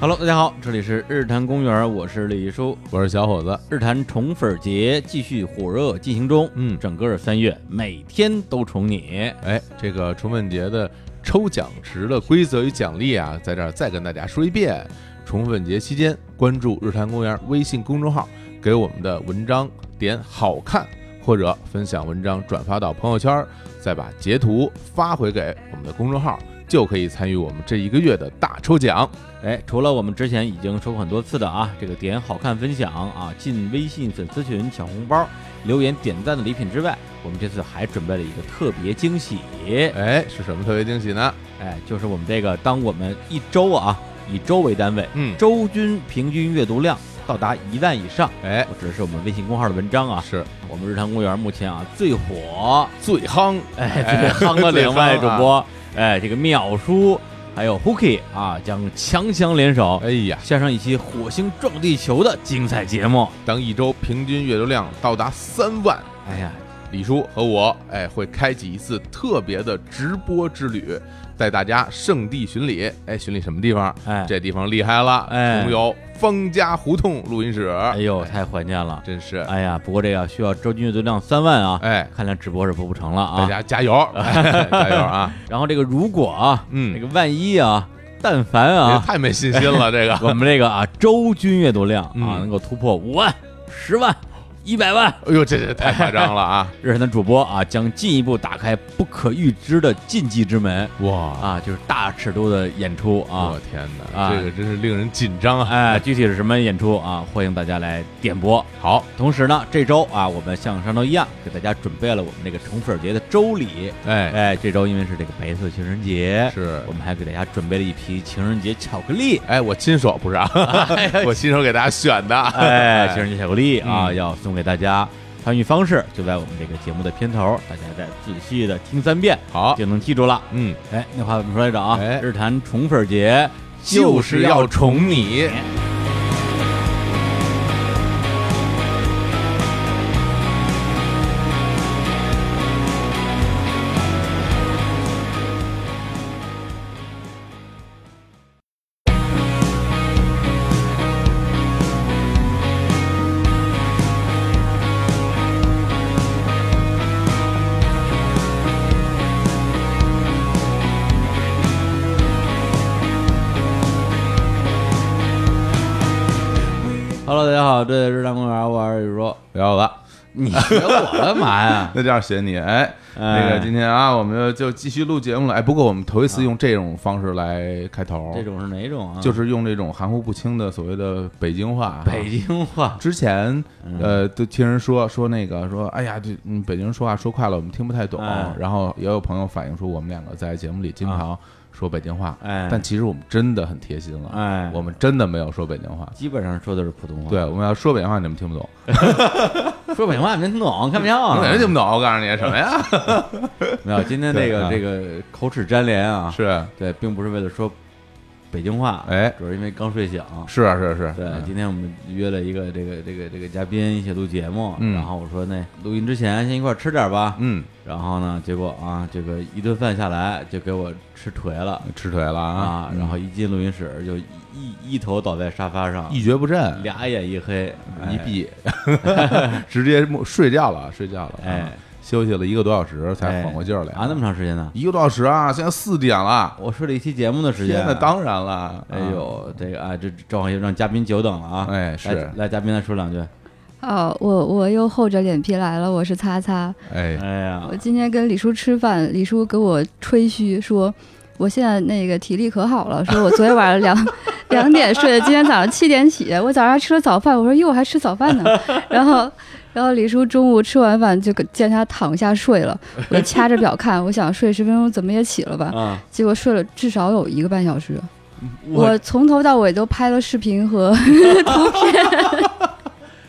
Hello，大家好，这里是日坛公园，我是李叔。我是小伙子，日坛宠粉节继续火热进行中，嗯整个三月每天都宠你。哎，这个宠粉节的抽奖池的规则与奖励啊，在这儿再跟大家说一遍。宠粉节期间，关注日坛公园微信公众号，给我们的文章点好看，或者分享文章转发到朋友圈，再把截图发回给我们的公众号，就可以参与我们这一个月的大抽奖。哎，除了我们之前已经说过很多次的啊，这个点好看分享啊，进微信粉丝群抢红包、留言点赞的礼品之外，我们这次还准备了一个特别惊喜。哎，是什么特别惊喜呢？哎，就是我们这个，当我们一周啊，以周为单位，嗯，周均平均阅读量到达一万以上，哎，我指的是我们微信公号的文章啊。是我们日坛公园目前啊最火，最夯，哎，这个夯的两位主 最夯啊播，哎，这个妙叔还有 Hooky 啊，将强强联手，哎呀，献上一期火星撞地球的精彩节目。当一周平均阅读量到达三万，哎呀，李叔和我，哎，会开启一次特别的直播之旅，带大家圣地巡礼。哎，巡礼什么地方？哎，这地方厉害了，哎重游方家胡同录音室。哎哎呦，太怀念了。真是，哎呀，不过这个需要周均阅读量三万啊，哎，看来直播是播不成了大啊。家加油，哎加油啊！然后这个如果啊，嗯这个万一啊，但凡也啊，太没信心了，这个。我们这个啊周均阅读量啊、嗯能够突破五万、十万、一百万，哎呦，这这太夸张了啊！日坛的主播啊，将进一步打开不可预知的禁忌之门哇，啊，就是大尺度的演出啊我。天啊哪，这个真是令人紧张啊！哎，具体是什么演出啊？欢迎大家来点播。好，同时呢，这周啊，我们像上周一样给大家准备了我们这个宠粉节的周礼。哎，哎，这周因为是这个白色情人节，是我，们还给大家准备了一批情人节巧克 力。哎，我亲手不是啊， 我亲手给大家选的。哎，情人节巧克力啊，嗯要送给大家。参与方式就在我们这个节目的片头，大家再仔细的听三遍，好，就能记住了。嗯，哎，那话怎么说来着啊？哎日坛宠粉节就是要宠你。 Hello，大家好，这里是日坛公园，我是宇说。不要了。你学我干嘛 呀？那叫写你哎，那哎个今天啊，我们就继续录节目了哎。不过我们头一次用这种方式来开头，这种是哪种啊？哦就是是用这种含糊不清的所谓的北京话啊。 北京嗯话。之前呃，都听人说说那个说，哎呀，这嗯，北京人说话说快了，我们听不太懂哎。啊然后也有朋友反映说，我们两个在节目里经常说北京话，哎但其实我们真的很贴心了，哎，哦我们真的没有说北京话。基本上说的是普通话。，对，我们要说北京话，你们听不懂，说北京话你们听懂，看不上 你啊。们听不懂。我告诉你什么呀？没有，今天这个对啊这个口齿粘连啊，是，对，并不是为了说北京话，哎主要是因为刚睡醒。是啊，是啊是啊。对，嗯今天我们约了一个这个这个这个嘉宾一起录节目，嗯然后我说那录音之前先一块儿吃点儿吧，嗯，然后呢，结果啊，这个一顿饭下来就给我吃颓了吃腿了啊啊，，然后一进录音室就一一一头倒在沙发上，一蹶不振，俩眼啊一黑，一哎，闭， 直接没睡觉了，睡觉了，哎啊，休息了一个多小时才哎缓过劲儿来啊，那么长时间呢？一个多小时啊，现在四点了，我睡了一期节目的时间啊天，呐，当然了，哎啊，呦，这个啊，这正好又让嘉宾久等了啊，哎是来来，嘉宾来说两句，哦，我我又厚着脸皮来了，我是擦擦。哎，哎呀我，今天跟李叔吃饭，李叔给我吹嘘说，我现在那个体力可好了，说我昨天晚上两 两点睡的，今天早上七点起，我早上还吃了早饭，我说哟，我还吃早饭 呢。然后，然后李叔中午吃完饭就给见他躺下睡了，我就掐着表看，我想睡十分钟怎么也起了吧，啊，结果睡了至少有一个半小时。我从头到尾都拍了视频 和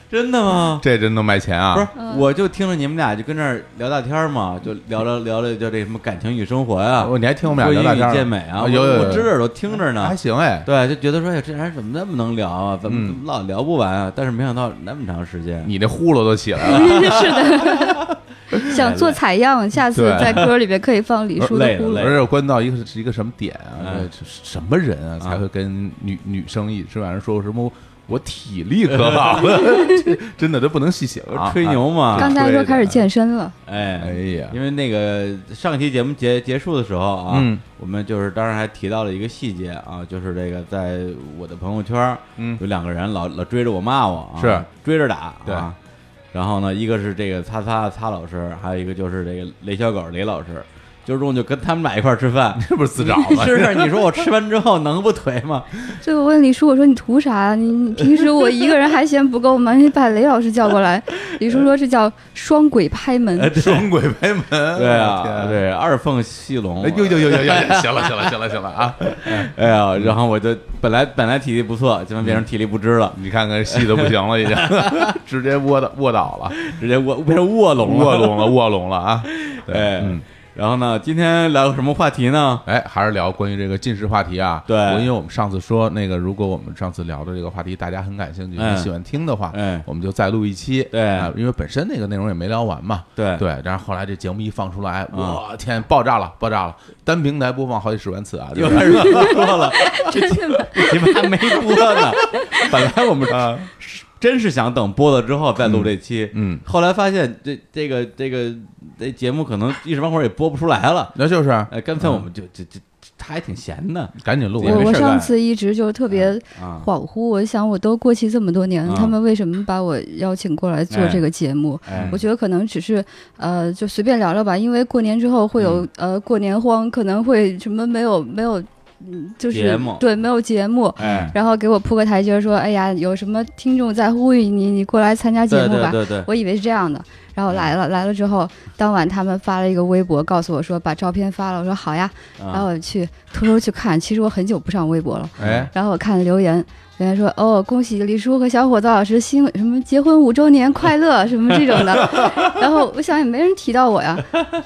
真的吗？这真能卖钱不是啊，，我就听着你们俩就跟那儿聊大天儿嘛，就聊聊聊聊叫这什么感情与生活呀，哦，你还听我们说俩英聊大天语儿健美啊，哦我有有有我支着耳朵听着呢还，行哎，对，就觉得说，哎，这人怎么那么能聊啊？怎么嗯怎么老聊不完啊？但是没想到那么长时间， 你那呼噜都起来了，是的，想做采样，下次对在歌里边可以放李叔的呃累了呼累噜了。而且关到一个是一个什么点啊？嗯这什么人啊才会跟女女生一这玩意儿说什么？我体力可 好了， 这真的这不能细想啊！吹牛嘛，刚才说开始健身了，哎哎。呀，因为那个上期节目结结束的时候啊，嗯我们就是当时还提到了一个细节啊，就是这个在我的朋友圈儿嗯有两个人老老追着我骂我、啊，是追着打，对，啊。然后呢，一个是这个擦擦擦老师，还有一个就是这个雷小狗雷老师，就是我就跟他们俩一块儿吃饭 这不是自找吗？ 是你说我吃完之后能不颓吗？最后我问李叔，我说你图啥？你你平时我一个人还嫌不够吗？ 你把雷老师叫过来。李叔说这叫双轨拍门。哎，对 双鬼拍门，对天啊，，对二凤戏龙，哎呦呦呦呦呦，行了行了行了行了啊！哎呀，然后我就本来本来体力不错，结果变成体力不支了，你看看细的不行了，已经 直接窝的卧倒 了，直接卧变成卧龙了，卧拢了卧拢了啊！对哎，嗯。然后呢，今天聊个什么话题呢？哎，还是聊关于这个近视话题啊。对我因为我们上次说那个，如果我们上次聊的这个话题大家很感兴趣、嗯很喜欢听的话，嗯我们就再录一期。对啊因为本身那个内容也没聊完嘛。对对，然后后来这节目一放出来，嗯我天，爆炸了，爆炸了！单平台播放好几十万次啊！又对吧开始说了，真的吗？你们还没播呢。本来我们真是想等播了之后再录这期，嗯，后来发现这这个这个这节目可能一时半会儿也播不出来了，那就是哎，干脆我们就就就他还挺闲的赶紧录吧。也我没我事儿干上次一直就是特别啊，恍惚，我想我都过期这么多年了，啊他们为什么把我邀请过来做这个节目？哎我，觉得可能只是呃，就随便聊聊吧，因为过年之后会有、嗯呃过年荒，可能会什么没有没有，嗯，就节是目对没有节目。哎，然后给我铺个台阶儿，说：“哎呀，有什么听众在呼吁你，你过来参加节对目吧。对嗯对对，我以为是这样的，然后来了，来了之后，当晚他们发了一个微博，告诉我说把照片发了。我说好呀，然后啊我去偷偷去看，其实我很久不上微博了。哎，然后我看留言，留言说哦，恭喜李叔和小伙子老师新什么结婚五周年快乐什么这种 的。然后我想也没人提到我呀，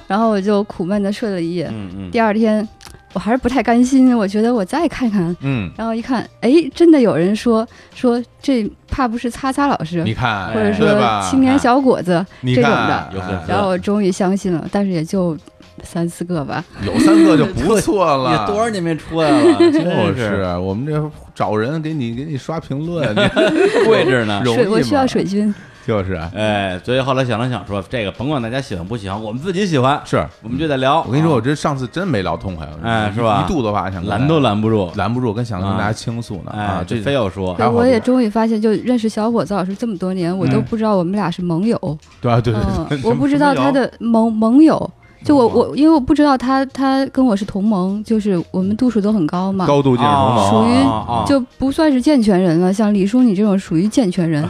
然后我就苦闷的睡了一夜。嗯嗯，第二天我还是不太甘心，我觉得我再看看，嗯，然后一看，哎，真的有人说说这怕不是擦擦老师。你看，或者哎说对吧哎青年小伙子，你这种看的有粉丝然后我终于相信了，但是也就三四个吧。有三个就不错 了。也多少啊年没出来 了，真就是我们这找人给你给你刷评论，你 跪着呢。容易水，吗我需要水军。就是啊哎，所以后来想了想说，这个甭管大家喜欢不喜欢，我们自己喜欢，是。嗯我们就得聊。我跟你说，我这上次真没聊痛快，哎一是吧一肚子话想跟大家拦都拦不住，拦不住，跟想跟啊大家倾诉呢哎，啊，这这非要说还好我也终于发现，就认识小伙子老师这么多年，我都嗯不知道我们俩是盟友。对啊对对 嗯对，，我不知道他的盟盟友。就我嗯我，因为我不知道他他跟我是同盟，就是我们度数都很高嘛，高度近视同哦盟，啊属于哦哦就不算是健全人了。像李叔你这种属于健 全人，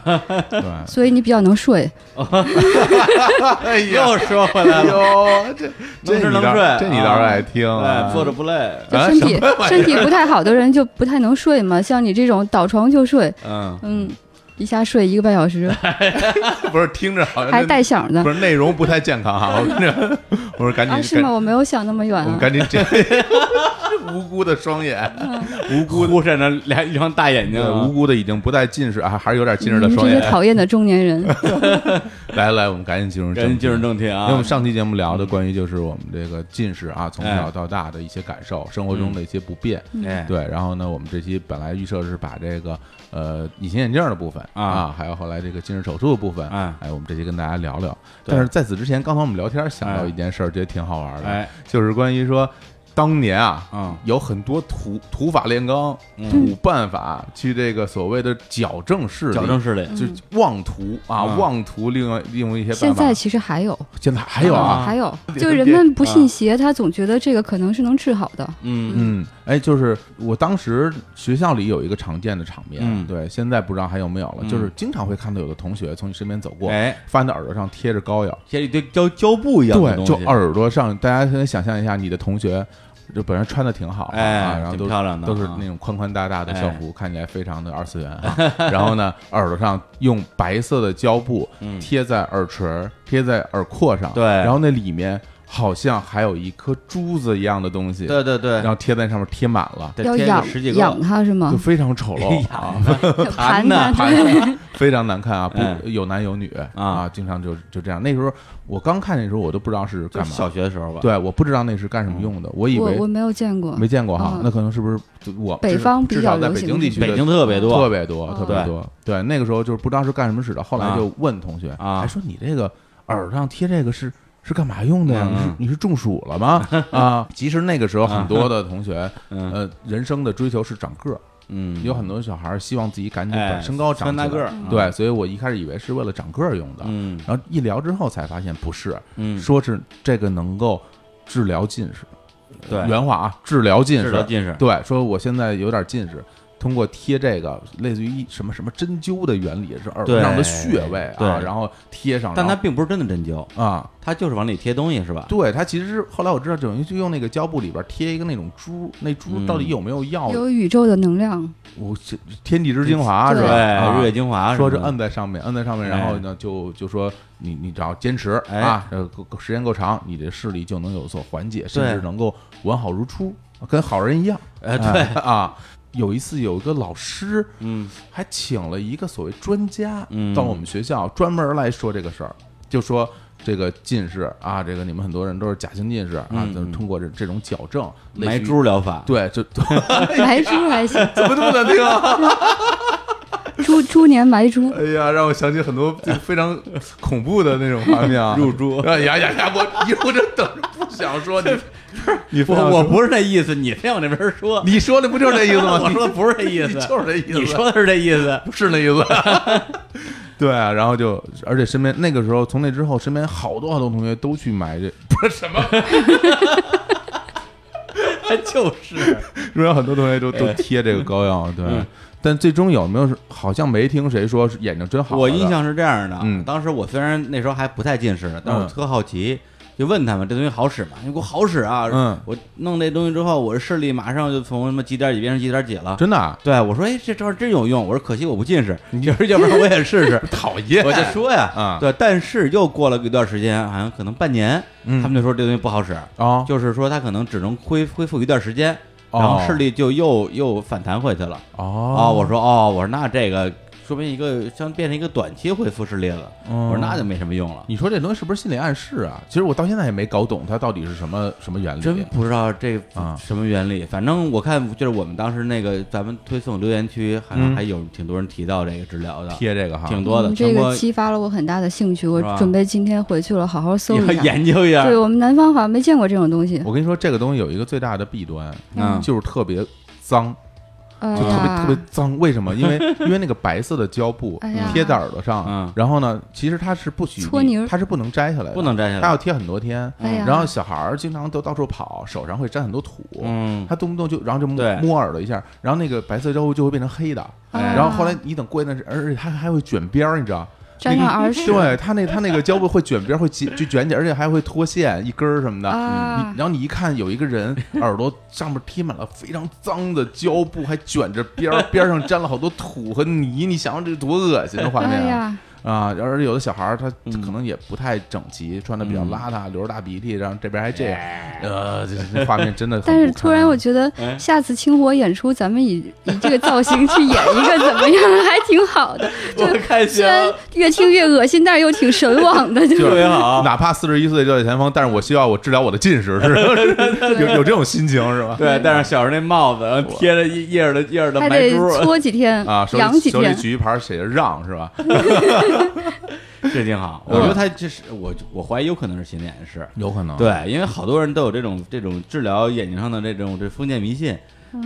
对，所以你比较能睡。哎呀，又说回来哎 了，呦，这这 能吃你能倒睡这你倒是爱听啊，哎， 坐着不累，就啊身体什么玩意儿身体不太好的人就不太能睡嘛，像你这种倒床就睡，嗯，嗯，一下睡一个半小时， 不是听着好像还这带响的不是内容不太健 康啊，我跟着，我说赶紧啊？是吗？我没有想那么远赶我们啊。赶紧 这无辜的双眼，啊无辜忽闪着两一双大眼睛对啊，无辜的已经不带近视，啊还还是有点近视的嗯你们双这些眼。讨厌的中年 人，来来，我们赶紧进入赶紧进入正正题。题因为我啊们，上期节目聊的关于就是我们这个近视啊，从小到大的一些感受，生活中的一些不便。哎，对，然后呢，我们这期本来预设是把这个呃隐形眼镜儿的部分啊还有后来这个近视手术的部分，哎哎，我们这期跟大家聊聊。对但是在此之前，刚才我们聊天想到哎一件事儿，觉得挺好玩的，哎，就是关于说当年啊，嗯有很多土土法炼钢、嗯，土办法去这个所谓的矫正视力，矫正视力，就妄图啊，嗯妄图利用利用一些办法。现在其实还有，嗯现在还有啊，还有，别啊就是人们不信邪，他总觉得这个可能是能治好的。嗯嗯，哎，就是我当时学校里有一个常见的场面，嗯对，现在不知道还有没有了，嗯就是经常会看到有的同学从你身边走嗯，过，哎，发现你的耳朵上贴着膏药，像一堆胶胶布一样的对，东就西，耳朵上，大家可以想象一下，你的同学就本身穿的挺好啊，哎啊哎然后挺都漂亮的都是啊那种宽宽大大的校服，看起来非常的 二次元啊，然后呢，耳朵上用白色的胶布嗯贴在耳垂儿、贴在耳廓上，对然后那里面。好像还有一颗珠子一样的东西，对对对然，后贴在上面贴满了，得要添养个十几养个，它是就吗？非常丑陋啊养， 盘呢它，盘子非常难看啊，哎不有男有女啊啊，经常就就这样。那时候我刚看那时候我都不知道是就干嘛，小学嗯的时候吧，对，我不知道那是干什么用的，我以我为我没有见过没。见过哈嗯，那可能是不是就我北至少方比至少较在流北行京地这区的种北京特别特多，别多，嗯特别多。对，那个时候就是不知道是干什么使的，后来就问同学，嗯啊哎，说你这个耳上贴这个是是干嘛用的呀？嗯你是你是中暑 了吗？啊，其实那个时候很多的同学，嗯呃，人生的追求是长个儿，嗯，有很多小孩儿希望自己赶紧哎把身高穿长起大来个儿，对，所以我一开始以为是为了长个儿用的，嗯然后一聊之后才发现不是，嗯，说是这个能够治疗近视，对，原话啊，治疗近治疗视，近视，对，说我现在有点近视，通过贴这个类似于一什么什么针灸的原理，是耳朵对上的穴位对啊，然后贴上，但它然后并不是真的针灸，啊，它就是往里贴东西是吧？对，它其实是后来我知道，等于就用那个胶布里边贴一个那种珠，那珠到底嗯有没有药？有宇宙的能量， 我这天地之精华是对，吧？啊日月精华什说么的，是摁在上面，摁在上面，哎然后呢，就就说你你只要坚持哎啊，呃够够时间够长，你的视力就能有所缓解，甚对至能够完好如初，跟好人一样。哎，对，啊，有一次有一个老师嗯还请了一个所谓专家嗯到我们学校专门来说这个事儿，就说这个近视啊，这个你们很多人都是假性近视啊嗯，就是通过这这种矫正，类埋似于，珠疗法，对，就 怎埋珠还行，么这么难听啊？猪猪年埋珠，哎呀，让我想起很多就非常恐怖的那种画面啊！ 入珠哎呀呀呀！我一路这等着，不想说 你，你非要我说我不是那意思，你非往那边说，你说的不就是这意思吗？ 我说的不是这意你思，就是这意思你说的是这意思， 不是那意思。 对啊，然后就，而且身边那个时候，从那之后，身边好多好多同学都去 买这，不是什么， 就是，说有很多同学都都贴这个膏药，对。嗯但最终有没有是？好像没听谁说是眼睛真好了我的。印象是这样的，嗯当时我虽然那时候还不太近视，但我嗯特好奇，就问他们这东西好使吗？你给我好使啊！嗯我弄这东西之后，我的视力马上就从什么几点几变成几点几了。真的啊对，我说，哎，这招真有用。我说，可惜我不近 视，你要要不然我也试 试。啊讨厌我就说呀，啊对，但是又过了一段时间，好像可能半年，嗯他们就说这东西不好使，啊，就是说它可能只能恢恢复一段时间，哦然后视力就又又反弹回去了。哦哦，我说哦，我说那这个说明一个像变成一个短期恢复视力了，嗯我说那就没什么用了，你说这东西是不是心理暗示啊？其实我到现在也没搞懂它到底是什么什么原理。真不知道这啊什么原理。反正我看就是我们当时那个咱们推送留言区，好像嗯还有挺多人提到这个治疗的，贴这个哈，挺多的，嗯这全国个激发了我很大的兴趣，我是吧准备今天回去了好好搜要一下。研究一下对，我们南方好像没见过这种东西，我跟你说，这个东西有一个最大的弊端，嗯啊就是特别脏，哎就特别特呀别，脏。为什 么？因为因为那个白色的胶布哎呀贴在耳朵嗯上，然后呢，其实它是不许搓泥儿它是不能摘下来的，不能摘下它要来。贴很多天。哎呀，嗯然后小孩儿经常都到处跑，手上会沾很多土，嗯，他动不动就然后就对摸摸耳朵一下，然后那个白色胶布就会变成黑的。啊哎然后后来你等过一段时间，而且它还会卷边儿，你知道？沾上耳屎对它那它那个胶布会卷边儿，会 结就卷起来，而且还会脱线一根儿什么的。啊你，然后你嗯一看有一个人耳朵上面贴满了非常脏的胶布，还卷着边 儿，边儿上沾了好多土和泥，你想想这多恶心的画哎面啊！呀，啊，而且有的小孩儿他嗯可能也不太整齐，穿的比较嗯邋遢，流着大鼻涕，然后这边还这样，呃， 这这画面真的很不堪哎但啊。是突然我觉得哎下次清火演出，咱们以 以这个造型去演一个怎么样，还挺好的。我开虽心然越听越恶心，但是又挺神 往的，就特别好，啊哪怕四十一岁就在前方，但是我需要我治疗我的近视，是吧 有有这种心情是吧？对，戴上小时候那帽子，然后贴着一一耳朵一耳朵还埋得珠，搓几天啊，手养里几手里天。举一牌写着让 是吧？这挺好。嗯我觉得他这是我我怀疑有可能是心理暗示，有可能，对，因为好多人都有这种这种治疗眼睛上的这种这封建迷信。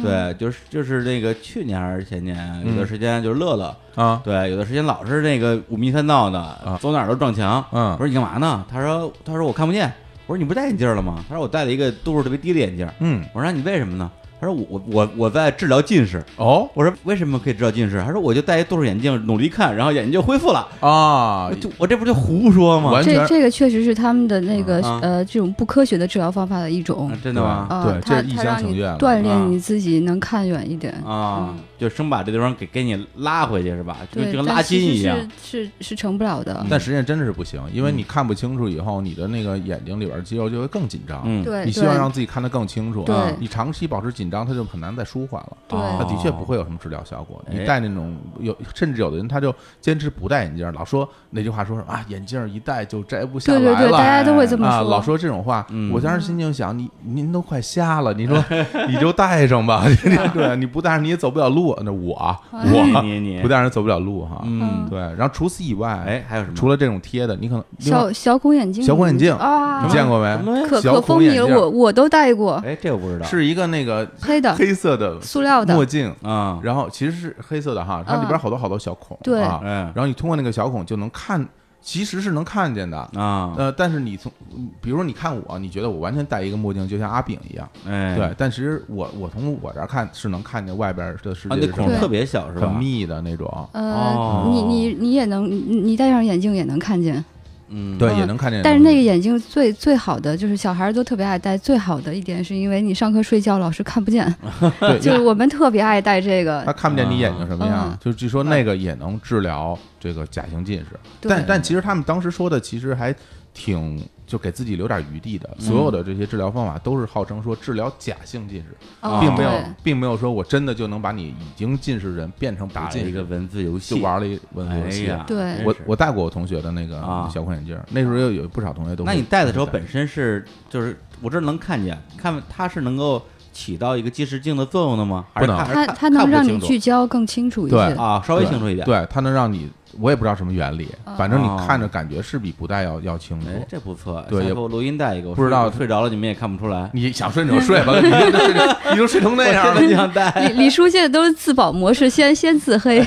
对，就是就是那个去年还是前年，嗯有段时间就是乐乐，啊，对，有段时间老是那个五迷三道的，走哪儿都撞墙。嗯我说你干嘛呢？他说他说我看不见。我说你不戴眼镜了吗？他说我戴了一个度数特别低的眼镜。嗯我说那你为什么呢？他说我我我我在治疗近视。哦我说为什么可以治疗近视？他说我就戴一度数眼镜，努力看，然后眼睛就恢复了。啊我，就我这不就胡说吗？完全嗯这这个确实是他们的那个、啊呃这种不科学的治疗方法的一种啊。真的吗？啊，对它这是一它厢让情你愿了啊锻炼你自己能看远一点。啊嗯，就生把这地方给给你拉回去是吧？就对，就跟但拉其筋实一样。是是是成不了的。但实际上真的是不行，嗯因为你看不清楚以后，你的那个眼睛里边肌肉就会更紧张。嗯， 对，你希望哎对让自己看得更清楚，对啊你长期保持紧张，它就很难再舒缓了。对它哦的确不会有什么治疗效果。哎你戴那种有，甚至有的人他就坚持不戴眼镜，老说那句话说什么啊，眼镜一戴就摘不下对对来对，大了。家都会这么啊，说。老说这种话，嗯我当时心情想，你您都快瞎 了，你说你就戴上吧， 对，你不戴上你也走不了路。啊那 我我你你不戴上走不了路哈，嗯，对。然后除此以外，哎，，还有什么？除了这种贴的，你可能另外小小孔眼镜，小孔眼镜啊，你见过什没？么呀？可小可孔风靡眼了，镜我我都戴过，哎，这我不知道。是一个那个黑的、黑色的塑料的嗯墨，镜，啊，然后其实是黑色的哈，它里边好多好多小孔，对啊，嗯然后你通过那个小孔就能看，其实是能看见的。啊，呃，但是你从，嗯比如说你看我，你觉得我完全戴一个墨镜，就像阿炳一样，哎，对。但其实我我从我这儿看是能看见外边的世啊，界那是孔什么特别小是很吧？密的那种，呃哦，你你你也能，你你戴上眼镜也能看见，嗯，对，嗯也能看见。但是那个眼镜最最好的就是小孩儿都特别爱戴，最好的一点是因为你上课睡觉老师看不见，对，就是我们特别爱戴这哎他个，看不见你眼睛什么样哎嗯，就据说那个也能治疗这个假性近视，对但但其实他们当时说的其实还挺就给自己留点余地的，所有的这些治疗方法都是号称说治疗假性近视，哦并没有对并没有说我真的就能把你已经近视人变成不打了近一视个，文字游戏，就玩了一文字游哎戏。呀，对真我是我戴过我同学的那个啊小框眼镜，那时候有有不少同学都会那你戴的时候戴本身是就是我这能看见，看它是能够起到一个近视镜的作用的吗？还是不能看它还是它看能看不让清你楚聚焦更清楚一对些，啊，稍微对清楚一点。，对它能让你我也不知道什么原理，反正哦你看着感觉是比不戴要要清楚。哎，这不错。对下也次我录音带一个，我不知睡道睡着了你们也看不出 来。你想睡你就睡吧，你就睡成你就睡 成那样 了我。真的想戴，李李叔现在都是自保模式，先先 自黑，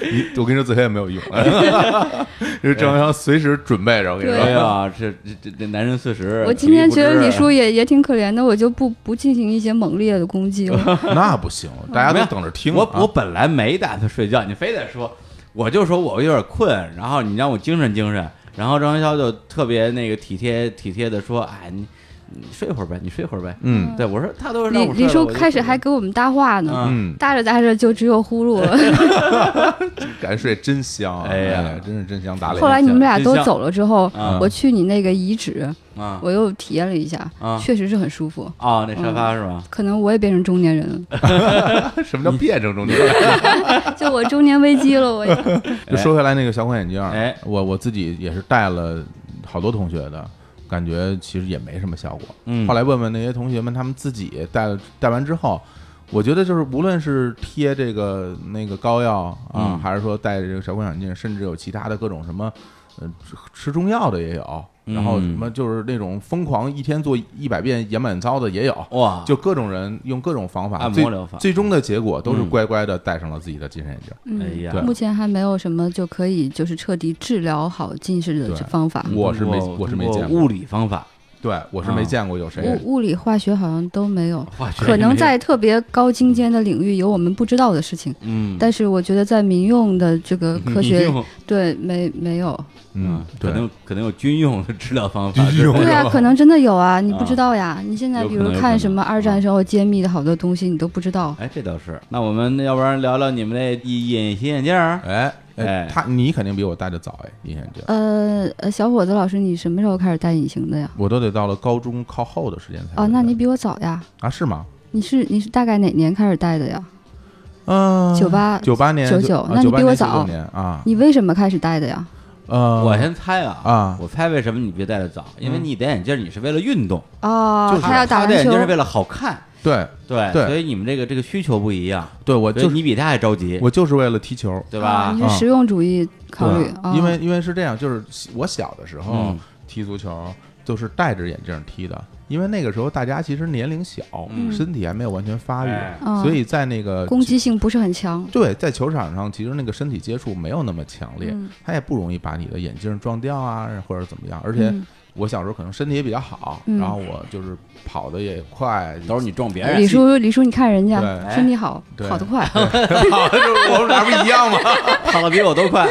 你我跟你说，自黑也没有 用，就是郑阳随时准备着。我跟你 对啊哎说，呀，这这这这男人四十，我今体力天不觉得支啊李叔也也挺可怜的，我就不不进行一些猛烈的攻 击了。 那不行，大家都等着听。我啊我本来没打算睡觉，你非得说，我就说我有点困，然后你让我精神精神，然后张云霄就特别那个体贴体贴的说，哎，你你睡会儿呗，你睡会儿呗。嗯对我说他都是让李我李睡了叔开始还给我们搭话嗯呢，嗯，搭着搭着就只有呼噜了。感觉睡真香啊，哎呀真是真香打脸。后来你们俩都真香走了之后嗯，我去你那个遗址，我就啊我又体验了一下啊，确实是很舒服。哦，那沙嗯发是吧？可能我也变成中年人了，什么叫变成 中间？哎就我中年危机了，我也就说回来那个小款眼镜，哎，我我自己也是戴了好多同学的。感觉其实也没什么效果。嗯后来问问那些同学们，他们自己戴了戴完之后，我觉得就是无论是贴这个那个膏药啊，嗯还是说戴着这个小框眼镜，甚至有其他的各种什么，呃，吃吃中药的也有，嗯然后什么就是那种疯狂一天做一百遍眼满操的也有，哇，就各种人用各种方法，按摩最疗法最终的结果都是嗯乖乖的戴上了自己的近视眼镜。哎嗯。呀，对目前还没有什么就可以就是彻底治疗好近视的对这方嗯法，我是没通过我是没通过见过物理方法，对我是啊没见过有哦谁物物理、化学好像都没有，化学可能没在特别高精尖的领域有我们不知道的事情。嗯，但是我觉得在民用的这个 科民学，用对没没有，嗯，可对，能可能有军用的治疗方法，军用对对吧啊，可能真的有啊，你不知道呀。你现在有可比能如有可能嗯看什么二战时候揭秘的好多东西，你都不知道。哎，这倒是。那我们要不然聊聊你们那隐形眼镜儿？哎哎哎，他你肯定比我戴的早哎，隐形眼镜，呃呃，小伙子老师，你什么时候开始戴隐形的呀？我都得到了高中靠后的时间才哦，会那戴你比我早呀。啊是吗？你是你是大概哪年开始戴的呀？呃嗯，九八九八年99那你比我早年啊，你为什么开始戴的呀？呃，我先猜啊啊嗯我猜为什么你别戴的早，因为你戴眼镜儿你是为了运动，哦，他要打戴眼篮球镜，是为了好看，对对，对所以你们这个这个需求不一样，对，我所以就是你比他还着急，我就是为了踢球，对哦吧啊你？是实用主义考虑对，哦因为因为是这样，就是我小的时候嗯踢足球就是戴着眼镜踢的，因为那个时候大家其实年龄小，嗯身体还没有完全发育，哎哦所以在那个攻击性不是很强。对，在球场上其实那个身体接触没有那么强烈，嗯它也不容易把你的眼镜撞掉啊，或者怎么样。而且嗯我小时候可能身体也比较好，嗯然后我就是跑的也 快，都是你撞别李人，叔，李叔，你看人家对身体好，哎对跑得快，跑的时候我们俩不一 样吗？跑得比我都 快。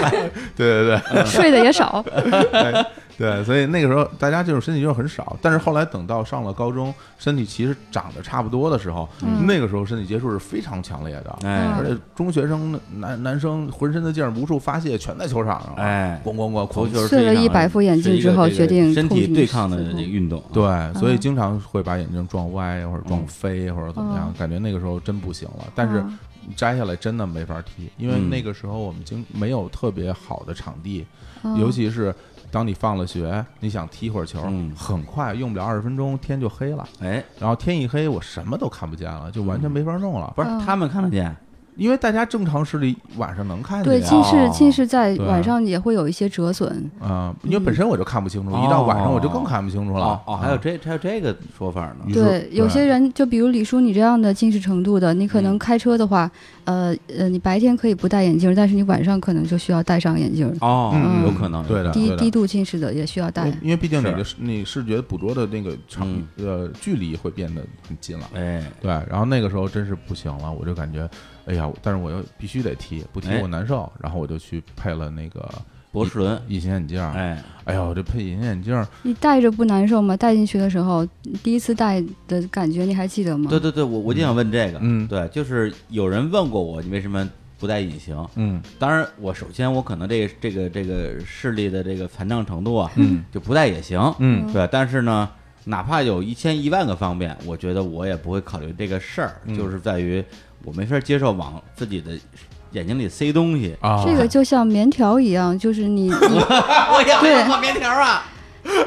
对对对，睡得 也少。哎对，所以那个时候大家就是身体就是很少，但是后来等到上了高中，身体其实长得差不多的时候，嗯那个时候身体接触是非常强烈的，哎而且中学生男男生浑身的劲儿无处发泄，全在球场上，，哎，咣咣咣足狂球是睡了一一场百副眼是镜一个之后，这个决定身体控制对抗的食这物个运动啊，对，所以经常会把眼睛撞歪或者嗯撞飞或者怎么样，感觉那个时候真不行了。但是啊摘下来真的没法踢，因为嗯那个时候我们经没有特别好的场地，啊尤其是当你放了学，你想踢会儿球，嗯很快用不了二十分钟天就黑了，哎，然后天一黑我什么都看不见了，就完全没法弄了。不是嗯他们看得见，因为大家正常视力晚上能看对见啊近呀，视，近视在对啊晚上也会有一些折损。啊，因为本身我就看不清楚，嗯一到晚上我就更看不嗯清楚了啊哦。哦，还有这还有这个说法呢你，说对，有些人就比如李叔你这样的近视程度的，你可嗯能开车的话，呃呃，你白天可以不戴眼镜，但是你晚上可能就需要戴上眼镜。哦，嗯有可能，对的，低对的低。度近视的也需要戴因为。因为毕竟你是嗯的视你视觉捕捉的那个长、呃距离会变得很近了。哎，对，然后那个时候真是不行了，我就感觉，哎呀，但是我又必须得踢，不踢哎我难受。然后我就去配了那个博士伦，隐形眼镜儿。哎哎，呀，我这配隐形眼镜儿，你戴着不难受吗？戴进去的时候，第一次戴的感觉你还记得吗？对对对，我我就想问这个，嗯对，就是有人问过我，你为什么不戴隐形？嗯当然，我首先我可能这个这个这个视力的这个残障程度啊，嗯就不戴也行，嗯对，但是呢，哪怕有一千一万个方便，我觉得我也不会考虑这个事儿，嗯就是在于我没法接受往自己的眼睛里塞东 西。啊，这个就像棉条一样，就是你你我也对要画棉条啊！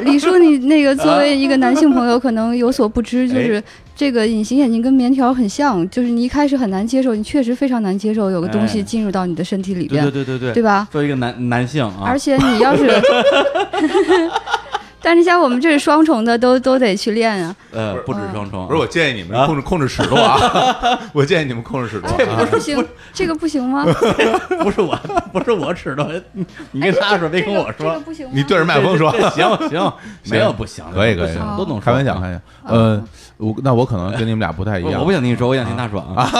李叔，你那个作为一个男性朋友，可能有所不知，哎就是这个隐形眼镜跟棉条很像，就是你一开始很难接受，你确实非常难接受有个东哎西进入到你的身体里对边，对对对对，对吧？作为一个男男性啊，而且 你要是， 但是像我们这是双重的，都都得去练啊。呃，不止双重啊，不是，我建议你们啊控制、控制尺度啊！ 我建议你们控制尺度、啊啊。不行，这个不行 吗？不是我，不是我尺度，你你跟他说，别跟我哎这个说。不行吗。你对着麦克风说，哎行行，没有不行的，可以可以不行可以都能说开玩笑，开。玩笑。嗯呃，我那我可能跟你们俩不太一嗯我样我不。想听你说，我想听他说啊。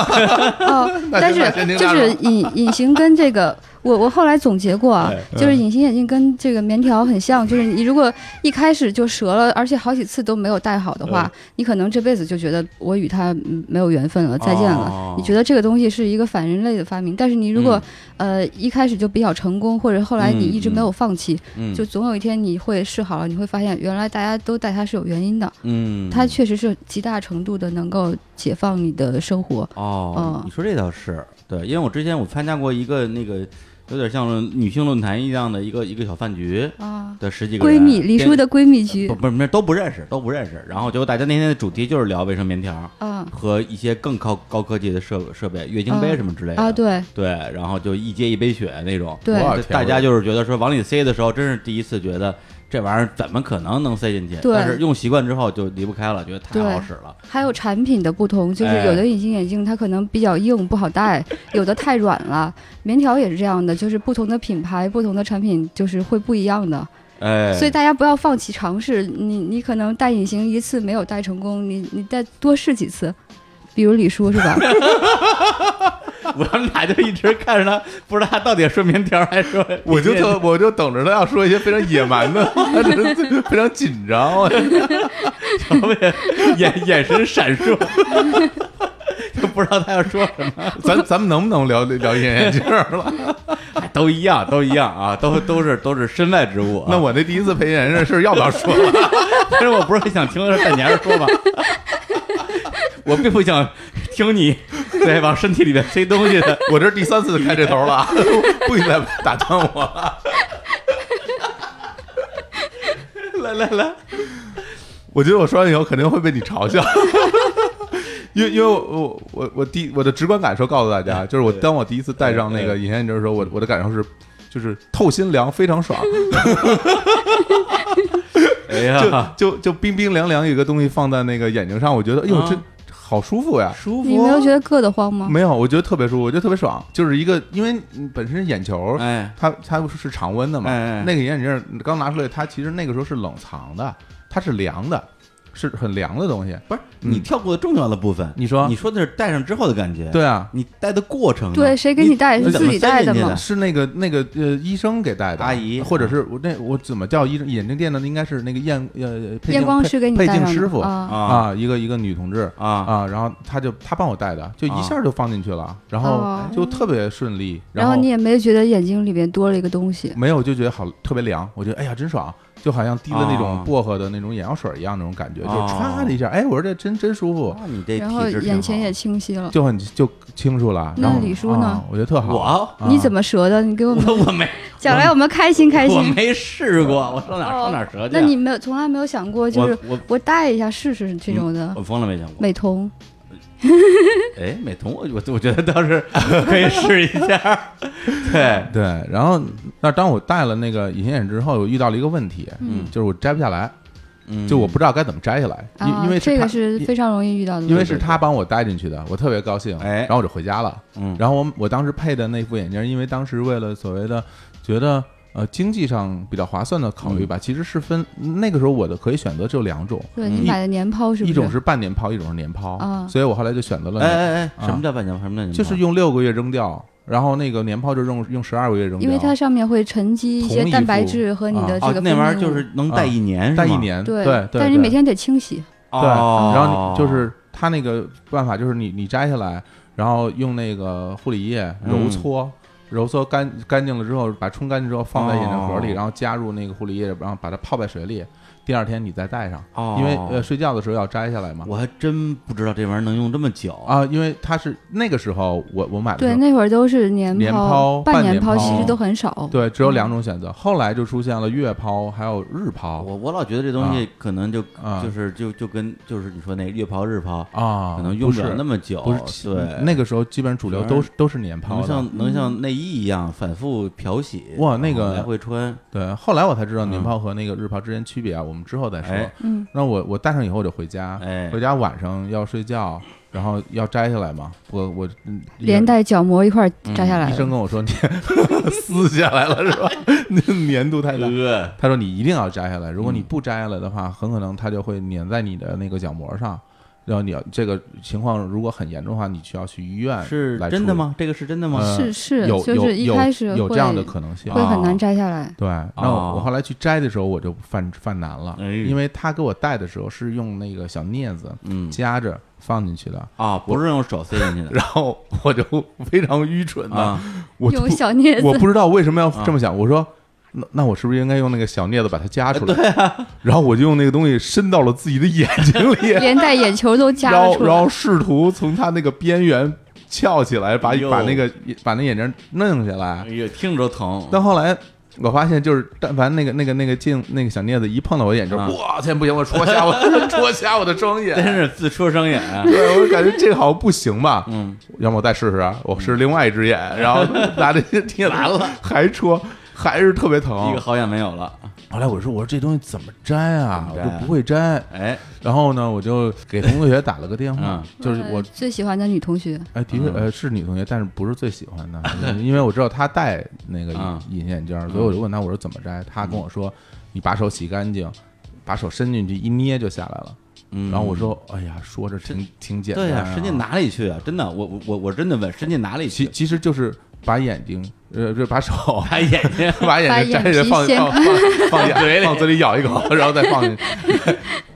哦，但那先听是就他说是隐隐形跟这个，我我后来总结过哎啊，就是嗯隐形眼镜跟这个棉条很像，就是你如果一开始就折了，而且好几次都没有戴好的嗯话，你可能这辈子就觉得我与它嗯没有缘分了，再见了。哦你觉得这个东西是一个反人类的发明，但是你如果、嗯呃一开始就比较成功，或者后来你一直没有放弃，嗯就总有一天你会试好了，你会发现原来大家都戴它是有原因的，嗯，它确实是极大程度的能够解放你的生活。哦嗯，你说这倒是对，因为我之前我参加过一个那个有点像女性论坛一样的一个一个小饭局啊，的十几个人闺蜜，李叔的闺蜜局不不是都不认识都不认识，然后结果大家那天的主题就是聊卫生棉条啊和一些更高高科技的设设备，月经杯什么之类的啊，对对，然后就一接一杯血那种，对哇大家就是觉得说往里塞的时候，真是第一次觉得这玩意儿怎么可能能塞进去？对但是用习惯之后就离不开了，觉得太对好使了。还有产品的不同，就是哎有的隐形眼镜它可能比较硬不好戴，有的太软了。棉条也是这样的，就是不同的品牌、不同的产品就是会不一样的，哎，所以大家不要放弃尝试。你你可能戴隐形一次没有戴成功，你你再多试几次。比如李叔 是吧？我们俩就一直看着他，不知道他到底说棉条还是说， 我就特我就等着他要说一些非常野蛮的， 他只是非常紧张。 我 眼眼神闪 烁，就不知道他要说什么，咱咱们能不能聊聊隐形眼镜儿了？哎都一样，都一样啊，都都是都是身外之物、啊。那我那第一次配隐形眼镜儿事儿要不要说了？但是我不是很想听，但你还是 说吧。我并不想听你对往身体里面塞东西的。 我这是第三次开这头了啊， 不许再打断我了。来来来，我觉得我说完以后肯定会被你嘲笑。 因为因为我我我我第我的直观感受告诉大家，就是我当我第一次戴上那个隐形眼镜的时候，我我的感受是，就是透心凉，非常爽。哎呀，就就就冰冰凉凉有一个东西放在那个眼睛上，我觉得哎呦啊这好舒服呀！舒服。你没有觉得硌得慌吗？没有，我觉得特别舒服，我觉得特别爽，就是一个因为你本身眼球哎它它是常温的嘛，哎哎那个眼镜儿刚拿出来，它其实那个时候是冷藏的，它是凉的，是很凉的东西。不是你嗯跳过重要的部分，你说你说的是戴上之后的感觉，对啊，你戴的过程呢，对谁给你戴是怎么自己戴塞的进去吗是那个那个呃医生给戴的阿姨或者是我那我怎么叫医生眼镜店呢？应该是那个验呃配镜验光师给你配戴配镜上师的傅啊，啊啊，一个一个女同志啊啊，然后她就她帮我戴的，就一下就放进去了，然后哦就特别顺利，然后你也没觉得眼睛里面多了一个东西，没有，就觉得好特别凉，我觉得哎呀真爽，就好像滴了那哦种薄荷的那种眼药水一样那种感觉，就哦歘的一下，哎，我说这真真舒服，啊！你这然后体质挺眼前好也清晰 了。就很就清楚了。然那后李叔呢啊我觉得特好。我啊你怎么折的？你给我们我我没 讲来，我们开心开我心。没试过，我上哪哦上哪折去？啊那你没有从来没有想过，我就是我我戴一下试试这种的嗯我疯了没想过。美瞳，哎，美瞳，我我我觉得倒是 可以试一下。 对，对？然后那当我戴了那个隐形眼镜之后，我遇到了一个问题，嗯就是我摘不下来，嗯，就我不知道该怎么摘下来，因啊因为这他个是非常容易遇到的问题，因为是他帮我戴进去的，我特别高兴，哎然后我就回家了。嗯然后我我当时配的那副眼镜，因为当时为了所谓的觉得呃经济上比较划算的考虑吧，其实是分那个时候我的可以选择只有两种，对嗯你买的年抛是不一种是？是半年抛，一种是年抛，啊所以我后来就选择了哎年，哎哎，啊什么叫半年？什么叫就是用用六个月扔掉，然后那个年抛就用用十二个月扔掉，因为它上面会沉积一同些一啊蛋白幅质和你的这哦个，那分玩意泌儿物就是能戴一年，戴是啊一吗。年，对对，但是你每对天得清洗，对，哦，然后你就是他那个办法，就是你你摘下来，然后用那个护理液嗯揉搓，揉搓干干净了之后，把冲干净之后放在眼镜盒里，哦然后加入那个护理液，然后把它泡在水里，第二天你再戴上，哦，因为呃睡觉的时候要摘下来嘛。我还真不知道这玩意儿能用这么久啊，因为它是那个时候我我买的时对，候，那会儿都是年年抛抛、半半年抛，抛其实都很少。对，只有两种选择，后来就出现了月抛还有日抛我我老觉得这东西可能就啊就是就就跟就是你说那月抛日抛，啊，可能用不不了是那么久不是，哦嗯对，那个时候基本上主流都是都是年抛能的。嗯像能像内衣一样反复漂洗，哇那个然后来回穿，对，后来我才知道年嗯抛和那个日抛之间区别啊，我们之后再说哎。嗯，那我我戴上以后我就回家，哎啊回家晚上要睡觉，然后要摘下来嘛。我我嗯连带角膜一块儿摘下来医生了。跟我说你 撕下来了是吧？ 那粘度太大。呃，他说你一定要摘下来，如果嗯你不摘下来的话，很可能它就会粘在你的那个角膜上。然后你要这个情况如果很严重的话，你需要去医院是来真的处理？吗？这个是真的吗？呃是是，有就有是一有开始有这会样的可能啊性，会很难摘下来。对，那我我后来去摘的时候，我就犯犯难了，哦哎因为他给我戴的时候是用那个小镊子嗯夹着放进去的，啊，不 是用手塞进去的然后我就 非常愚蠢的，啊，我就用不小镊我子，不知道为什么要这么想，我说。那那我是不是应该用那个小镊子把它哎夹出来？对啊，然后我就用那个东西伸到了自己的眼睛里， 连带眼球都夹然了后出然后来。试图从它那个边缘翘起来，把哎呦把那个把那眼睛弄下来哎。呀，听着都 疼。但后来我发现，就是但凡那个那个那个镜那个小镊子一碰到我眼睛，啊我天不行，我戳瞎我 戳瞎我的双真眼。是自戳伤眼，啊对，我感觉这个好像不行吧？嗯，要么我再试试啊，我试另外一只眼，然 后拿着贴完了，还戳，还是特别一疼个。好眼没有了。后来我说，我说这东西怎么摘啊？怎么我摘就啊不会摘。哎，然后呢，我就给同学打了个电话，就是我呃最喜欢的女同学，哎，嗯的确，呃，是女同学，但是不是最喜欢 的，因为我知道她戴那个啊隐形眼镜儿，所以我就问她，我说怎么摘？她嗯跟我说，你把手洗干净，把手伸进去一捏就下来了。嗯，然后我说，哎呀，说着挺挺简单，对呀，伸进。哪里去啊？真的，我我我我真的问，伸进哪里其去？。其实就是把眼睛，呃，不是把手把眼睛， 把眼睛把眼摘下皮放先 放放放放嘴眼里放嘴里咬一口，然后再放进去。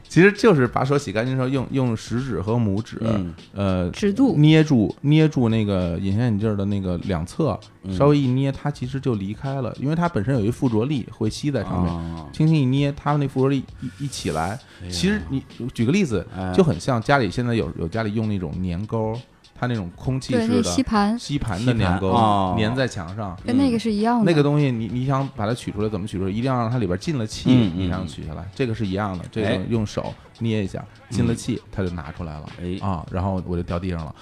其实就是把手洗干净之后，用用食指和拇指，嗯呃，指肚捏住捏住那个隐形眼镜儿的那个两侧，嗯稍微一捏，它其实就离开了，因为它本身有一附着力会吸在上 面，啊，轻轻一捏，它那附着力一一起来。其实你举个例子哎，就很像家里现在有有家里用那种粘钩，它那种空气对，那式个吸的嗯盘吸盘的吸盘粘钩哦粘在墙上。跟那个是一样的。那个东西你，你想把它取出来，怎么取出来？一定要让它里边进了气，嗯你嗯才能取下来。这个是一样的，这哎嗯个用手捏一下，进了气，它就拿出来了哎啊。然后我就掉地上了，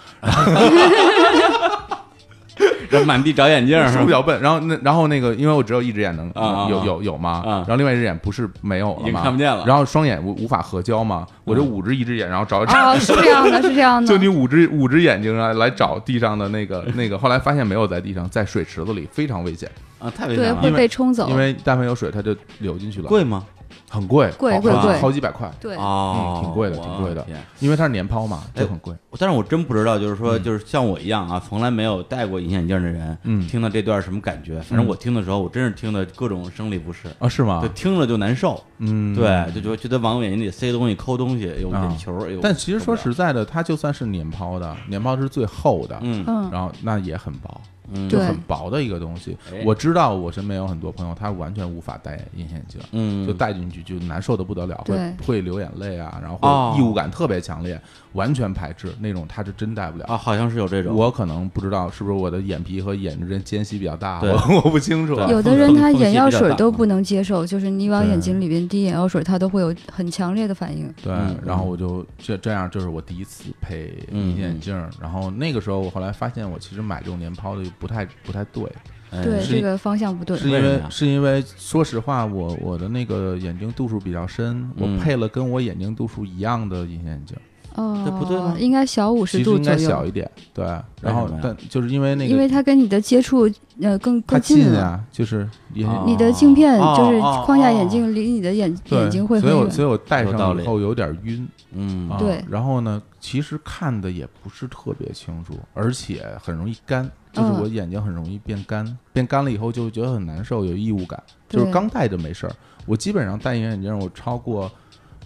这满地找眼镜儿是是不是比吧？较笨？然后那然后那个，因为我只有一只眼能啊啊有有有嘛，啊然后另外一只眼不是没有已了经嘛，看不见了嗯然后双眼无无法合交嘛，我就捂着一只眼，然后找找，啊，是这样的，是这样的就。你捂着捂着眼睛啊来找地上的那个那个，后来发现没有在地上，在水池子里非常危险，啊，太危对，险会了。被冲走因。为但凡有水它就流进去 了，贵吗？很贵，贵好贵好贵好几百块，对，哦嗯，挺贵的我挺贵的天嗯因为它是年抛嘛，哎就很贵。但是我真不知道，就是说，就是像我一样啊，从来没有戴过隐形眼镜的人，嗯听到这段什么感觉？反正我听的时候，我真是听的各种生理不适，啊，是吗就？听了就难受，嗯，对，就觉得觉得往眼睛里塞东西、抠东西，有啊眼球，哎呦但其实说，受实在的，它就算是年抛的，年抛是最厚的不，了嗯嗯，然后那也很薄，嗯，就对很薄的一个东西哎。我知道我身边有很多朋友，他完全无法戴隐形眼镜。嗯，就戴进去就难受的不得了，会对会流眼泪啊，然哦后会异物感特别强烈，完全排斥那种，他是真戴不了。啊，好像是有这种，我可能不知道是不是我的眼皮和眼之间间隙比较大，对 我我不清楚。啊对有的缝人缝他缝眼隙药比较水大都不能接受，就是你往眼对睛里边滴眼药水，他都会有很强烈的反应。对，嗯然后我就这这样，就是我第一次配隐形眼镜儿。嗯然后那个时候，我后来发现，我其实买这种年抛的就不太不太对，哎对，是这个方向不对。是因为什为么呀是因为说实话，我我的那个眼睛度数比较深，嗯我配了跟我眼睛度数一样的隐形眼镜儿，哦，这不对吗应该小五其十实度应左该小右，一点。对，然为后什么呀但就是因为那因个为它跟你的接触呃更它更近了。啊，就是也啊你的镜片哦就是哦框架哦眼镜离你的眼对眼睛会所很以我所远。以我戴有道上理以后有点晕。嗯啊，对然后呢，其实看的也不是特别清楚，而且很容易干，就是嗯我眼睛很容易变干，变干了以后就觉得很难受，有异物感。对就是刚戴着没事儿，我基本上戴隐形眼镜，我超过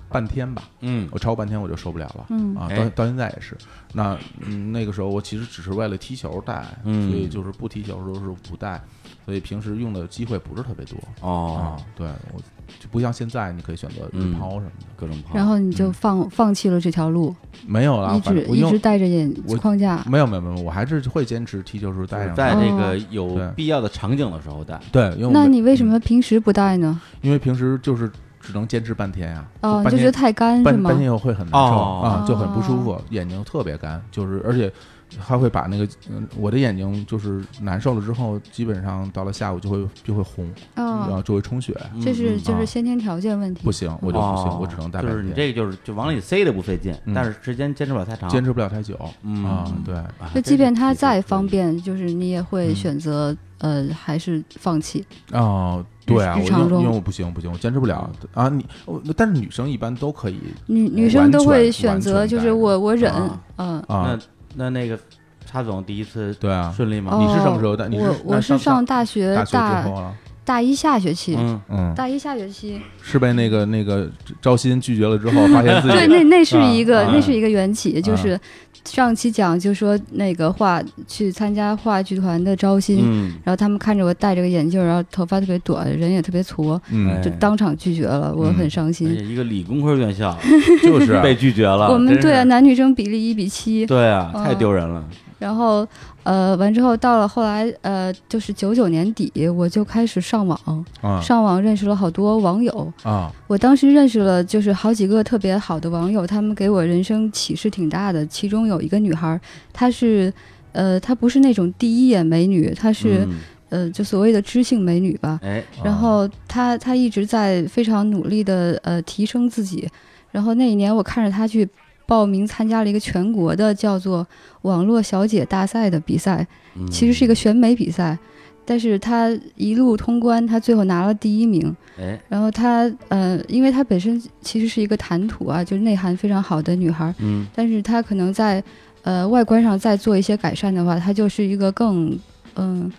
半天吧，嗯我超过半天我就受不了了。嗯啊，哎到到现在也是。那嗯，那个时候我其实只是为了踢球戴，嗯所以就是不踢球的时候不戴，所以平时用的机会不是特别多。哦啊，，对我就不像现在，你可以选择日嗯抛什么的，各种胖，然后你就放放弃了这条路，没有啊嗯啦，一反直正我一用直戴着眼我框架。没有没有没有，我还是会坚持踢球时候戴上它。在这个哦有对必要的场景的时候戴，对，因为我那们你为什么平时不戴呢？因为平时就是只能坚持半天呀、哦，你半就觉天得太干是半吗半？天以后会很难受、哦啊，就很不舒服，眼睛特别干，就是而且还会把那个嗯我的眼睛就是难受了之后，基本上到了下午就会就会红，然哦，后就会充血，这嗯是嗯就啊是先天条件问题不。行我就不行，哦我只能戴半就是天，你这个就是就往里塞的不费劲，嗯但是时间坚持不了太长，坚持不了太久、嗯啊，对。啊就真即便是它体质再不方一便，就是你也会嗯选择呃，还是放弃。哦，对啊，日我常因为中因为我不行不行，我坚持不了啊！你，我但是女生一般都可以女女完生都全会完选择，全就戴是着我我忍啊，嗯，啊那，那那个叉总第一次对啊，顺利吗？你是什么哦时候戴你是我我那是上上大学大学之大后了，大一下学期，嗯，嗯，大一下学期，是被那个那个招新拒绝了之 后，发现自己对，那那是啊一个啊那是一个缘起，嗯就是上期讲就说那个话去参加话剧团的招新，嗯，然后他们看着我戴着个眼镜儿，然后头发特别短，人也特别矬，嗯哎，嗯就当场拒绝了，我很伤而心。哎且一个理工科院校就是啊被拒绝了，啊我们真对啊是男女生比例一比七，对啊，太嗯丢人了，然后呃完之后到了后来呃就是九九年底我就开始上嗯网，啊上网认识了好多网友，啊，我当时认识了就是好几个特别好的网友，他们给我人生启示挺大的。其中有一个女孩儿，她是，呃，她不是那种第一眼美女，她是、嗯呃，就所谓的知性美女吧。哎，然后她她一直在非常努力的呃提升自己。然后那一年我看着她去报名参加了一个全国的叫做网络小姐大赛的比赛，嗯其实是一个选美比赛，但是她一路通关，她最后拿了第一名。哎，然后她呃，因为她本身其实是一个谈吐啊，就是内涵非常好的女孩儿，嗯但是她可能在呃外观上再做一些改善的话，她就是一个更嗯、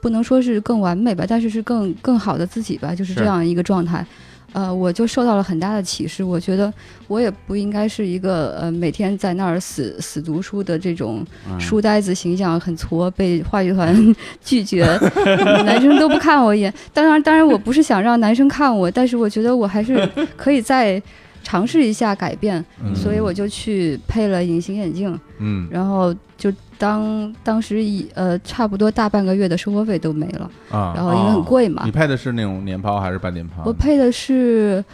不能说是更完美吧，但是是更更好的自己吧，就是是这样一个状态。呃，我就受到了很大的启示，我觉得我也不应该是一个呃每天在那儿死死读书的这种嗯书呆子形象很挫，被话剧团 拒绝，男生都不看我一眼。当然，当然我不是想让男生看我，但是我觉得我还是可以再尝试一下改变，嗯所以我就去配了隐形眼镜，嗯然后就当当时一呃差不多大半个月的生活费都没了，然啊，后因为很贵嘛你，配的是那种年抛还是半年抛？我配的是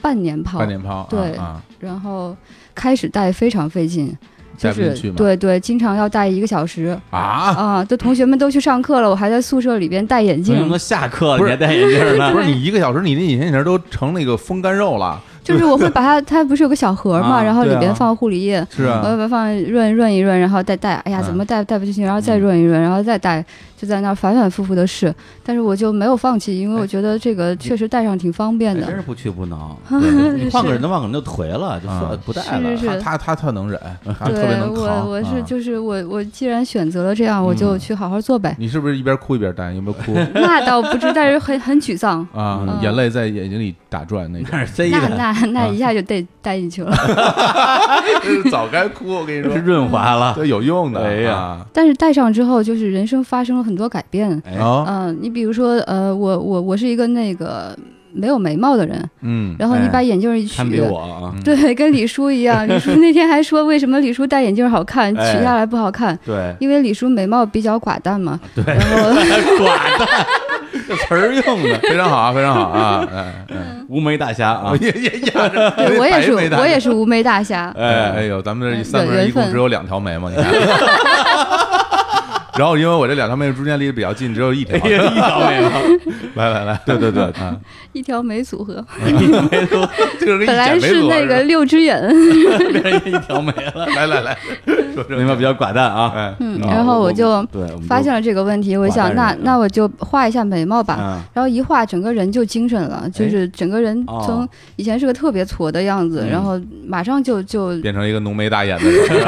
半年抛半，年抛，啊对啊，然后开始戴非常费劲。就嘉宾是去吗对对，经常要戴一个小时啊，啊。都同学们都去上课了，我还在宿舍里边戴眼同学镜们，下课了不你是还戴眼镜 呢？ 不是你一个小时，你那眼镜儿都成那个风干肉了，就是我会把它， 它不是有个小盒嘛，啊然后里对啊边放护理液，是我啊，要把它放润润一润，然后再戴。哎呀，嗯怎么戴戴不进去？然后再嗯润一润，然后再戴，就在那儿反反复复的试。但是我就没有放弃，因为我觉得这个确实戴上挺方便哎的真。是不去不能， 对你换个人的话可能就颓了，就啊算不戴了。嗯是他他他特能忍，他特别对能我，扛。我是啊就是我，我既然选择了这样，我就嗯去好好做呗。你是不是一边哭一边戴？有没有 哭那倒不知，但是很很沮 丧。啊？嗯眼泪在眼睛里打转那种。那是 C 那的，那啊那一下就带带进去了， 早该哭，我跟你是润滑了。 对，有用的。哎呀啊，但是戴上之后，就是人生发生了很多改变。哎啊，嗯、你比如说，呃，我我我是一个那个没有眉毛的人，嗯，然后你哎把眼镜一取，堪比我啊！ 对，跟李叔 一样。李叔那天还说，为什么李叔戴眼镜好看，取哎下来不好看？ 对因为李叔眉毛比较寡淡嘛。对，然后寡淡， 这词儿用 的非常好啊，非常好 啊，哎哎，无眉大侠啊！也也也，这对我也是，白眉大我也是无眉大侠。哎哎呦，咱们这有三个人一共缘分只有两条眉毛，你 看。然后因为我这两条眉毛中间离得比较近，只有一条。哎呀，一条眉毛， 来来来，对对对，啊，一条眉组合，一条眉头这个跟本一来剪是没多那个是六 只眼，变成一条 眉了，吧来来来，说这眉毛比较寡淡啊。哎，嗯，啊然后我我就对，我们发就现了这个问题，我寡想淡那人那我就画一下眉毛吧。嗯哎然后一画，整个人就精神了，就是整个人哦从以前是个特别矬的样子，嗯然后马上就就变成一个浓眉大眼的人，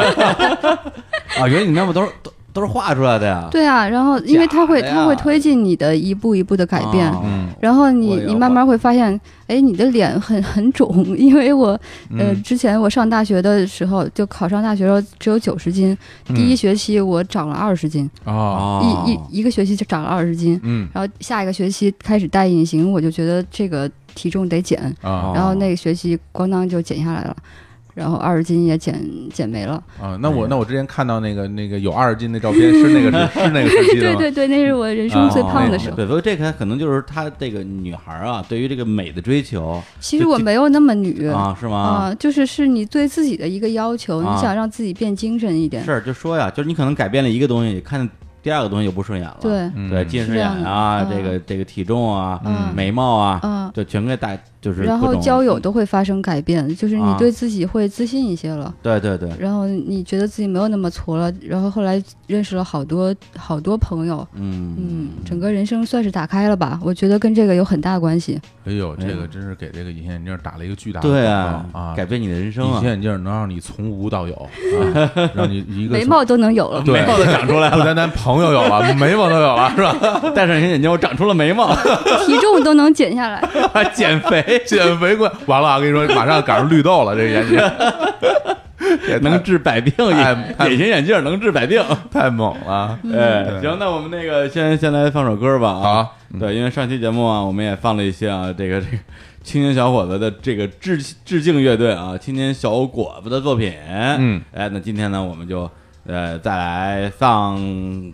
啊，原来你眉毛都是都都是画出来的呀。对啊，然后因为他会假的呀他会推进你的一步一步的改变，啊嗯，然后你我也要你慢慢会发现，哎，你的脸很 很肿，因为我 呃嗯之前我上大学的时候，就考上大学的时候只有九十斤，第一学期我长了二十斤，啊，嗯哦一一一个学期就长了二十斤，嗯然后下一个学期开始戴隐形，我就觉得这个体重得减，哦啊然后那个学期咣当就减下来了，然后二十斤也减减没了。啊，那哎我那我之前看到那个那个有二十斤的照片，是 那个是是那个时期的对吗？对对，那是我人啊生最哦胖的那时候。对，所以这个可能就是她这个女孩儿啊，对于这个美的追求其实我没有那么女啊，是吗？啊，就是是你对自己的一个要求，啊你想让自己变精神一点。是，就说呀，就是你可能改变了一个东西，看第二个东西就不顺眼了。对，嗯对，近视眼啊，是这这样的个这个体重啊，嗯眉毛啊，嗯，就全给大就是然各后种嗯交友都会发生改变，就是你啊对自己会自信一些了。对对啊对，然后你觉得自己没有那么挫了，然后后来认识了好多好多朋友，嗯嗯，整个人生算是打开了吧？我觉得跟这个有很大关系。哎呦，这哎个呦真是给这个隐形眼镜打了一个巨大的对广告啊！改变你的人生隐啊形，眼镜能让你从无到 有，啊让你一个眉从毛都能有了，对眉毛都长出来不了，单单朋友 有了，眉毛都有了，是吧？戴上隐形眼镜，我长出了眉毛，体重都能减下来。减肥 减肥观完了啊，跟你说，马上赶上绿豆了，这个眼睛 也太能治百病，太太隐形眼镜能治百病。太猛了。嗯哎，行，那我们那个先先来放首歌吧啊。好，对，因为上期节目啊，我们也放了一些啊，这个这个青年小伙子的这个致致敬乐队啊，青年小果子的作品。嗯，哎，那今天呢，我们就呃再来放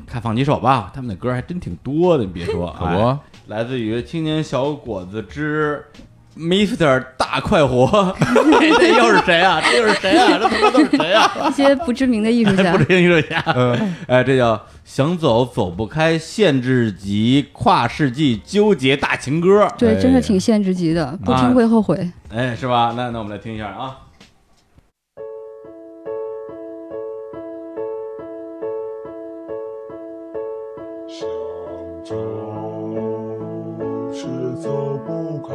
看放几首吧，他们的歌还真挺多的，你别说，可哎不，来自于青年小果子之 Mister 大快活， 这这又是谁啊？这又是谁啊？这他妈都是谁啊？一些不知名的艺 术家不，是艺术家， 哎，这叫想走走不开，限制级跨世纪纠结大情歌，对，真哎的挺限制级的，不啊听会后悔。哎，是吧？那那我们来听一下啊。想走是走不开，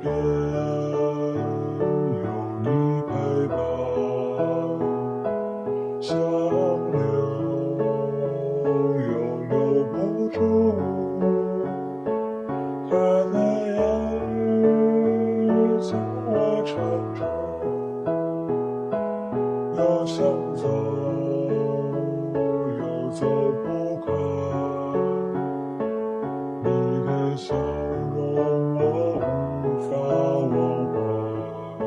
边有你陪伴。想留又留不住，还难言语将我缠住。要想走，又走不开。你的笑容我无法忘怀，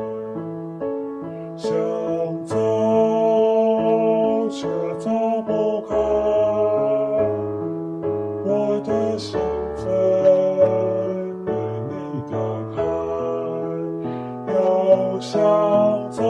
想走却走不开，我的心扉被你打开。要想走。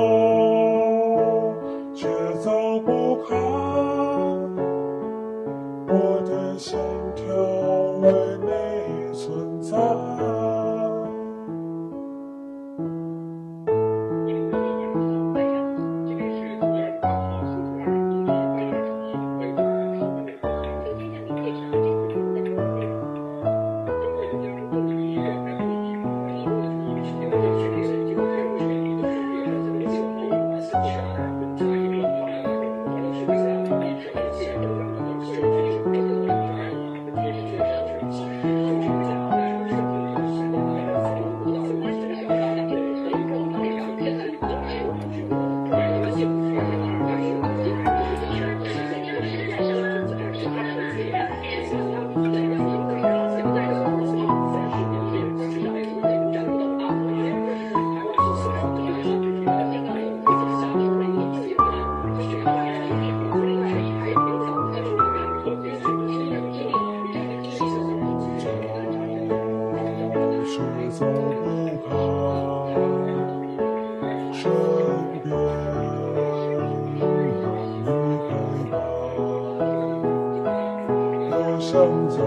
向左，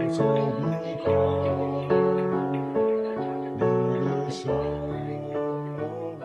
又走不好。你的笑容我无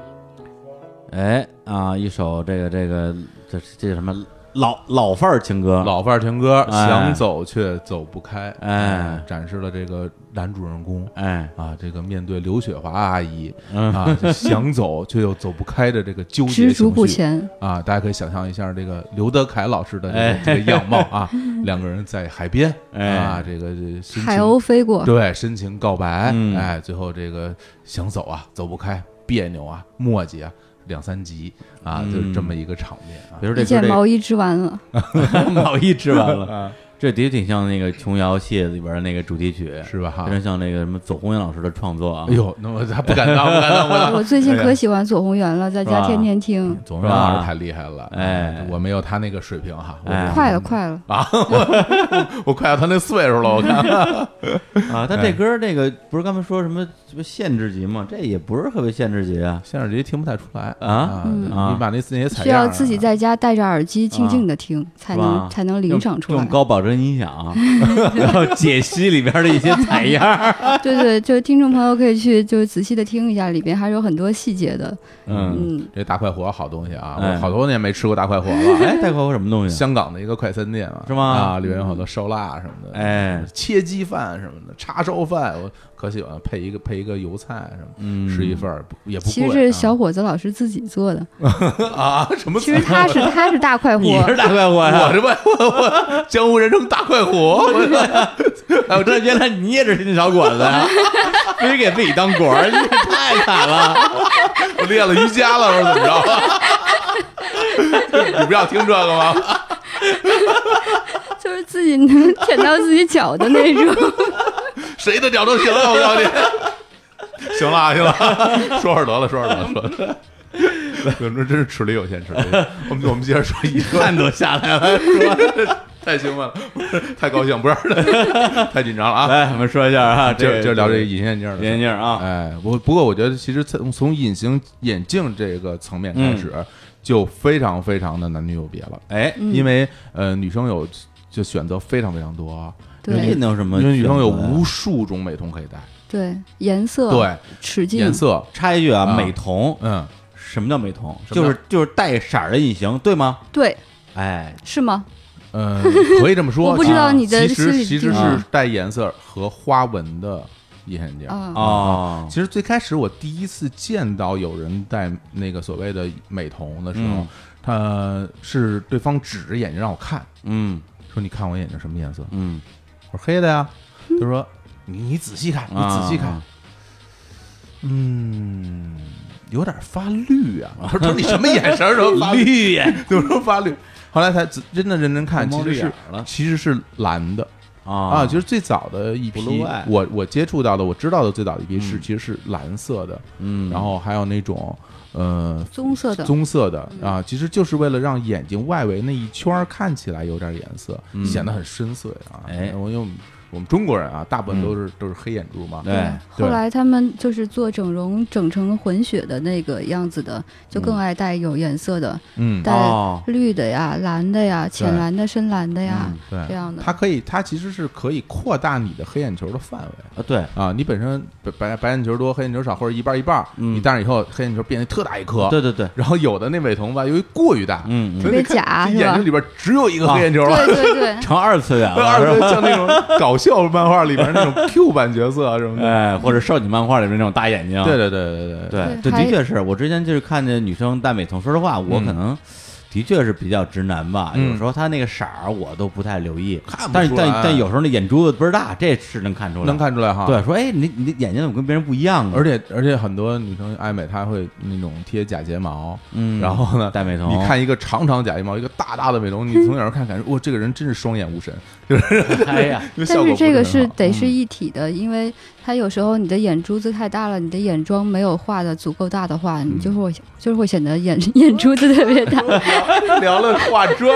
法。哎啊，一首这个这个这这什么老老范儿情歌，老范儿情歌，啊哎想走却走不开，哎展示了这个男主人公哎啊，这个面对刘雪华阿姨嗯啊，想走却又走不开的这个纠结知足情不绪前，啊，大家可以想象一下这个刘德凯老师的这哎个这个样貌啊， 两个人在海边哎啊，这个这深海情鸥飞过，对深情告白嗯，哎，最后这个想走啊，走不开，别扭啊，磨叽啊，两三集啊，就是这么一个场面啊嗯比。如一这歌件这毛衣织完了， 毛衣织完了，这的确挺像那个琼瑶戏里边那个主题曲，是吧？哈非，常像那个什么左宏元老师的创作啊。哎，呦，那我还不敢当，不敢当，我 我最近可喜欢左宏元了，在是家吧天天听， 总元老师太厉害了，哎我没有他那个水平哈，我哎快了快了， 我快要他那岁数了，我看啊，但这歌那个不是刚才说什么什么限制级吗？这也不是特别限制级啊。 现在直接听不太出来啊嗯你把那那些采需样要啊自己在家戴着耳机静静的听，才吧能才能领用赏出来用。高保真音响，啊 然后解析里边的一些采样。对对，就是听众朋友可以去就是仔细的听一下，里边还是有很多细节的。嗯，嗯，这大快活好东西啊，哎我好多年没吃过大快活 了。哎，带括我什么东西啊？香港的一个快餐店啊，是吗啊，里面有好多烧腊什么的，哎，切鸡饭什么的，叉烧饭，我可喜欢配一个配一个油菜什么的，嗯吃一份儿不也不贵。其实是小伙子老师自己做的， 啊啊什么其菜？实他是他是大快 活，你是大啊快活呀我？这不我我江湖人称大快 活，哎我这原来你也是天津小果子 呀？非给自己当果儿，你也太惨 了。我练了瑜伽了，我说怎么着？ 你不要听这个吗？就是自己能舔到自己脚的那种。 谁的脚都行啊！我告诉你。 行了啊，行了啊，说说得了，说说得了， 说说得了。总之真是吃力有限，吃力。我们我们接着说一个，汗都下来了。 太兴奋了，不是太高兴，不是 太紧张了啊！来，我们说一下啊，这就个就聊这个隐形眼镜的事眼儿。镜啊，哎，不不过我觉得其实从从隐形眼镜这个层面开始，就非常非常的男女有别了。哎，嗯因为呃，女生有就选择非常非常多，啊这对能有什么？啊因为女生有无。数种美瞳可以戴，对，颜色、对，齿颜径、色，插一句啊，啊美瞳，嗯，什么叫美瞳？什么叫就是就是带色儿的隐形，对吗？对，哎，是吗？呃， 可以这么说。啊我不知道你的其心实理其定实义是带颜色和花纹的隐形眼镜。啊哦其实最开始我第一次见到有人戴那个所谓的美瞳的时候嗯，他是对方指着眼睛让我看，嗯说：“你看我眼睛什么颜色嗯，？”我说：“黑的呀。”他说：“你你仔细看，你仔细看啊，嗯，有点发绿 啊。”我说：“你什么眼神儿？什么发绿？绿眼有什么发绿？”后来才仔真的认真看，猫其实绿眼是儿了其实是蓝的。啊啊，就是最早的一批 Blue 嗯 Eye，我我接触到的，我知道的最早的一批是其实是蓝色的，嗯，然后还有那种呃棕色的，嗯棕色的啊，其实就是为了让眼睛外围那一圈儿看起来有点颜色，嗯显得很深邃啊。哎嗯我因为我们我们中国人啊，大部分都是都是黑眼珠嘛，对后来他们就是做整容整成混血的那个样子的，就更爱戴有颜色的，嗯，戴哦绿的呀、蓝的呀、浅蓝的、深蓝的呀，这对，样的。它可以，它其实是可以扩大你的黑眼球的范围。啊对，啊，你本身白白白眼球多，黑眼球少，或者一半儿一半儿，嗯你戴上以后黑眼球变得特大一颗，对对对，然后有的那美瞳吧，由于过于大，嗯，啊嗯所以你特别假看是吧眼睛里边只有一个黑眼球了。对对 对，成二次元了，二啊是哥吧像那种搞笑漫画里边那种 Q 版角色啊什 么的，哎，或者少女漫画里面那种大眼睛，对对对对对嗯对，对这还的确是我之前就是看见女生戴美瞳，说实话，我可能的确是比较直男吧，嗯有时候她那个色儿我都不太留意，看不但是出但来但有时候那眼珠子倍儿大，这是能看出来，能看出来哈。对，，说哎，你你的眼睛怎么跟别人不一样啊？而且而且很多女生爱美，她会那种贴假睫毛，嗯然后呢戴美瞳，你看一个长长假睫毛，一个大大的美瞳，你从远处看，感觉哇，这个人真是双眼无神，就是哎呀，因为效但果是不啊这个很是好得是一体的，因为它有时候你的眼珠子太大了，你的眼妆没有画的足够大的话，你嗯就会就是会显得眼 眼珠子特 别大。聊了化 妆，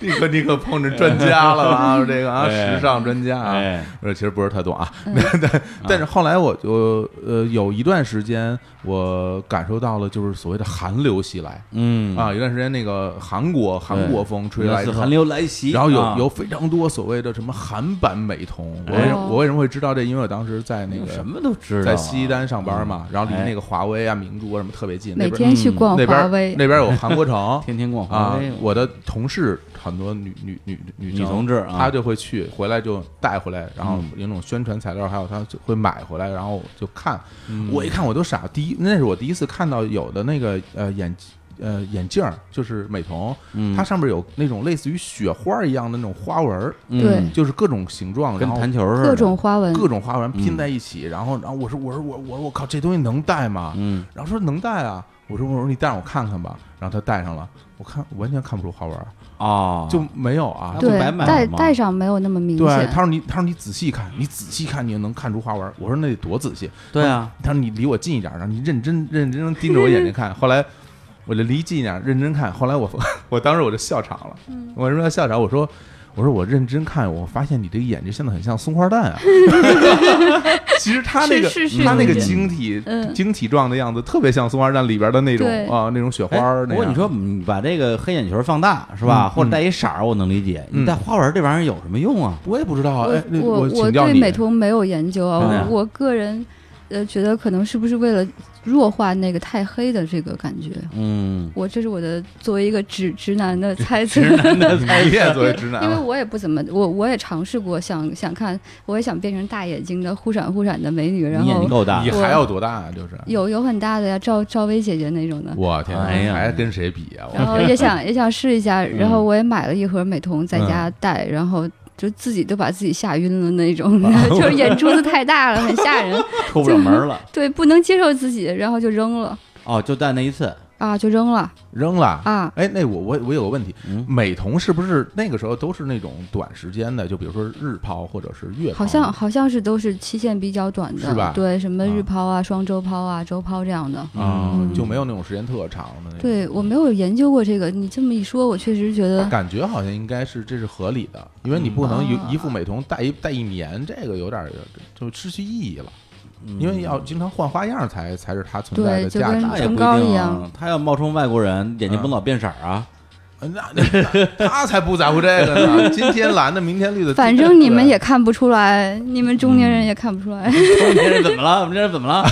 你可你可碰着专家了啊，这个啊，哎时尚专家啊，哎，我其实不是太懂啊，嗯 但但是后来我就呃有一段时间，我感受到了就是所谓的寒流袭来嗯啊，有段时间那个韩国韩国风吹来是之后寒。流来袭，然后啊有有非常多所谓的什么韩版美瞳，我为哎什我为什么会知道这？因为我当时在那个什么都知道啊，在西单上班嘛，然后离哎，那个华为啊、明珠啊什么特别近，那每边天去嗯逛那华边为，那边有韩国城 天天逛哎华啊为，，我的同事很多女女女女哦女同志啊嗯她就会去，回来就带回来，然后有那种宣传材料，还有她就会买回来，然后就看。嗯我一看我都傻，第一那是我第一次看到有的那个呃眼呃眼镜儿，就是美瞳，嗯它上面有那种类似于雪花一样的那种花纹儿，嗯对就是各种形状，跟然后弹嗯球似的，各种花纹，各种花纹拼在一起，然后然后我说我说我我我靠这东西能戴吗？嗯，然后说能戴啊，我说我说你戴上我看看吧，然后他戴上了，我看完全看不出花纹儿，啊，就没有啊。那不对白买了戴吗戴上没有那么明对，显他。说你他说你仔细看，你仔细看你就能看出花纹儿。我说那得多仔细？对啊，他说你离我近一点儿，然后你认真认真地盯着我眼睛 看。后来我就离近一点儿，认真看。后来我 我当时我就笑场了，嗯我为什么要笑场？我说。我说我认真看，我发现你这个眼睛现在很像松花 蛋啊！其实他那个是是是他那个是晶体、嗯晶体状的样子，特别像松花蛋里边的那种对啊，那种雪花哎儿。不那过样你说你把这个黑眼球放大是吧，嗯或者带一色儿，我能理解。嗯你带花纹这玩意儿有什么用啊？我也不知道，哎，那我请教对你，美瞳没有研究真的啊呀，我我个人呃觉得可能是不是为了弱化那个太黑的这个感觉。嗯，我这是我的作为一个直直男的猜 测，你也作为直男因为啊，我也不怎么，我我也尝试过想想看，我也想变成大眼睛的忽闪忽闪的美女，然你眼睛后够大你，我还要多大啊？就是，有有很大的呀，赵赵薇姐姐那种的，我天哪，哎呀还跟谁比啊？我然后也想也想试一下，然后我也买了一盒美瞳在家戴，然后。就自己都把自己吓晕了那种， 就是眼珠子太大了，很吓人，出不了门 了。对，不能接受自己，然后就扔了哦，就带那一次，啊，就扔了 扔了。啊，哎，那我我我有个问题，嗯美瞳是不是那个时候都是那种短时间的？就比如说日抛或者是月抛，啊好像好像是都是期限比较短的，嗯是吧对，什么啊日抛啊、双周抛啊、周抛这样的，啊、嗯就没有那种时间特长的那种。对我没有研究过这个，你这么一说，我确实觉得感觉好像应该是这是合理的，因为你不能啊一一副美瞳戴一戴一年，这个有点儿就失去意义了，因为要经常换花样儿才才是它存在对的就价值跟啊。那也不一唇膏定啊一样。他要冒充外国人，眼睛不嗯能老变色儿啊。 呃那那 他才不在乎这个呢，今天蓝的，明天绿的，反正你们也看不出来，你们中年人也看不出来。我们这人怎么了？我们这人怎么 了？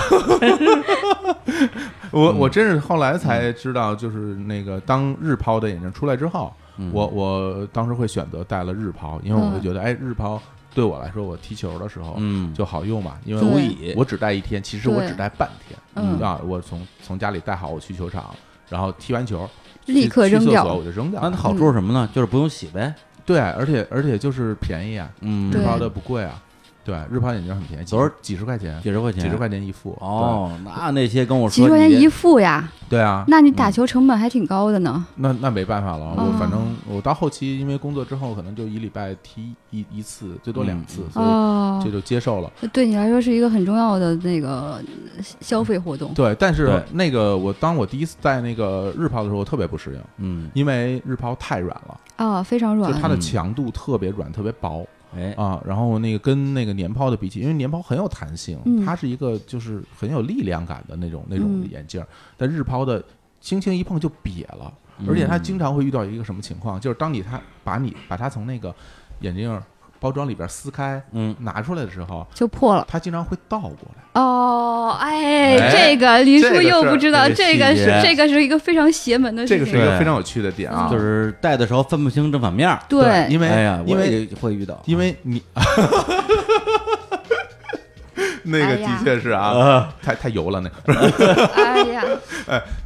我我真是后来才知道，就是那个当日抛的眼镜出来之后，嗯我我当时会选择戴了日抛，因为嗯我会觉得，哎，日抛对我来说，我踢球的时候嗯，就好用嘛，因为对我无以我只戴一天，其实我只戴半天嗯啊，我从从家里带好，我去球场，然后踢完球立刻去去扔厕掉所我就扔掉那它了。好处是什么呢？就是不用洗呗。对，而且而且就是便宜啊，嗯，日对抛的不贵啊，对，日抛眼镜很便宜，多少几十块钱，几十块钱，几十块钱一副。哦，那那些跟我几说十块钱你一副呀，对，对啊，那你打球成本还挺高的呢。那那没办法了，嗯我反正我到后期因为工作之后，可能就一礼拜踢一一次，最嗯多两次，所以哦这，就接受了。对你来说是一个很重要的那个消费活动。对，但是对那个我当我第一次戴那个日抛的时候，我特别不适应，嗯，因为日抛太软了，啊，非常就软是。它的嗯强度特别软，特别薄哎，啊。然后那个跟那个年抛的比起，因为年抛很有弹性，嗯它是一个就是很有力量感的那种那种嗯眼镜儿，但日抛的轻轻一碰就瘪了。而且它经常会遇到一个什么情况，就是当你它把你把它从那个眼镜包装里边撕开嗯，拿出来的时候，就破了它经常会倒过来。哦，哎哎，这个黎这叔个又是不知道，这个个细是节这个是一个非常邪门的这事个情是一。个对非常有趣的点啊，就是戴的时候分不清正反面儿。对，因为、哎呀，因我为也会遇到。因为啊 你。那哎个呀的确是呃啊，太太油了那个。哎呀，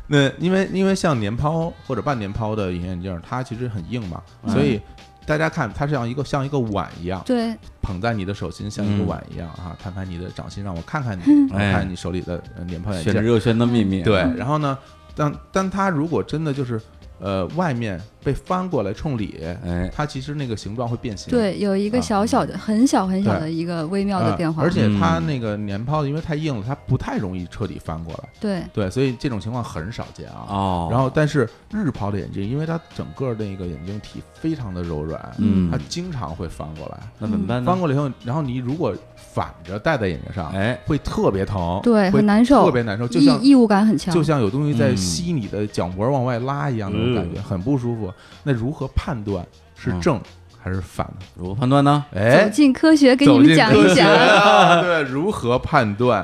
那因为因为像年抛或者半年抛的隐形眼镜，它其实很硬嘛，嗯所以大家看它是像一个像一个碗一样，对，捧在你的手心，像一个嗯碗一样啊！摊开你的掌心，让我看看你，嗯我哎看你手里的呃年抛眼选镜。择又选的秘密，对，然后呢，但但它如果真的就是呃外面被翻过来冲里，哎，它其实那个形状会变形。 对，有一啊个小小的、很小很小对的一个微妙啊。的变化，而且它嗯那个年抛的因为太硬了，它不太容易彻底翻过来。对对，所以这种情况很少见啊。嗯哦，然后，但是日抛的眼镜，因为它整个那个眼镜体非常的柔软，嗯它，经常会翻过来，那怎么办呢翻？过来以后，然后你如果反着戴在眼睛上，哎，会特别疼，对，会很难受，特别难受，就像异异物感很强就。像有东西在嗯吸你的角膜往外拉一样那种感觉，很不舒服。那如何判断是嗯正还是反呢？如何判断呢？哎走，进科学，给你走们进讲科一学讲。啊， 对，如何判断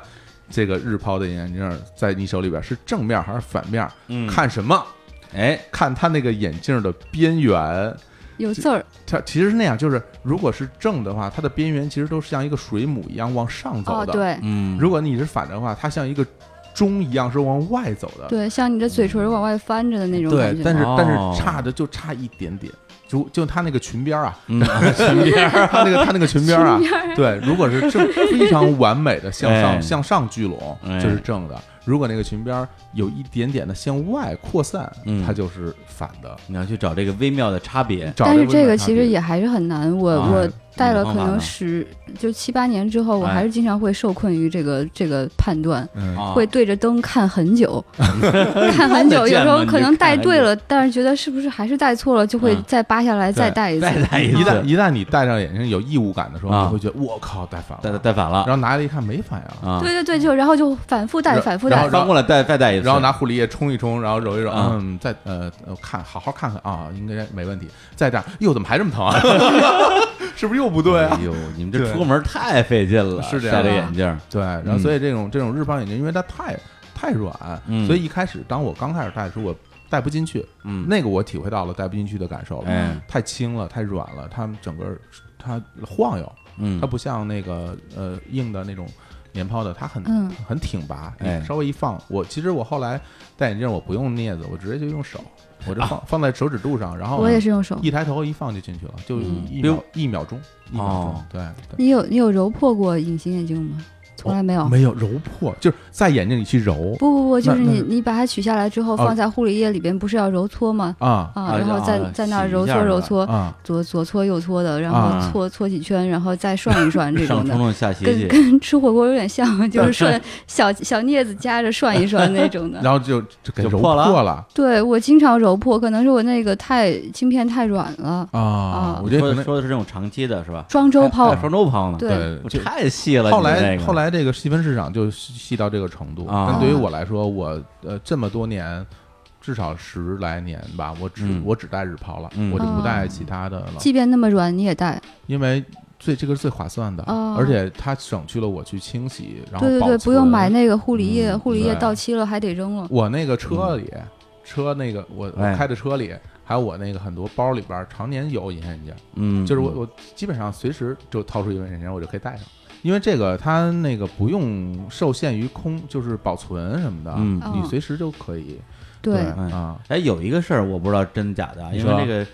这个日抛的眼镜儿在你手里边是正面还是反面？嗯看什么？哎，看它那个眼镜的边缘，有字儿它其实是那样，就是如果是正的话，它的边缘其实都是像一个水母一样往上 走哦，的。，对嗯，如果你是反着的话，它像一个钟一样是往外走的。对，像你的嘴唇往外翻着的那种感觉。但是、哦但是差的就差一点点，就就它那个裙边儿啊， 嗯裙边儿它那个它那个裙边儿啊， 对，如果是 正非常完美的向上、哎向上聚拢，哎这是正的；如果那个裙边儿有一点点的向外扩散，嗯它就是反的。你要去找这个微妙的差别，找但是这这个个温差其别实也还是很难，我、啊我戴了有可方法能吗十就七八年之后，我哎还是经常会受困于这个这个判断，嗯啊会对着灯看很 久，看很久，有时候可能戴对了，但是觉得是不是还是戴错了，就会嗯再扒下来再对戴一次。再戴一一次旦，一旦你戴上眼镜有异物感的时候，啊你会觉得我靠戴反戴了，戴反了然后拿来一看没反应，啊， 对对对，就然后就反复戴，然反复然戴后。翻过来再再戴一次，然后拿护理液冲一冲，然后揉一揉，啊嗯，再呃呃看好好看看啊，应该没问题。再这样，哟，怎么还这么疼啊？ 是不是又不对啊哎？呦，你们对这出门太费劲了，是这样戴着的眼镜儿，对，然后所以这种、这种日抛眼镜，因为它太太软，嗯所以一开始当我刚开始戴的时候，我戴不进去，嗯那个我体会到了戴不进去的感受了，哎太轻了，太软了，它整个它晃悠，嗯它，不像那个呃硬的那种棉抛的，它很、嗯很挺拔，哎稍微一放，我其实我后来戴眼镜我不用镊子，我直接就用手，我这放、放在手指肚上，然后我也是用手。一抬头一放就进去了，就嗯一不秒、用一秒钟，一秒钟，哦对对。你有你有揉破过隐形眼镜吗？从来没哦有。没有揉破，就是在眼睛里去揉哦不不不，就那是那你是你把它取下来之后，放在护理液里边，不是要揉搓吗？啊啊，哦啊然后啊在在那儿洗一揉下搓是揉吧搓，啊！左左搓右搓的，然啊后搓搓几圈，然后再涮 一涮这上种冲的，冲下斜跟斜，跟 吃火锅有点像， 就是涮小小镊子夹着涮一涮那种的。然后就就给就揉破了了对我经常揉破，可能是我那个太镜片太软了，啊啊！我觉得说可的能说的是这种长期的是吧？庄周抛哎。双周抛呢？对对，我就太细了。后你们来那个后来这个细分市场就细细到这个程度。啊但对于我来说，我呃这么多年，至少十来年吧，我只嗯我只戴日抛了嗯，我就不戴哦其他的了，即便那么软，你也戴。因为最这个是最划算的哦，而且它省去了我去清洗，然后对对保对，存不用买。那个护理液，嗯护理液对到期了还得扔了。我那个车里，车那个我我哎开的车里，还有我那个很多包里边，常年有隐形眼镜。嗯，就是我我基本上随时就掏出一个眼镜，我就可以戴上，因为这个它那个不用受限于空，就是保存什么的，嗯你哦随时就可以。对，哎啊，哎有一个事儿我不知道真假的啊，你因说嗯为这个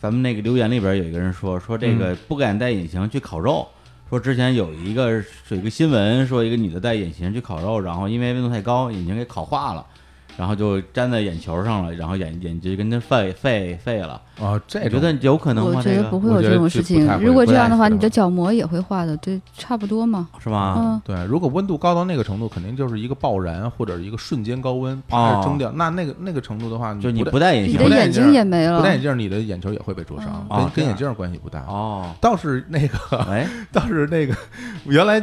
咱们那个留言里边有一个人说说这个不敢戴隐形去烤肉。说之前有一个有一个新闻，说一个女的戴隐形去烤肉，然后因为温度太高，眼睛给烤化了，然后就粘在眼球上了，然后眼眼睛跟着废废废了。啊，这你觉种得有可能我吗？觉这得个不会我有觉这得种这事不情太。会如果不这太样的话，会你的角膜也会化的，对，差不多嘛。是啊吧？嗯，对，如果温度高到那个程度，肯定就是一个爆燃或者一个瞬间高温，啪哦蒸掉。那那个那个程度的话，就你不不戴隐你形的不戴眼眼镜睛也没戴了不戴。眼镜，你的眼球也会被灼伤，哦跟这跟样眼镜关系不大。哦，倒是那个，哎，倒是那个，原来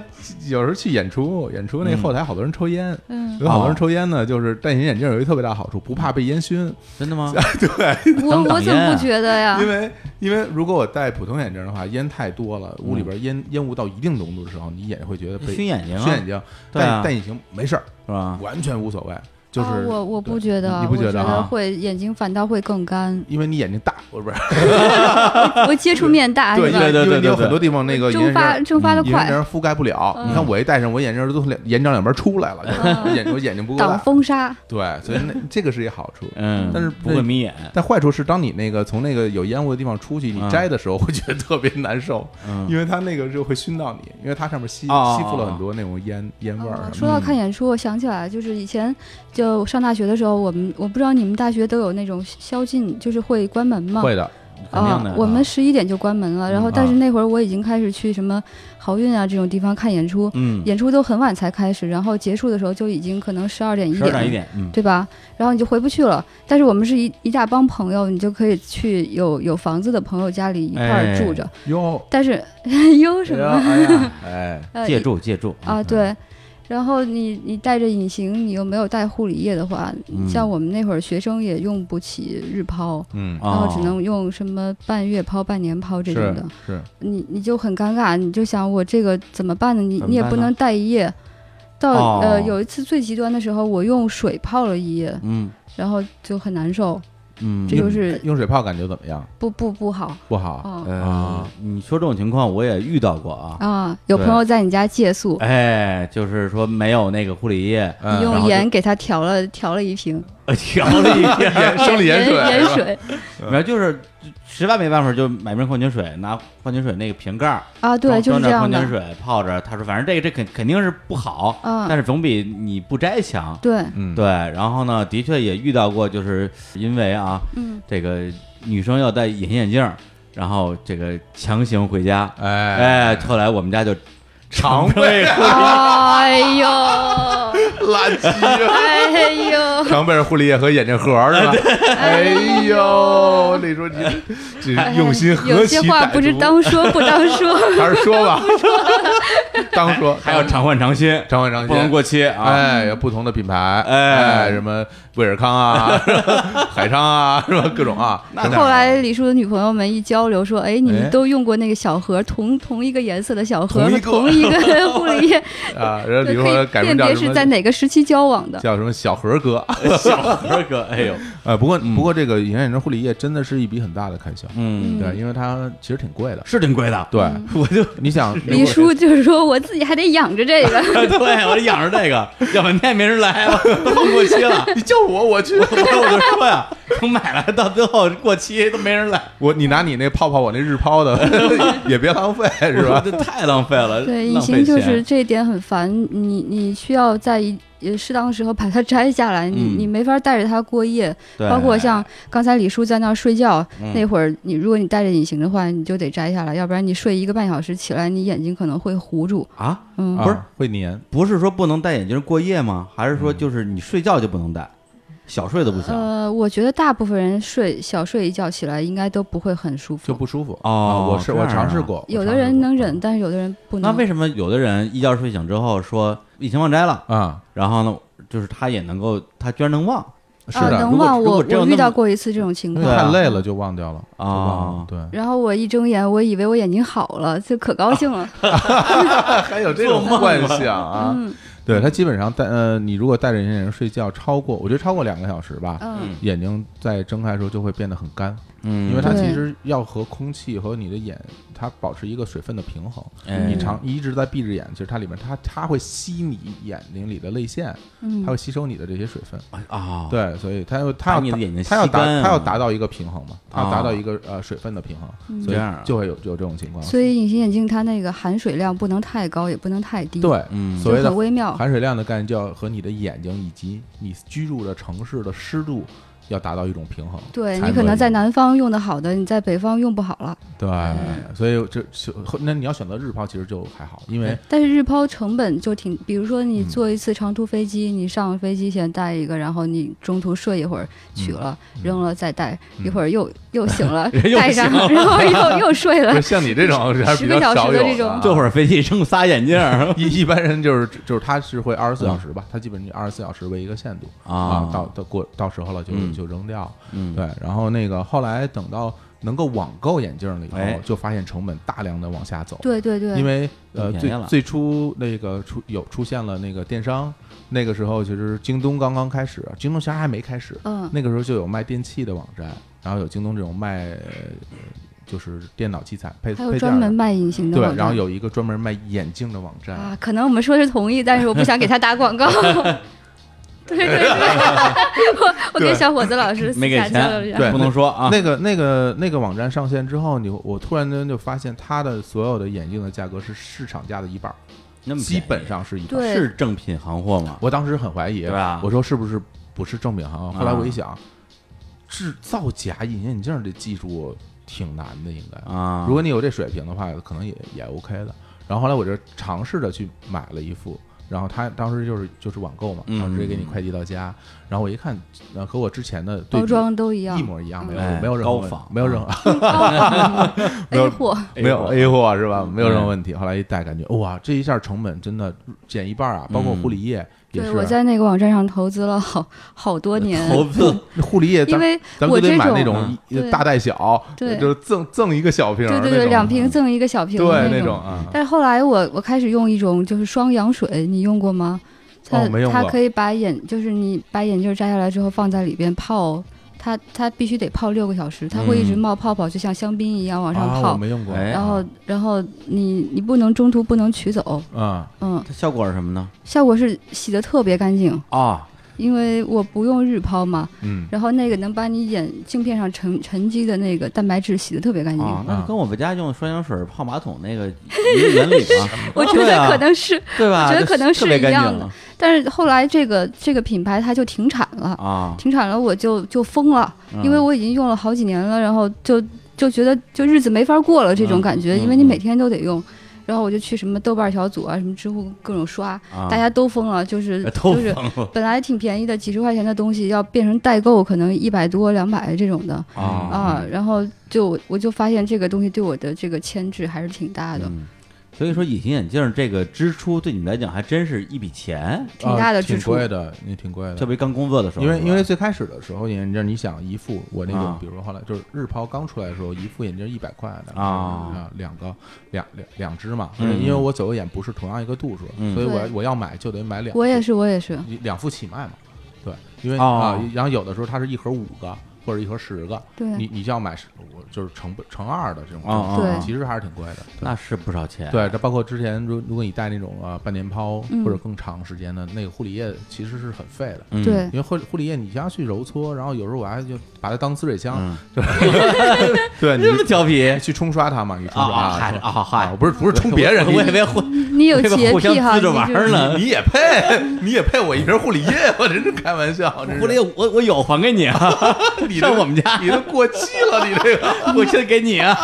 有时候去演出，演出那嗯后台好多人抽烟， 嗯，有好啊多人抽烟呢，就是戴隐形眼镜有一特别大好处，不怕被烟熏。真的 吗？我挡我怎么烟啊不觉得呀？因为因为如果我戴普通眼镜的话，烟太多了，屋里边烟烟雾到一定浓度的时候，你眼会觉得被嗯熏眼睛啊，熏眼睛。对啊戴戴隐形没事儿，是吧？完全无所谓，就是哦、我我不对觉得，你不觉我得觉啊得会眼睛反倒会 ，更干因为你眼睛大，我不是我接触面大对，是因吧为？对对因为对你有对很多地方那个眼哎蒸镜发儿。蒸发的眼镜快，儿覆盖不了，嗯你看我一戴上，我眼镜儿都从两眼角两边出来了，就是嗯眼我眼睛不够挡大，风沙。对，所以那这个是一好处。嗯，但是不会迷眼，但坏处是，当你那个从那个有烟雾的地方出去，你嗯摘的时候会觉得特别难受，嗯，因为它那个就会熏到你，因为它上面吸哦吸附了很多那种烟烟味儿哦什么说到看演出，我想起来，就是以前就得我上大学的时候，我们我不知道你们大学都有那种宵禁，就是会关门吗？会的，肯定的啊，我们十一点就关门了。然后，嗯但是啊那会儿我已经开始去什么好运啊这种地方看演出，嗯，演出都很晚才开始，然后结束的时候就已经可能十二点一十二点一点。点，嗯，对吧？然后你就回不去了。但是我们是一一大帮朋友，你就可以去有有房子的朋友家里一块儿哎啊住着。哟，但是 有什么？哎呀，哎，呃借助借助啊，，对。然后你你带着隐形，你又没有带护理液的话，嗯像我们那会儿学生也用不起日抛，嗯，然然哦后只能用什么半月抛、半年抛这种是的，是，你你就很尴尬，你就想我这个怎么办呢？你怎么你也办不呢能带一夜。到、哦呃有一次最极端的时候，我用水泡了一夜，嗯然后就很难受，嗯，这就是用水泡感觉怎么样？不不不好不好，哦呃，你说这种情况我也遇到过啊，啊！有朋友在你家借宿，哎，就是说没有那个护理液，你嗯然用后就盐给他调了调了一瓶呃调 了一下，生理盐水，盐是吧水反正就是实在没办法就买瓶矿泉水，拿矿泉水那个瓶盖儿啊，对，装就是装这点样矿的泉，水泡着。他说反正这个这肯肯定是不好，嗯但是总比你不摘强。对，嗯，对，然后呢，的确也遇到过，就是因为啊，嗯，这个女生要戴隐形眼镜儿，然后这个强行回家，哎啊哎，后来我们家就常备哎呦，垃圾，哎呦，常备着护理液和眼镜盒儿是吧？哎呦，李叔，你这这 用心何哎有其歹些毒话不是当说不当说， 还是说吧，当说还要常换常新，常换常不能新。过期啊。哎，有不同的品牌，哎哎，什么威尔 康啊，海昌啊，是吧？各种啊，真的后来李叔的女朋友们一交流说：“哎，你哎们都用过那个小盒，同同一个颜色的小同盒一和个同一个 护 理液，啊，然后对李可叔以改辨名叫别什是在么？哪个时期交往 的。叫什么小何哥？小何哥，哎呦，呃，不过嗯不过这个隐形眼镜护理液真的是一笔很大的开销，嗯，嗯对，因为它其实挺贵的。是挺贵的，对，我就 你想”李叔就是说：“我自己还得养着这 个。对，我养着这个， 要半天没人来了， 都过期 了。你叫我，我去，我就说呀， 我买了到最后过期都没人来，我你拿你那泡泡，我那日 抛的也别浪费，是我吧？这太浪费了，”对，隐浪费形就钱是这一点很烦，你你需要在一呃适当的时候把它摘下来，你嗯你没法带着它过夜。对包括像刚才李叔在那儿睡觉、嗯那会儿，你如果你戴着隐形的话，你就得摘下来，要不然你睡一个半小时起来，你眼睛可能会糊住。啊，嗯，不是啊会粘，不是说不能戴眼镜过夜吗？还是说就是你睡觉就不能戴，小睡都不行？呃，我觉得大部分人睡小睡一觉起来应该都不会很舒服，就不舒服。啊哦我是我这样啊尝试过，有我的尝试人过能忍，但是有的人不那能。为什么有的人一觉睡醒之后说隐形忘摘了，啊，然后呢，就是他也能够，他居然能忘是啊，的，能忘如果我真有我那遇到么过一次这种情因为况。对太啊累了就忘掉了就忘了啊对，然后我一睁眼，我以为我眼睛好了，就可高兴了。还有这种幻想啊。嗯对他基本上戴呃，你如果戴着隐形眼镜睡觉，超过我觉得超过两个小时吧，嗯，眼睛在睁开的时候就会变得很干，嗯因为它对其实要和空气和你的眼它保持一个水分的平衡。哎你长你一直在闭着眼，其实它里面它它会吸你眼睛里的泪腺，嗯它会吸收你的这些水分。啊，对，所以它要它把要你的达眼睛它要吸达干啊它要达到一个平衡嘛，它要达啊到一个呃水分的平衡，所这样啊以就会有有这种情况。嗯所以隐形眼镜它那个含水量不能太高，也不能太低，，对，嗯所谓的很微妙。含水量的概念就要和你的眼睛以及你居住的城市的湿度要达到一种平衡。对才你可能以在南方用的好的，你在北方用不好了。嗯对，所以这就那你要选择日抛，其实就还好，因为但是日抛成本就挺，比如说你嗯坐一次长途飞机，你上飞机前带一个，然后你中途睡一嗯会儿，取了、扔了再带，一会 儿又又醒了人又带上，醒了然后又又睡不 了是。像你这种还是比十个较小时少的有这种啊这会儿飞机扔仨眼镜儿 一一般人就是就是他是会二十四小时吧，嗯他基本上二十四小时为一个限度 啊，到到过到时候了就嗯就扔掉。嗯对，然后那个后来等到能够网购眼镜了以哎后，就发现成本大量的往下走。对对对，因为呃便宜最了最初那个出有出现了那个电商，那个时候其实京东刚刚开始，京东其实还没开始，嗯那个时候就有卖电器的网站，然后有京东这种卖呃就是电脑器材配还配有件专门的。卖隐形啊的对网，站然后有一个专门卖眼镜的网站，啊，可能我们说是同意，但是我不想给他打 广告。对对对，我我对跟小伙子老师私没给下交流一钱，下。对不能说啊，那个那个那个网站上线之后，你我突然间就发现它的所有的眼镜的价格是市场价的一半儿，那么基便宜本上是一半儿。对是正品行货吗？我当时很怀疑，对吧嗯我说是不是不是正品行。后来我一想，制造假隐形眼镜这技术挺难的，应该。啊，如果你有这水平的话，可能也也 OK 的。然后后来我就尝试着去买了一副，然后他当时就是就是网购嘛，嗯然后直接给你快递到家。然后我一看，呃，和我之前的对包比装都一样一，模一样，没有哎没有任何高问仿嗯没有任 何 没有 A 哎货，没有 A A 货是吧？没有任何嗯问题。后来一戴，感觉哇，这一下成本真的减一半啊！包括嗯护理液也对是，啊我在那个网站上投资了好好多年，投资嗯那护理液因咱为咱们我就得这买那种种一对大带小，对就是赠赠一个小瓶儿那对种，啊对对，两瓶赠一个小瓶的对那种。啊。但是后来我我开始用一种就是双氧水，你用过吗？它、哦没用过它可以把眼就是你把眼镜摘下来之后放在里边泡，它它必须得泡六个小时，它会一直嗯冒泡泡，就像香槟一样往上啊，泡。我没用过。哎然后然后你你不能中途不能取走，啊，嗯，它效果是什么呢？效果是洗的特别干净，啊，因为我不用日抛嘛，嗯，然后那个能把你眼镜片上沉沉积的那个蛋白质洗的特别干净。啊，嗯那就跟我们家用双氧水泡马桶那个一个原理嘛， 我觉对得啊可能是，对吧？我觉这得可能特别是一干样净的了但是后来这个这个品牌它就停产了，啊，停产了我就就疯了，嗯因为我已经用了好几年了，然后就就觉得就日子没法过了这种感觉，嗯嗯因为你每天都得用。然后我就去什么豆瓣小组啊，什么知乎各种刷，啊大家都疯了，就是呃 都就是疯了本来挺便宜的，几十块钱的东西要变成代购，可能一百多、两百这种的嗯啊啊。然后就我就发现这个东西对我的这个牵制还是挺大的，嗯所以说隐形眼镜儿这个支出对你们来讲还真是一笔钱，挺大的啊支挺出。贵的，你挺贵特的。别刚工作的时候，因为是吧因为最开始的时候，眼镜你想一副，我那种啊比如说后来就是日抛刚出来的时候，一副眼镜一百块的啊两个两两两只嘛，嗯因为我左右眼不是同样一个度数，嗯所以我对我要买就得买两副。我也是，我也是，你两副起卖嘛，对，因为、哦啊，然后有的时候它是一盒五个或者一盒十个，对你你就要买十我就是乘不乘二的这种，哦哎哦对其实还是挺贵的。那是不少钱，对，这包括之前如如果你戴那种啊半年抛嗯或者更长时间的那个护理液，其实是很费的。嗯对因为护护理液你要去揉搓，然后有时候我还就把它当滋水枪，嗯，对，你这么调皮去冲刷它嘛，你冲刷啊它嗨冲啊嗨啊，不是不是冲别人，我你我以为会你有这个洁互相癖滋哈，你着就玩儿是呢。你也配，你也配我一瓶护理液，我真是开玩笑，真是狐狸，我我有还给你啊， 你上这我们家，你都过期了，你这个。 我先给你 啊。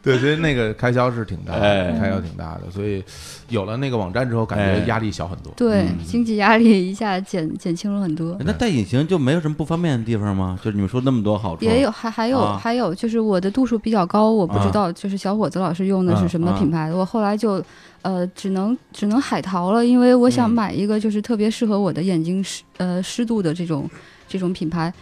对，所以那个开销是挺大的，哎开销挺大的，所以有了那个网站之后，感哎觉压力小很多。对嗯经济压力一下减减轻了很多。那戴隐形就没有什么不方便的地方吗？就是你们说那么多好处，也有，还还有、啊还有，就是我的度数比较高，我不啊知道就是小伙子老师用的嗯是什么嗯品牌的，我后来就呃只能只能海淘了，因为我想嗯买一个就是特别适合我的眼睛湿呃湿度的这种这种品牌，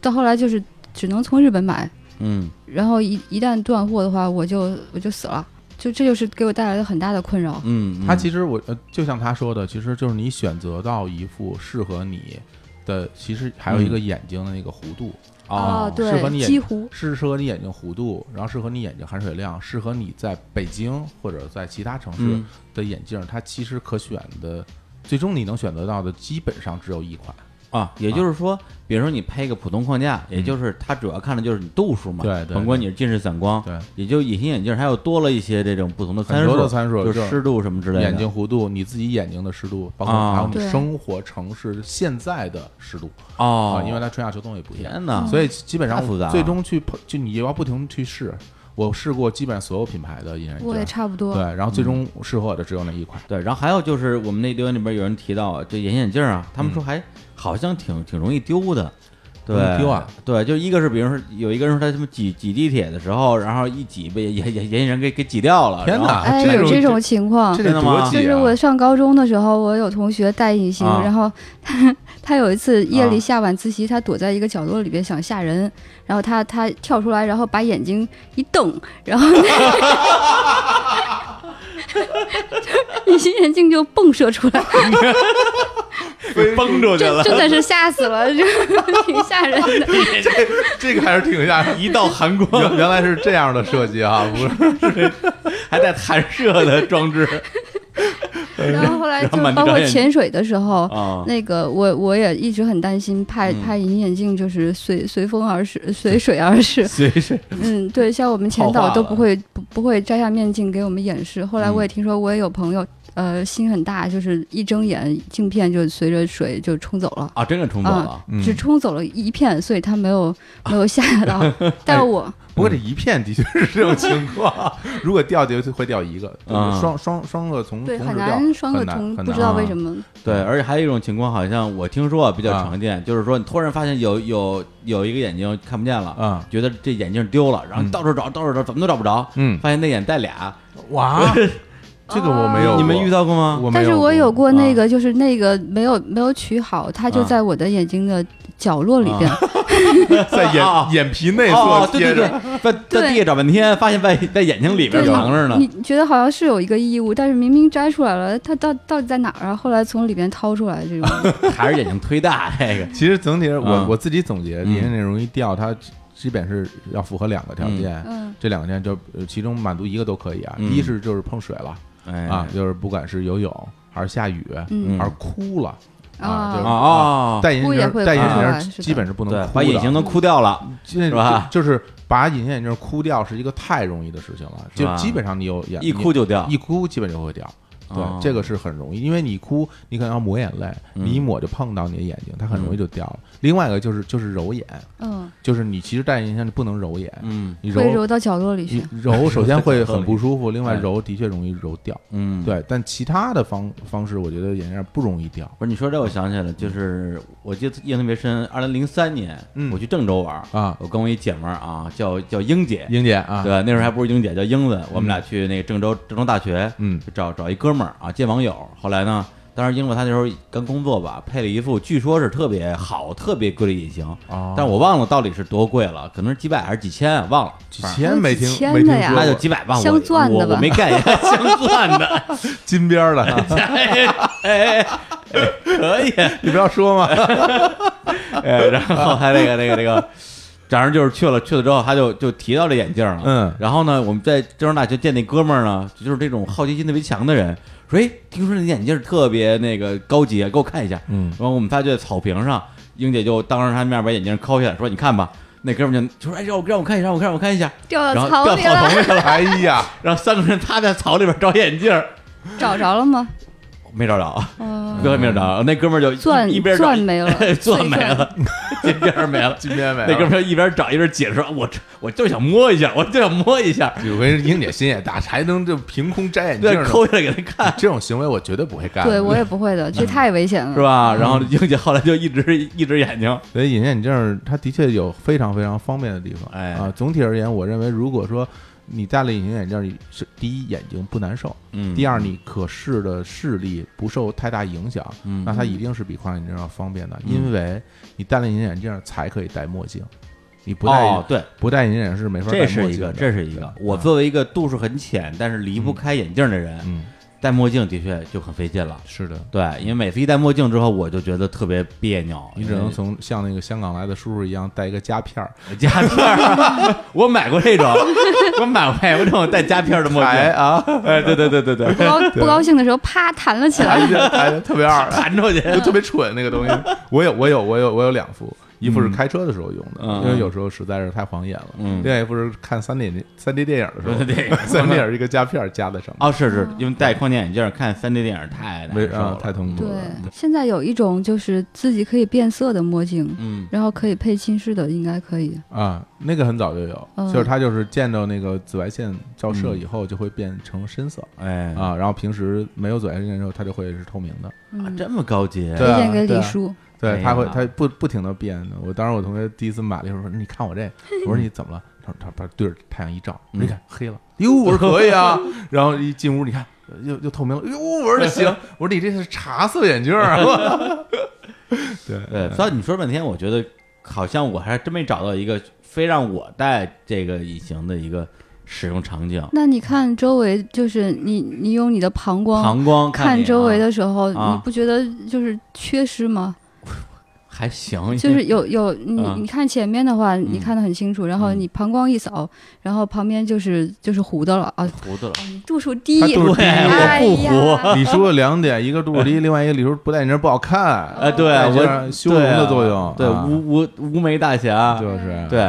到后来就是只能从日本买，嗯然后一一旦断货的话，我就我就死了，就这就是给我带来了很大的困扰。嗯，它实其实我呃，就像他说的，其实就是你选择到一副适合你的，其实还有一个嗯眼睛的那个弧度，啊，适哦合你对，眼几乎是适合你眼睛弧度，然后适合你眼睛含水量，适合你在北京或者在其他城市嗯的眼镜，它其实可选的，最终你能选择到的基本上只有一款。啊，也就是说，比如说你配一个普通框架，也就是它主要看的就是你度数嘛，嗯对对对甭管你是近视散光，对，也就隐形眼镜还有多了一些这种不同的参很多数，的参数就就是是湿度什么之类的，眼睛弧度，你自己眼睛的湿度，包括啊还有你对生活城市现在的湿度哦啊，，因为它春夏秋冬也不一样，天哪，所以基本太上复杂了最终去碰就你要不停去试，我试过基本上所有品牌的隐形我也眼镜，差不多哎对，，啊然后最终适合我的只有那一款。对，然后还有就是我们那留言里边有人提到这隐形眼镜啊，他们说还好像挺挺容易丢的。对容易，丢啊！对，就一个是，比如说有一个人说他什么挤挤地铁的时候，然后一挤被眼眼眼镜人给给挤掉了。天哪！哪，哎，有这种情况这，真得的多吗挤就啊是我上高中的时候，我有同学戴隐形，啊然后他 有一次夜啊里下晚自习，他躲在一个角落里边想吓人，然后他他跳出来，然后把眼睛一瞪，然后 隐形眼镜就迸射出来，给崩出去真了，真的是吓死了， 就挺吓人的。这个还是挺吓人。一道寒光，原原来是这样的设计啊，不是？ 还带 弹射的装置然后后来然后就满地包找括眼潜水的时候，啊！那个我我也一直很担心怕嗯怕隐形眼镜就是随随风而逝，随水而逝。随时嗯， 对，像我们前套话导都了嗯不会不不会摘下面镜给我们演示。后来我也听说，我也有朋友，呃心很大，就是一睁眼镜片就随着水就冲走了。啊，真的冲走了啊，嗯只冲走了一片，所以他没有没 有吓到。哎但是我不过这一片的确是这种情况，如果掉就会掉一个，嗯啊双双双个嗯从对同很时掉难双个很难很同，不难啊知道为什么。对，而且还有一种情况，好像我听说啊比较常见，就是说你突然发现有有有一个眼睛看不见了，啊觉得这眼镜丢了，然后嗯到处找，到处找，怎么都找不着，嗯发现那眼戴俩，哇， 这个我没有过，哦你们遇到过吗？我没但是我有有过那啊个，就是那个没有没有取好，它就啊在我的眼睛的角落里边。过 在啊眼眼皮内哦侧，对对对贴着，在在对地下找半天，发现在在眼睛里边对藏着呢你。觉得好像是有一个异物，但是明明摘出来了，它到到底在哪儿啊？后来从里边掏 出来，这种还是眼睛忒大这个。其实整体我啊我自己总结，嗯眼睛内容易掉，它基本是要符合两个条啊件。嗯，这两个条件就呃其中满足一个都可以啊，嗯第一是就是碰水了哎啊，就是不管是游泳还是下雨，嗯还是哭了啊，啊就是啊哦，戴隐哭形也眼会戴隐形哭眼啊镜是的基本是不能对哭，的，把眼睛都哭掉了。就那是吧就就是把隐形眼镜哭掉是一个太容易的事情了，是就吧基本上你有眼一哭就掉一哭基本就会掉。对，哦这个是很容易，因为你哭，你可能要抹眼泪，嗯你一抹就碰到你的眼睛，它很容易就掉了。另外一个就是就是揉眼，嗯，就是你其实戴眼镜你不能揉眼，嗯你会揉揉到角落里去你。揉首先会很不 舒服，另外对揉的确容易揉掉。嗯，。对，但其他的方方式，我觉得眼镜不容易掉。不是你说这，我想起来了，就是我记得印象特别深，二零零三年嗯我去郑州玩儿啊我跟我一姐们儿啊，叫叫英姐，英姐啊，对，那时候还不是英姐，叫英子。我们俩去那个郑州郑州大学，嗯就找找一哥们儿啊，见网友。后来呢，当时英子她那时候刚工作吧，配了一副据说是特别好、特别贵的隐形，哦但我忘了到底是多贵了，可能是几百还是几千啊，忘了。几反正千没听几千没听的呀说那就过，几百吧，我镶钻的吧我我没概念， 镶钻的， 金边儿的，哎哎哎，可以， 你不要 说嘛。 哎，然啊后他那个那个那个，反正就是去了，去了之后他就就提到这眼镜了，嗯然后呢，我们在郑州大学见那哥们儿呢，就是这种好奇心特别强的人，说，哎，听说你眼镜特别那个高级，啊给我看一下，嗯然后我们仨就在草坪上，英姐就当着他面把眼镜抠下来，说，你看吧，那哥们儿就就说，哎，让我让我看一下，让我看让我看一下，掉然到后掉草里草了，丛里了，哎呀，然后三个人趴在草里边找眼镜儿， 找着了 吗？没找着。嗯，哥没有找着，那哥们儿就一钻一边找钻没了， 钻 没了， 这边没了。金边没了。那哥们儿一边找一边解释说：“啊我这我就想摸一下，我就想摸一下。有回英姐心也大，还能就凭空摘”眼镜对，呢？抠下来给他看，这种行为我绝对不会干。对我也不会的，这太危嗯险了，嗯是？吧？然后英姐后来就一直一只眼睛，所以隐形眼镜儿它的确有非常非常方便的地方。哎啊，总体而言，我认为如果说你戴了隐形眼镜儿，你是第一眼睛不难受，嗯第二你可视的视力不受太大影响，嗯那它一定是比框眼镜儿要方便的，因为你戴了隐形眼镜儿才可以戴墨镜，你不戴、哦，对，不戴隐形眼镜儿是没法戴这墨镜是的。一个，这是一个。对我啊作为一个度数很浅，但是离不开眼镜的人，嗯戴墨镜的确就很费劲了。是的。对，因为每次一戴墨镜之后，我就觉得特别别扭，你只能从像那个香港来的叔叔一样戴一个夹片儿，夹片儿，我买过这种， 我买过买过这种带夹片儿的墨 哎镜，啊，哎，对对对对 对，哎不高不高兴的时候，啪弹了起来，弹的弹的特别二，弹 出去，就特别蠢那个东西。我有我有我有我有两副，一副是开车的时候用的，嗯因为有时候实在是太晃眼了。嗯另外一副是看三 D 三 D 电影的时候，对对对 三 D 电影一个夹片儿夹在上面，哦，是是，嗯因为戴框架眼镜儿看三 D 电影太难没受啊了，嗯太痛苦对了。，现在有一种就是自己可以变色的墨镜，嗯然后可以配近视的，应该可以。啊，那个很早就有，嗯就是它就是见到那个紫外线照射以后就会变成深色哎啊，啊，然后平时没有紫外线的时候它就会是透明的。嗯，这么高级，对推啊荐给对啊李叔，对，哎他呀会他不不停的变的。我当时我同学第一次买的时候说：“你看我这。”我说：“你怎么了？”他说：“他把对着太阳一照，嗯你看黑了。”哟，我说可以啊。然后一进屋，你看又又透明了。哟，我 说行，我说你这是茶色眼镜啊。 对对，所以你说半天，我觉得好像我还真没找到一个非让我戴这个隐形的一个使用场景，那你看周围，就是你你用你的膀胱膀胱看你周围啊的时候，啊你不觉得就是缺失吗？还行，就是有有你啊你看前面的话，你嗯看得很清楚，然后嗯你膀胱一扫，然后旁边就是就是糊的了啊，糊涂了，你度数低他，度数低哎我不糊，呀，李叔有两点，一个度数低，另外一个李叔不戴眼镜不好看，哎，对戴眼镜我修容的作对用啊，对啊无无无眉大侠，就是。对，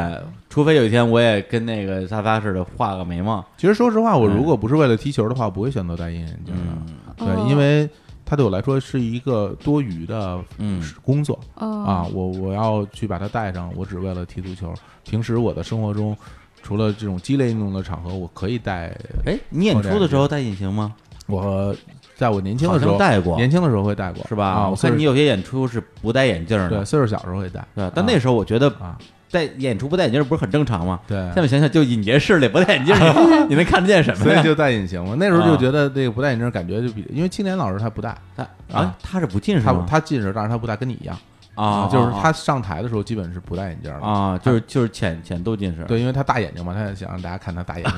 除非有一天我也跟那个沙发似的画个眉毛，其实说实话，我如果不是为了踢球的话，不会选择戴隐形眼镜的。嗯，对，因为它对我来说是一个多余的嗯工作哦啊，我我要去把它带上，我只为了踢足球。平时我的生活中，除了这种激烈运动的场合，我可以带哎，你演出的时候戴隐形吗？我，在我年轻好的时候像戴过，年轻的时候会戴过，是吧？啊，我岁数看你有些演出是不戴眼镜儿对的，岁数小时候会戴，对吧，但那时候我觉得啊戴演出不戴眼镜儿不是很正常吗？对现。在想想，就尹杰式的不戴眼镜儿， 你你能看得见什么 所以呀？就戴隐形嘛，那时候就啊觉得这个不戴眼镜感觉就比，因为青年老师他不戴，他啊啊，他是不近视他吗？他近视，但是他不戴，跟你一样啊，就是啊他上台的时候基本是不戴眼镜的，啊，就是就是浅浅度近视。对，因为他大眼睛嘛，他也想让大家看他大眼 睛，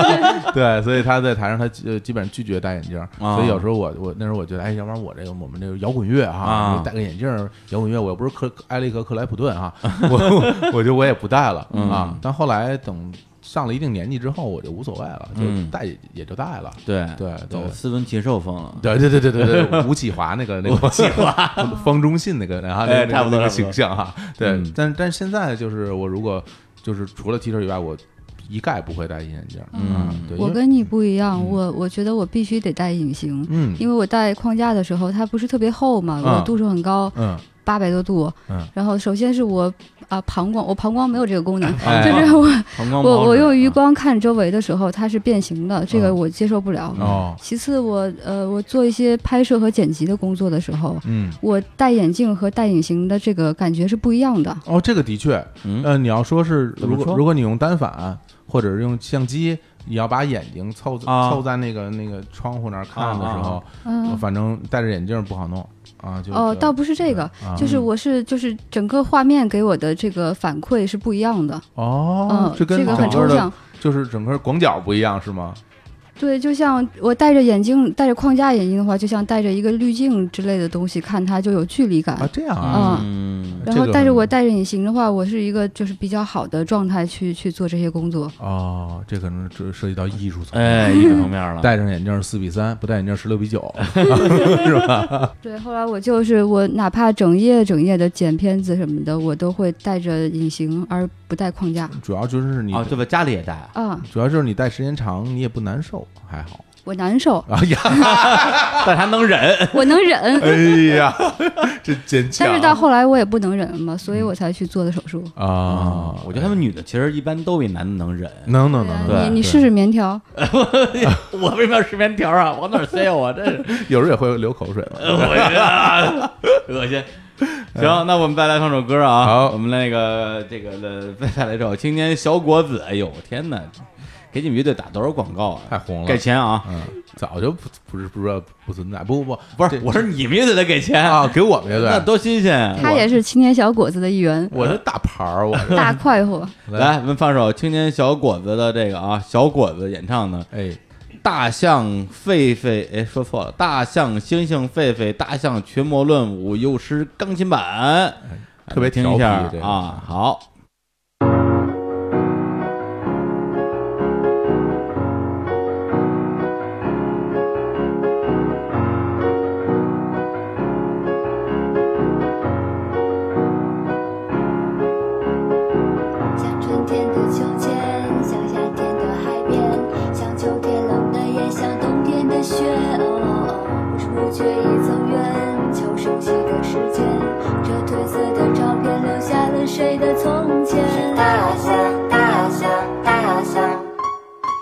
对，所以他在台上他呃基本上拒绝戴眼镜，啊所以有时候我我那时候我觉得，哎，要不然我这个我们这个摇滚乐哈，啊我戴个眼镜儿摇滚乐，我又不是克埃利克克莱普顿哈，我我就我也不戴了啊嗯，但后来等上了一定年纪之后，我就无所谓了，就嗯戴也也就戴了。对对走对斯文禽兽风 了。对对对对对对，吴启华那个那个 吴启 华，方中信那个，然后那哎个差不多那个差不多形象哈。对嗯，但但是现在就是我如果就是除了 T 恤以外，我一概不会戴隐形镜儿。啊嗯对，我因为跟你不一样，我我觉得我必须得戴隐形，嗯因为我戴框架的时候，它不是特别厚嘛，嗯啊我度数很高，嗯八百多度。嗯然后首先是我啊膀胱，我膀胱没有这个功能，哎就是我膀胱我毛我是用余吧光看周围的时候，它是变形的，这个我接受不了。嗯嗯哦其次我，呃我做一些拍摄和剪辑的工作的时候，嗯我戴眼镜和戴隐形的这个感觉是不一样的。哦，这个的确，嗯呃，你要说是怎么如说果如果你用单反或者是用相机，你要把眼睛凑啊凑在那个那个窗户那儿看的时啊候，嗯、反正戴着眼镜儿不好弄啊。哦就哦，就倒不是这个，啊就是我是就是整个画面给我的这个反馈是不一样的。哦，嗯，跟这个整很个抽的象。就是整个广角不一样是吗？对，就像我戴着眼镜、戴着框架眼镜的话，就像戴着一个滤镜之类的东西，看它就有距离感。啊，这样啊，啊嗯这然后，个但是很我戴着隐形的话，我是一个就是比较好的状态去去做这些工作。哦，这可能这涉及到艺术层面。哎，艺术层面了。 戴上眼镜四比三，不戴眼镜十六比 九，是吧？对，后来我就是我，哪怕整夜整夜的剪片子什么的，我都会戴着隐形而不戴框架。主要就是你，哦，对吧？家里也戴啊。啊，主要就是你戴时间长，你也不难受，还好。，我难受哎呀，但他能忍。我能忍，哎呀，这坚强但是到后来我也不能忍了嘛，所嗯以我才去做的手术。 啊！我觉得他们女的其实一般都比男的能忍。 能能能，对啊能你你试，试棉条，我为什么要吃面条啊？往哪儿塞啊我？这是对有时候也会流口水 呃嘛。恶心啊，恶心。行，那我们再来唱首歌啊。好我们那个这个呃，再来一首《青年小果子》。哎呦，我天哪！给你们乐队打多少广告太啊？红了给，钱啊！嗯，早就不不是不知道不存在，不不不不是，我说你们乐队得给钱啊，！给我们乐那队，多新鲜啊！他也是青年小伙子的一 员，我是大牌儿，我是大快活。来，我们放首青年小果子的这个啊，小果子演唱的哎， 《大象狒狒》，哎，说错了，《大象猩猩狒狒》《大象群魔乱舞》幼师钢琴版，哎特别听调一皮下这个啊。好，像春天的秋千，像夏天的海边，像秋天冷的夜，像冬天的雪。哦哦，不知不觉已走远，秋声息的时间，这褪色的照片留下了谁的从前？是大象，大象，大象，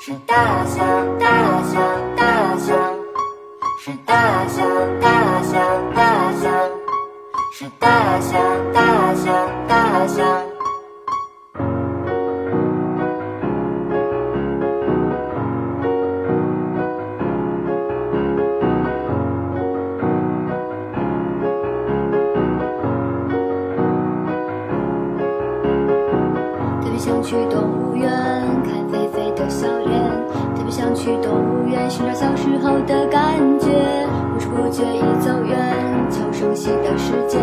是大象，大象，大象，是大象，大象，大象，是大象，大象，大象。特别想去动物园看狒狒的笑脸，特别想去动物园寻找小时候的感觉。不知不觉已走远，求生息的时间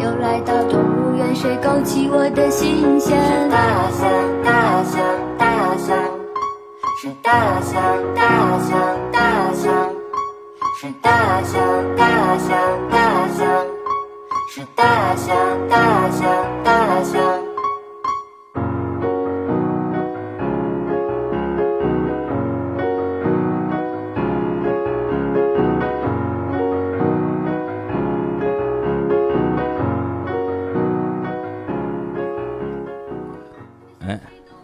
又来到动物园，谁勾起我的心弦？大象，大象，大象，是大象，大象，大象，是大象，大象，大象，是大象，大象，大象。哎，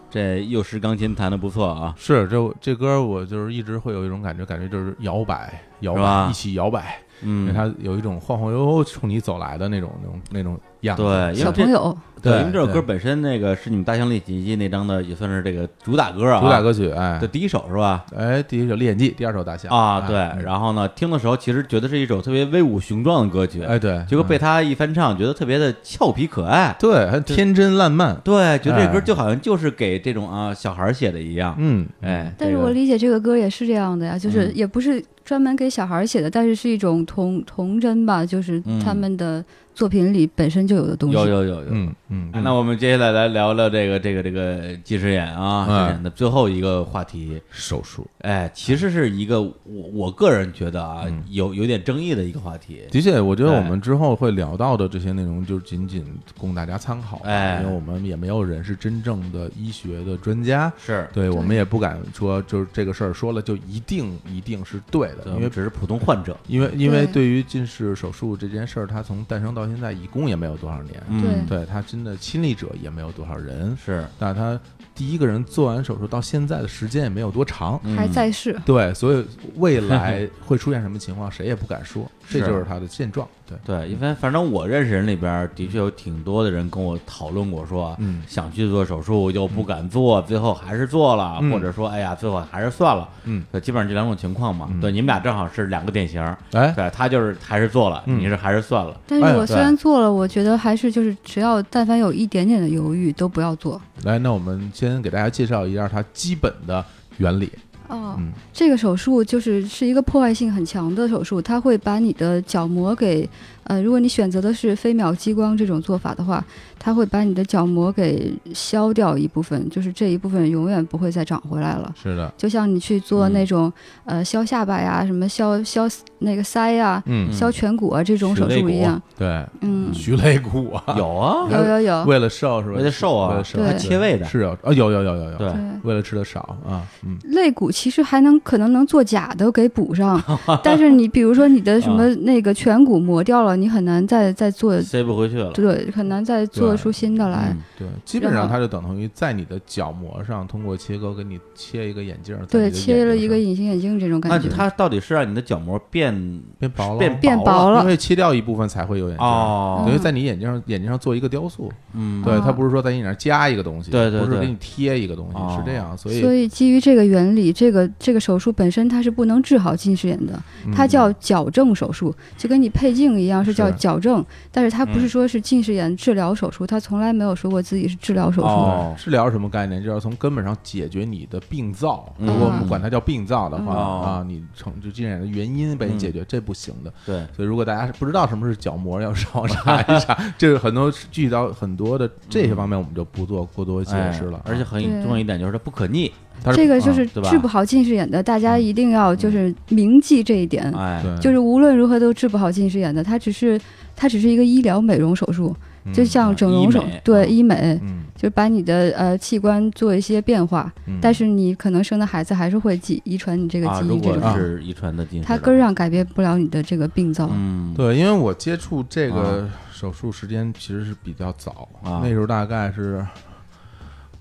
这幼师钢琴弹的不错啊，是这这歌我就是一直会有一种感觉，感觉就是摇摆摇是吧摆一起摇摆，因为嗯，它有一种晃晃悠悠冲你走来的那种那种那种样子。对，因小为朋这友，对，对因为这首对歌本身那个是你们《大象猎奇记》那张的，也算是这个主打歌啊，主打歌曲，哎的第一首是吧？哎，第一首《猎眼记》，第二首《大象》啊，哎对，然后呢，听的时候其实觉得是一首特别威武雄壮的歌曲，哎对，结果被嗯他一翻唱，觉得特别的俏皮可爱，对还天真烂漫，对，觉得这歌哎就好像就是给这种啊小孩儿写的一样，嗯，哎，但是这个我理解这个歌也是这样的呀，就是嗯也不是专门给小孩写的，但是是一种童童真吧，就是他们的作品里本身就有的东西。嗯有有有有，嗯嗯，哎那我们接下来来聊聊这个这个这个近视眼啊，近哎视眼的最后一个话题，手术哎，其实是一个我我个人觉得啊，有有点争议的一个话题，的确，我觉得哎我们之后会聊到的这些内容，就是仅仅供大家参考，哎因为我们也没有人是真正的医学的专家。是，对，我们也不敢说，就是这个事儿说了就一定一定是对的，对我因们为只是普通患者，因为因为对对于近视手术这件事儿，它从诞生到现在一共也没有多少年，对 嗯，对它真的亲历者也没有多少人，是，那他第一个人做完手术到现在的时间也没有多长，嗯还在世，对，所以未来会出现什么情况，谁也不敢说，这是就是啊他的现状。对，对，因为反正我认识人里边儿的确有挺多的人跟我讨论过说，嗯想去做手术又不敢做，最后还是做了，嗯或者说哎呀，最后还是算了，嗯，对，基本上这两种情况嘛。对，你们俩正好是两个典型儿，哎，对他就是还是做了，嗯你是还是算了，但哎是呀我虽对然做了，我觉得还是就是只要但凡有一点点的犹豫都不要做。来，那我们先给大家介绍一下它基本的原理。哦，嗯这个手术就是是一个破坏性很强的手术，它会把你的角膜给，呃，如果你选择的是飞秒激光这种做法的话，它会把你的角膜给削掉一部分，就是这一部分永远不会再长回来了。是的，就像你去做嗯那种、呃削下巴呀、什么削削那个腮呀、嗯，削颧骨啊这种手取肋术骨一样，对，嗯，徐肋骨啊，有啊，有有有，为了瘦是吧？为了瘦啊为了瘦对对切胃的是有啊，有有有有有，对，对。为了吃的少啊，嗯，肋骨其实还能可能能做假的给补上，但是你比如说你的什么那个颧骨磨掉了，你很难再再做，塞不回去了，对，很难再做对出新的来嗯。对，基本然上后它就等同于在你的角膜上通过切割给你切一个眼镜儿，在对，你的眼切睛了一个上隐形眼镜这种那感觉，它到底是让你的角膜变变薄了，变变薄薄因了，为切掉一部分才会有眼镜，哦等于在你眼睛上眼睛上做一个雕塑。嗯对，哦它不是说在你脸上加一个东西，对对不是对给你贴一个东哦西，是这样。所所以以基于这个原理，这个这个手术本身它是不能治好近视眼的，它叫矫正手术，就跟你配镜一样是叫是矫正，但是它不是说是近视眼治疗手术，它从来没有说过自己是治疗手术。哦治疗是什么概念？就是要从根本上解决你的病灶。嗯如果我们管它叫病灶的话哦啊，你成就近视眼的原因被你解嗯决，这不行的。对，所以，如果大家不知道什么是角膜，要上网查一 查。就是很多遇到很多的这些方面，我们就不做过多嗯解哎释了。而且很对重要一点就是它不可逆，它这个就啊是对吧治不好近视眼的，大家一定要就是铭记这一点，哎，对，就是无论如何都治不好近视眼的。它只是它只是一个医疗美容手术，就像整容手医美对嗯医美，嗯，就是把你的呃器官做一些变化，嗯但是你可能生的孩子还是会继遗传你这个啊，基如因这果种，嗯是遗传的近视的话，它根儿上改变不了你的这个病灶。嗯，对，因为我接触这个手术时间其实是比较早，啊那时候大概是，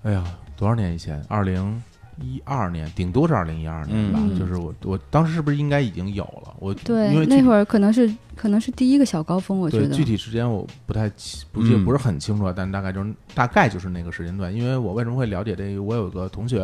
哎呀，多少年以前？二零一二年，顶多是二零一二年吧。嗯就是我，我当时是不是应该已经有了？我对因为，具那体会儿可能是可能是第一个小高峰，我觉对得具体时间我不太清不记嗯不是很清楚了，但大概就是大概就是那个时间段。因为我为什么会了解这个？我有个同学，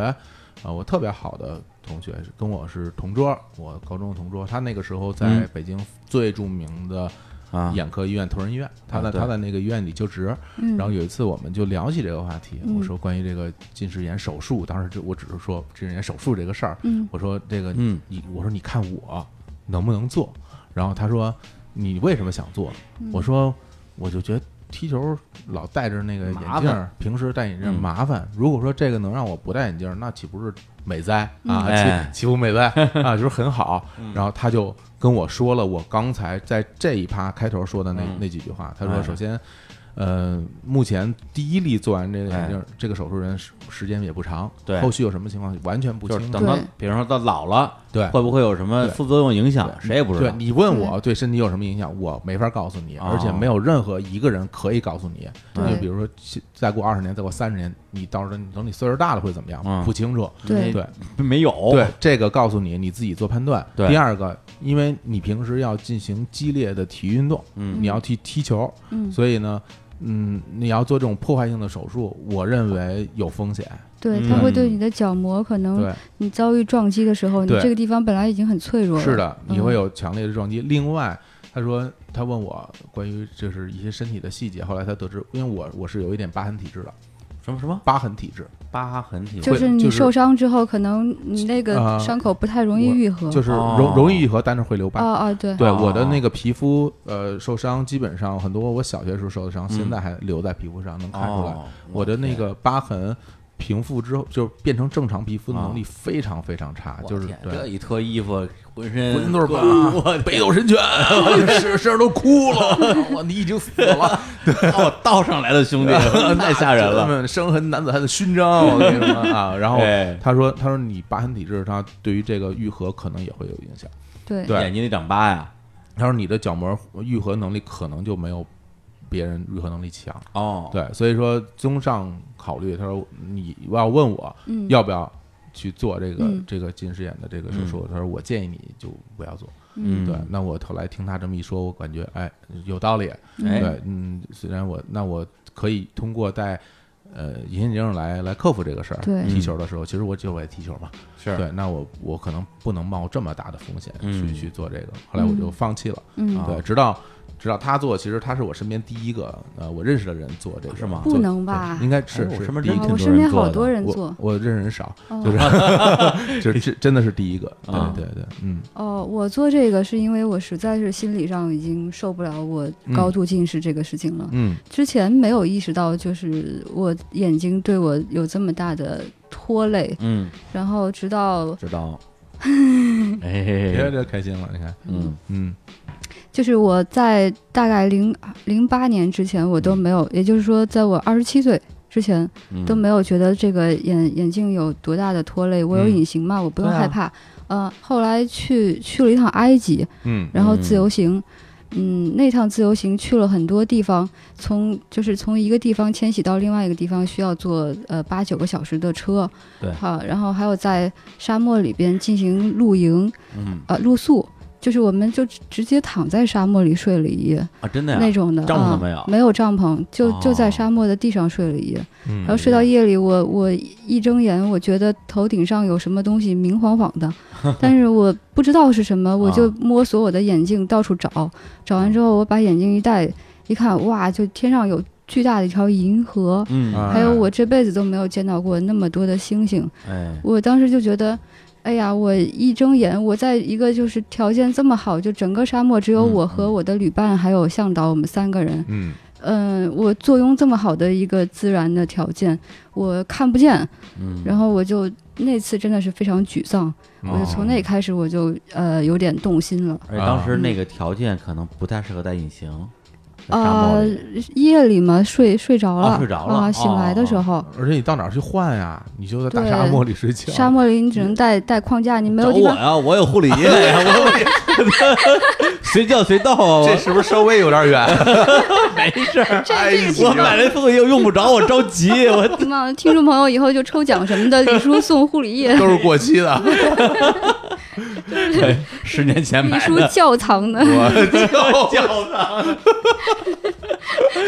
啊、我特别好的同学是跟我是同桌，我高中的同桌，他那个时候在嗯北京最著名的啊，眼科医院、同仁医院，他在对他在那个医院里就职。嗯然后有一次我们就聊起这个话题，我说关于这个近视眼手术，当时就我只是说近视眼手术这个事儿，嗯我说这个嗯你，我说你看我能不能做？然后他说你为什么想做？嗯我说我就觉得。踢球老戴着那个眼麻镜烦儿，平时戴眼镜儿嗯麻烦。如果说这个能让我不戴眼镜儿，那岂不是美哉啊？哎岂岂不 美哉啊？就是很好。嗯然后他就跟我说了我刚才在这一趴开头说的那嗯那几句话。他哎说，首先，呃，目前第一例做完这个眼镜儿这个手术人时时间也不长，对后续有什么情况完全不就清是楚。等到对，比如说到老了，对会不会有什么副作用影响，谁也不知对道。你问我对身体有什么影响，我没法告诉你，哦而且没有任何一个人可以告诉你。对就比如说，再过二十年，再过三十年，你到时候等你岁数大了会怎么样，嗯不清楚。对对没有，对，哦这个告诉你你自己做判断。对第二个，因为你平时要进行激烈的体育运动，嗯你要去踢球，嗯，所以呢，嗯，你要做这种破坏性的手术，我认为有风险。对，嗯它会对你的角膜，可能对，你遭遇撞击的时候，你对这个地方本来已经很脆弱了。嗯是，的，你会有强烈的撞击。另外，他说他问我关于就是一些身体的细节，后来他得知，因为我我是有一点疤痕体质的，什么什么疤痕体质，疤痕挺就会是你就是受伤之后，可能你那啊个伤口不太容易我愈合。就是哦容容易愈合，但是会留疤。哦哦，对，对哦我的那个皮肤，呃，受伤基本上很多，我小学时候受的伤，嗯现在还留在皮肤上，能看出来。哦我的那个疤痕平复之后，就变成正常皮肤的能啊力非常非常差，我就是天这对，一脱衣服，浑身浑身都是疤，啊北斗神拳， 身身上都哭了， 我你已经死了，把我倒上来了，兄弟， 太吓 人了。，伤痕男子汉的勋章，我跟你说啊。 然后哎他说，他说你疤痕体质，他对于这个愈合可能也会有影响。对对眼睛里长疤呀，他说你的角膜愈合能力可能就没有别人愈合能力强。哦，对，所以说综上考虑，他说你要问我、嗯要不要去做这个、嗯这个近视眼的这个手术，他说我建议你就不要做。嗯，对，那我后来听他这么一说，我感觉哎有道理。哎对，嗯，虽然我那我可以通过带呃隐形眼镜来来克服这个事儿。对踢球的时候，其实我就爱踢球嘛。是对，那我我可能不能冒这么大的风险去、嗯去做这个，后来我就嗯放弃了。啊嗯，对，直到直到他做，其实他是我身边第一个呃我认识的人做这个，啊是吗做不能吧对应该是哎我是身边第一真挺多个啊我身人边做好的多人我做。我认识人少，哦就是 就是这真的是第一个，啊对对对，嗯哦，我做这个是因为我实在是心理上已经受不了我高度近视这个事情了。嗯之前没有意识到，就是我眼睛对我有这么大的拖累，嗯，然后直到知 道。别哎，这开心了，你看，嗯嗯就是我在大概零零八年之前，我嗯都没有，也就是说，在我二十七岁之前嗯，都没有觉得这个眼眼镜有多大的拖累。我有嗯隐形嘛，我不用对啊害怕。呃，后来去去了一趟埃及，嗯然后自由行。嗯，那趟自由行去了很多地方，从就是从一个地方迁徙到另外一个地方，需要坐呃八九个小时的车，对好，然后还有在沙漠里边进行露营，嗯呃露宿，就是我们就直直接躺在沙漠里睡了一夜、啊，真的呀，那种的，帐篷都啊没有没有帐篷，就就在哦沙漠的地上睡了一夜，嗯然后睡到夜里，我我一睁眼，我觉得头顶上有什么东西明晃晃的， 但是我不知道是什么，我就啊摸索我的眼镜到处找，找完之后我把眼镜一戴，一看，哇，就天上有巨大的一条银河。嗯啊还有我这辈子都没有见到过那么多的星星，哎，我当时就觉得，哎呀，我一睁眼，我在一个就是条件这么好，就整个沙漠只有嗯我和我的旅伴还有向导，我们三个人。嗯嗯、我坐拥这么好的一个自然的条件，我看不见，嗯，然后我就那次真的是非常沮丧，我就从那哦，开始我就呃有点动心了。而且当时那个条件可能不太适合戴隐形，在沙漠呃里，夜里嘛，睡睡着了，啊睡着了哦啊醒来的时候。而且你到哪儿去换呀？你就在大对沙漠里睡觉，沙漠里你只能带带框架，你没找有地我方呀，我有护理液呀，我 随叫随到啊，这是不是稍微有点远？没事儿，哎呀， 我买了护理液用不着，我着急，我 嘛。听众朋友以后就抽奖什么的，李叔送护理 液。都是过期 的，十年前秘买书的，窖藏的，我教他，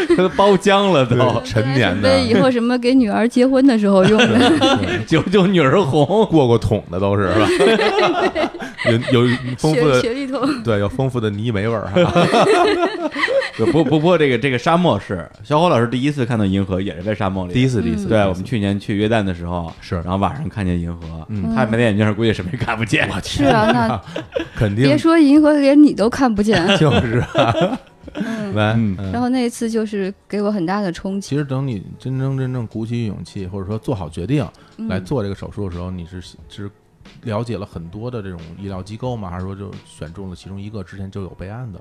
他都包浆了都，陈年准的备以后什么给女儿结婚的时候 用的。九九女儿红，过过桶的都是，是吧？ 有有丰富学的学一头，对，有丰富的泥煤味儿 哈。不不不过这个这个沙漠是小火老师第一次看到银河也是在沙漠里，第一次，第一嗯次，对我们去年去约旦的时候是然后晚上看见银河，嗯他没戴眼镜儿估计什么也看不见。我是啊， 那肯定别说银河，连你都看不见。就是啊，来，嗯嗯然后那一次就是给我很大的冲击。 其实等你真真正正鼓起勇气，或者说做好决定嗯来做这个手术的时候，你是是了解了很多的这种医疗机构吗？还是说就选中了其中一个？之前就有备案的？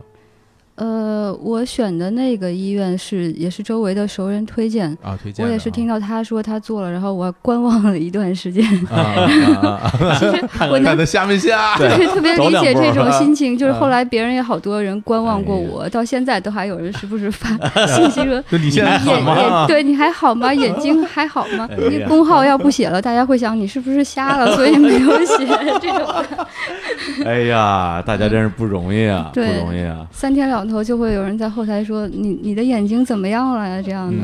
呃，我选的那个医院是也是周围的熟人推荐，啊，推荐我的啊。也是听到他说他做了，然后我观望了一段时间。啊啊 啊啊其实我看能他下 没下？对 特别走理两解步这种啊心情，就是啊后来别人也好多人观望过哎呀我，到现在都还有人时不时发信息说。就你现你还在好眼好吗眼？对你还好吗？眼睛还好吗？哎你呀公号要不写了，大家会想你是不是瞎了，所以没有写 这种。哎呀，大家真是不容易啊，不对容易啊，三天两头就会有人在后台说你你的眼睛怎么样了呀？这样的。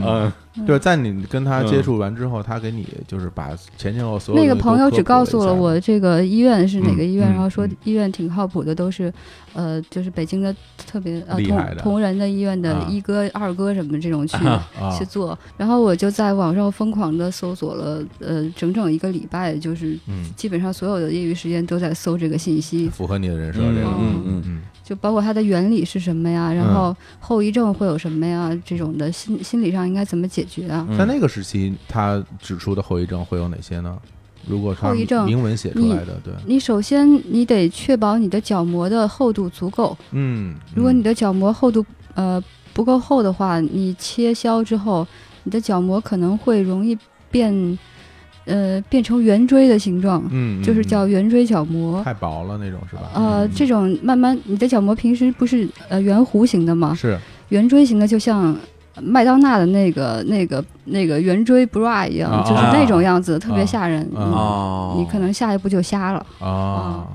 嗯，就是在你跟他接触完之后，他给你就是把前前后后所有那个东西都朋友只科普告诉一下了我这个医院是哪个医院，嗯嗯然后说嗯医院挺靠谱的，都是，呃，就是北京的特别呃厉害同的同仁的医院的啊一哥、二哥什么这种去、啊去做。然后我就在网上疯狂的搜索了，呃，整整一个礼拜，就是嗯，基本上所有的业余时间都在搜这个信息，符合你的人设这个，嗯嗯嗯，嗯就包括它的原理是什么呀，然后后遗症会有什么呀，这种的心心理上应该怎么解决啊？在那个时期，他指出的后遗症会有哪些呢？如果他后遗症明文写出来的，对，你首先你得确保你的角膜的厚度足够，嗯，如果你的的角膜厚度呃不够厚的话，你切削之后，你的角膜可能会容易变呃变成圆锥的形状，嗯，嗯嗯就是叫圆锥角膜。太薄了那种是吧？呃，嗯这种慢慢你的角膜平时不是呃圆弧形的吗？是圆锥形的就像麦当娜的那个那个那个圆锥 bra 一样，啊就是那种样子，特别吓人。嗯啊哦，你你可能下一步就瞎了。啊，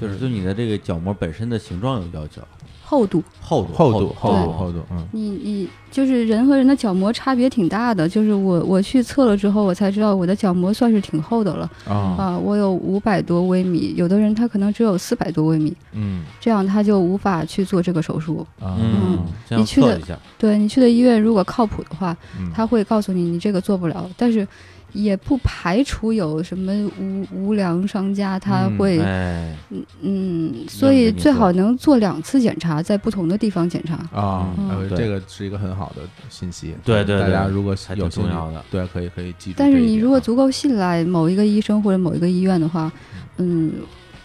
就是对你的这个角膜本身的形状有要求，厚度，厚度厚厚度厚度度厚度，嗯你你就是人和人的角膜差别挺大的，就是我我去测了之后，我才知道我的角膜算是挺厚的了啊啊，我有五百多微米，有的人他可能只有四百多微米，嗯这样他就无法去做这个手术。啊嗯，这样你去的测一下，对你去的医院如果靠谱的话，嗯他会告诉你你这个做不了，但是也不排除有什么无无良商家他嗯会哎，嗯，所以最好能做两次检查，在不同的地方检查。啊，嗯呃对这个是一个很好的信息，对对大家对如果还有挺重兴趣要的，对，可以可以记住这一但点啊。是你如果足够信赖某一个医生或者某一个医院的话，嗯，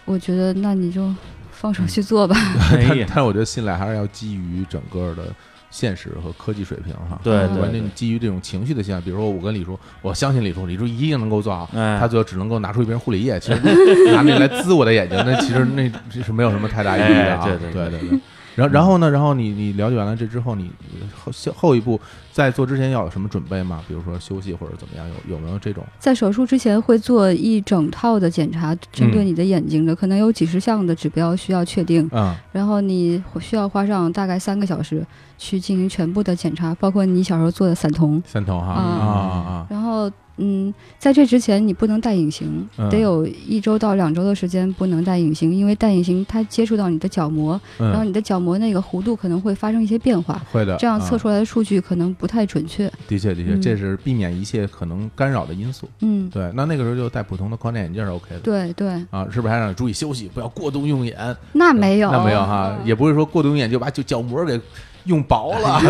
我觉得那你就放手去做吧。哎但呀，但是我觉得信赖还是要基于整个的现实和科技水平哈。对嗯对关键你对，基于这种情绪的信赖，比如说我跟李叔，我相信李叔，李叔一定能够做好。哎他最后只能够拿出一瓶护理液，其实 拿那来滋我的眼睛，那其实那这是没有什么太大意义的啊。哎对对对对对。然后然后呢？然后你你了解完了这之后，你后后一步在做之前要有什么准备吗？比如说休息或者怎么样？有有没有这种？ 在手术之前会做一整套的检查，针对嗯你的眼睛的，可能有几十项的指标需要确定。嗯然后你需要花上大概三个小时去进行全部的检查，包括你小时候做的散瞳。三头哈啊啊啊然后，嗯，在这之前你不能戴隐形，嗯得有一周到两周的时间不能戴隐形，因为戴隐形它接触到你的角膜，嗯然后你的角膜那个弧度可能会发生一些变化，会的，这样测啊出来的数据可能不太准确。的确的确，嗯这是避免一切可能干扰的因素。嗯，对，那那个时候就戴普通的框架眼镜是 OK 的。对对，啊，是不是还让你注意休息，不要过度用眼？那没有，嗯嗯那没有哈，也不是说过度用眼就把就角膜给用薄 了，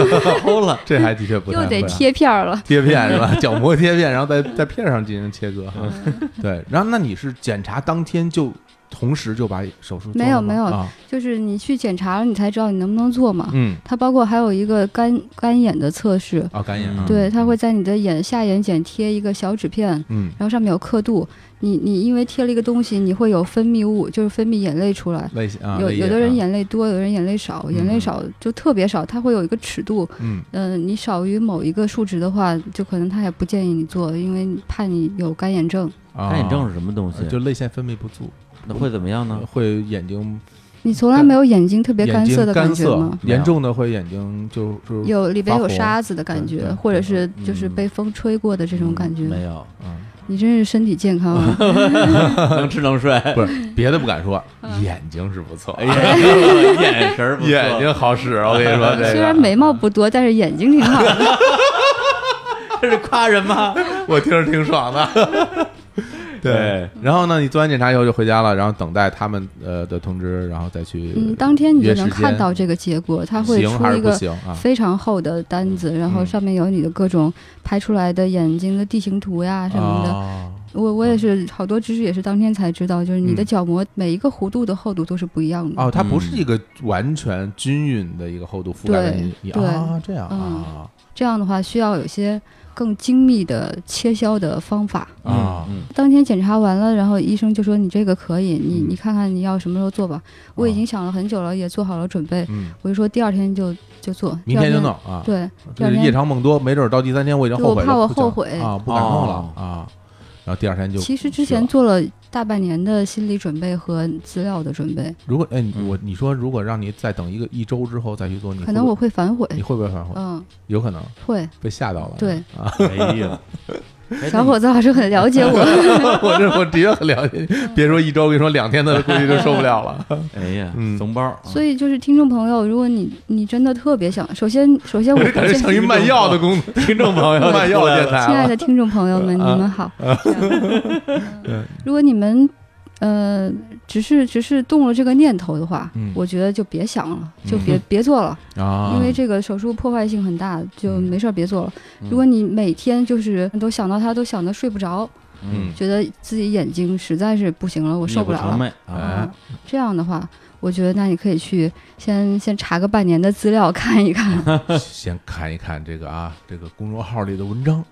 厚了， 这还的确不太又得会啊贴片儿了。贴片是吧？ 角膜贴片，然后在在片上进行切割哈。嗯 对，然后那你是检查当天就同时就把手术做没有了吗没有啊，就是你去检查了，你才知道你能不能做嘛。嗯它包括还有一个干干眼的测试，啊，干眼嗯啊，对，它会在你的眼下眼睑贴一个小纸片，嗯，然后上面有刻度。你你因为贴了一个东西，你会有分泌物，就是分泌眼泪出来。泪腺啊，有泪液有的人啊眼泪多，有的人眼泪少，眼泪嗯少就特别少，它会有一个尺度。嗯嗯、你少于某一个数值的话，就可能他也不建议你做，因为怕你有干眼症。啊干眼症是嗯什么东西？就泪腺分泌不足，那会怎么样呢？会眼睛你从来没有眼睛特别眼干睛涩的感干觉涩吗？，没有严重的会眼睛就就有里边发有红沙子的对感觉对，或者是就是嗯被风吹过的这种感觉。没 有，嗯，你真是身体健康 啊！能吃能睡，不是别的不敢 说，嗯眼睛是不错，哎呀， 眼神儿不错眼睛好使，我跟你说这个。虽然眉毛不多，但是眼睛挺好 的。这是夸人吗？我听着挺爽的。对，然后呢，你做完检查以后就回家了，然后等待他们呃的通知，然后再去嗯，当天你就约能时看间到这个结果，它会行还出是一不个行啊？嗯非常厚的单子，然后上面有你的各种拍出来的眼睛的地形图呀什么的。哦我我也是好多知识也是当天才知道，就是你的嗯角膜每一个弧度的厚度都是不一样的。哦，它不是一个完全均匀的一个厚度覆盖的对你你对啊，这样嗯啊这样的话需要有些更精密的切削的方法。啊，嗯当天检查完了，然后医生就说你这个可以，你嗯啊你看看你要什么时候做吧。我已经想了很久了，也做好了准备，嗯，我就说第二天就就做，明天就第二弄。啊，对，第这二是天夜长梦多，没准儿到第三天我已经对后我悔了，怕我不想后悔啊，不敢弄了哦啊，然后第二天就其实去之前了做了大半年的心理准备和资料的准备，如果哎你嗯我你说如果让你再等一个一周之后再去做，你可能会我不会反悔会。你会不会反悔？嗯，有可能会。被吓到了，对啊，嗯哎呀，哎小伙子还是很了 解我， 我这我的确很了解，嗯别说一周，跟你说两天的估计就受不了 了。哎呀嗯怂包啊，所以就是听众朋友，如果你你真的特别想，首先首先我 感觉像一卖药啊的工作， 听众朋友 卖药电台亲爱了。的听众朋友们，你啊们好。这样 嗯如果你们呃只是只是动了这个念头的话嗯，我觉得就别想了，就嗯别别做了，啊，因为这个手术破坏性很大，就嗯没事儿别做了。如果你每天就是都想到它，都想的睡不着，嗯觉得自己眼睛实在是不行了，我受不了了。了，嗯哎啊，这样的话，我觉得那你可以去先先查个半年的资料看一 看。先看一看这个啊，这个公众号里的文章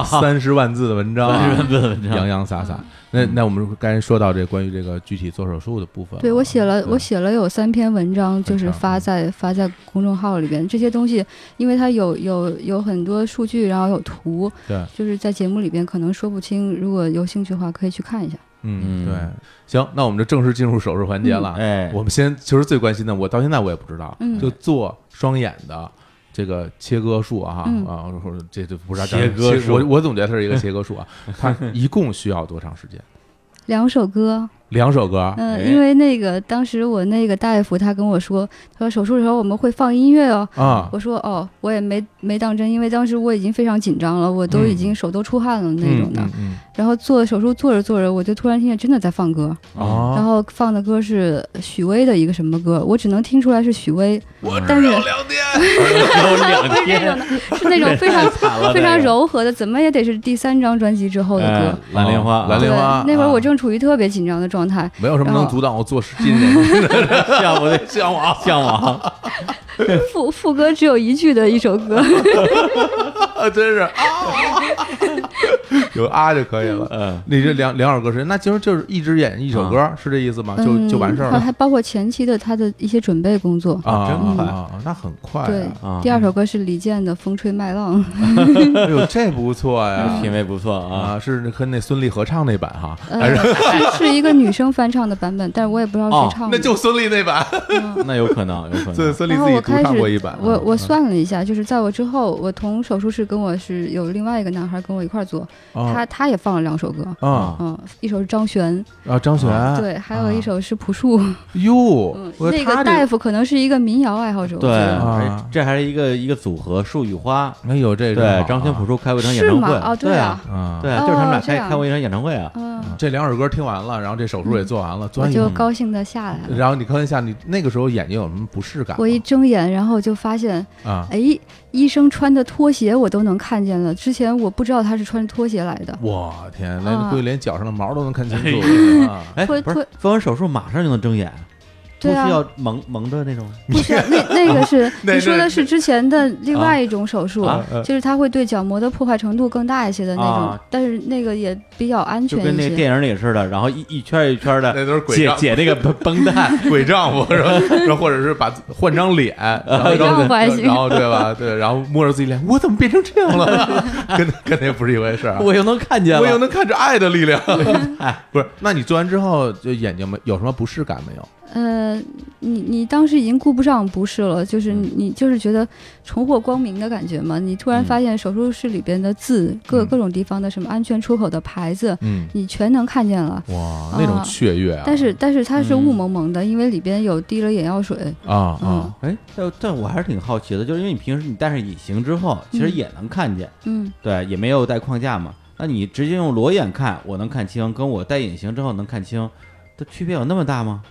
啊，三十万字的文章三啊，十万字的文 洋章，洋洒洒。那那我们刚才说到这关于这个具体做手术的部分啊，对我写了，我对写了有三篇文章，就是长发嗯在发在公众号里边。这些东西，因为它有有有很多数据，然后有图，对，就是在节目里边可能说不清，如果有兴趣的话可以去看一下。嗯嗯对，行，那我们就正式进入手术环节了。啊哎，我们先其实最关心的，我到现在我也不知道，嗯就做双眼的这个切割术啊、嗯啊，或者这这不是切割术我我总觉得它是一个切割 术啊。它一共需要多长时间？两首歌，两首歌，嗯、哎因为那个当时我那个大夫他跟我说，他说手术的时候我们会放音乐哦。啊，我说哦，我也没没当真，因为当时我已经非常紧张了，我都已经手都出汗了那种的。嗯嗯然后做手术做着做着，我就突然听见真的在放歌，嗯啊，然后放的歌是许巍的一个什么歌，我只能听出来是许巍，我但是两天，有两那种天，的是 那种 非常惨了非这常个柔和的，怎么也得是第三张专辑之后的歌。哎蓝莲花，蓝对，莲花那会儿啊我正处于特别紧张的状态，没有什么能然后阻挡我做事情的像我的向往。啊 向 往，副副歌只有一句的一首歌，啊，真是 啊，有啊就可以了。嗯，你这两两首歌时间，那其实就是一只眼一首歌，是这意思吗？ 就嗯就完事儿了还包括前期的他的一些准备工作。啊，真快啊，啊那很快对啊！，啊第二首歌是李健的《风吹麦浪》， 哎呦，这不错呀品味不错啊，啊，是和那孙俪合唱那版哈，还呃，是是是一个女生翻唱的版本，但是我也不知道哦谁唱 的。那就孙俪那版，嗯那有可能，有可孙能，孙俪然后自己我独开唱始过一版啊。我我算了一下，就是在我之后，我同手术室跟我是有另外一个男孩跟我一块儿做，他啊他也放了两首歌，啊嗯，一首是张悬，啊，张悬对，还有一首是朴树，哟，嗯，我那他个这大夫可能是一个民谣爱好者，我觉对，得啊哎这还是一个一个组合，树与花，哎呦，这对，张悬朴树树开过一场演是唱吗会？，哦，对啊，，啊，对，就是他们俩哦这开样开过一场演唱会啊，嗯，这两首歌听完了，然后这手术也做完了，我钻就高兴的下来了。然后你看一下，你那个时候眼睛有什么不适感吗？我一睁眼，然后就发现，啊，哎，医生穿的拖鞋我都能看见了。之前我不知道他是穿着拖鞋来的，我天，连啊估计连脚上的毛都能看清楚哎 啊！哎，不推是推做完手术马上就能睁眼，不对需啊要蒙蒙着那种不是那那个是那你说的是之前的另外一种手术，啊呃就是它会对角膜的破坏程度更大一些的那种，啊但是那个也比较安就全跟一那个些。电影里似的，然后一一圈一圈的那都是呃鬼解丈解那个绷 绷带，鬼丈夫，然后然后或者是把换张 脸，然后鬼丈夫还行然后对吧？对，然后摸着自己脸，我怎么变成这样了？ 跟跟那不是一回事啊！啊我又能看见我又了。能看着爱的力量。 哎，不是，那你做完之后，就眼睛没有什么不适感没有？呃，你你当时已经顾不上不适了，就是嗯你你就是觉得重获光明的感觉嘛。你突然嗯发现手术室里边的字，各嗯各种地方的什么安全出口的牌子，嗯，你全能看见了。哇，那种啊雀跃啊！但是但是它是雾嗯蒙蒙的，因为里边有滴了眼药水。啊啊嗯哎，但但我还是挺好奇的，就是因为你平时你戴上隐形之后，其实嗯也能看见，嗯，对，也没有戴框架嘛。那你直接用裸眼看，我能看清，跟我戴隐形之后能看清，它区别有那么大吗？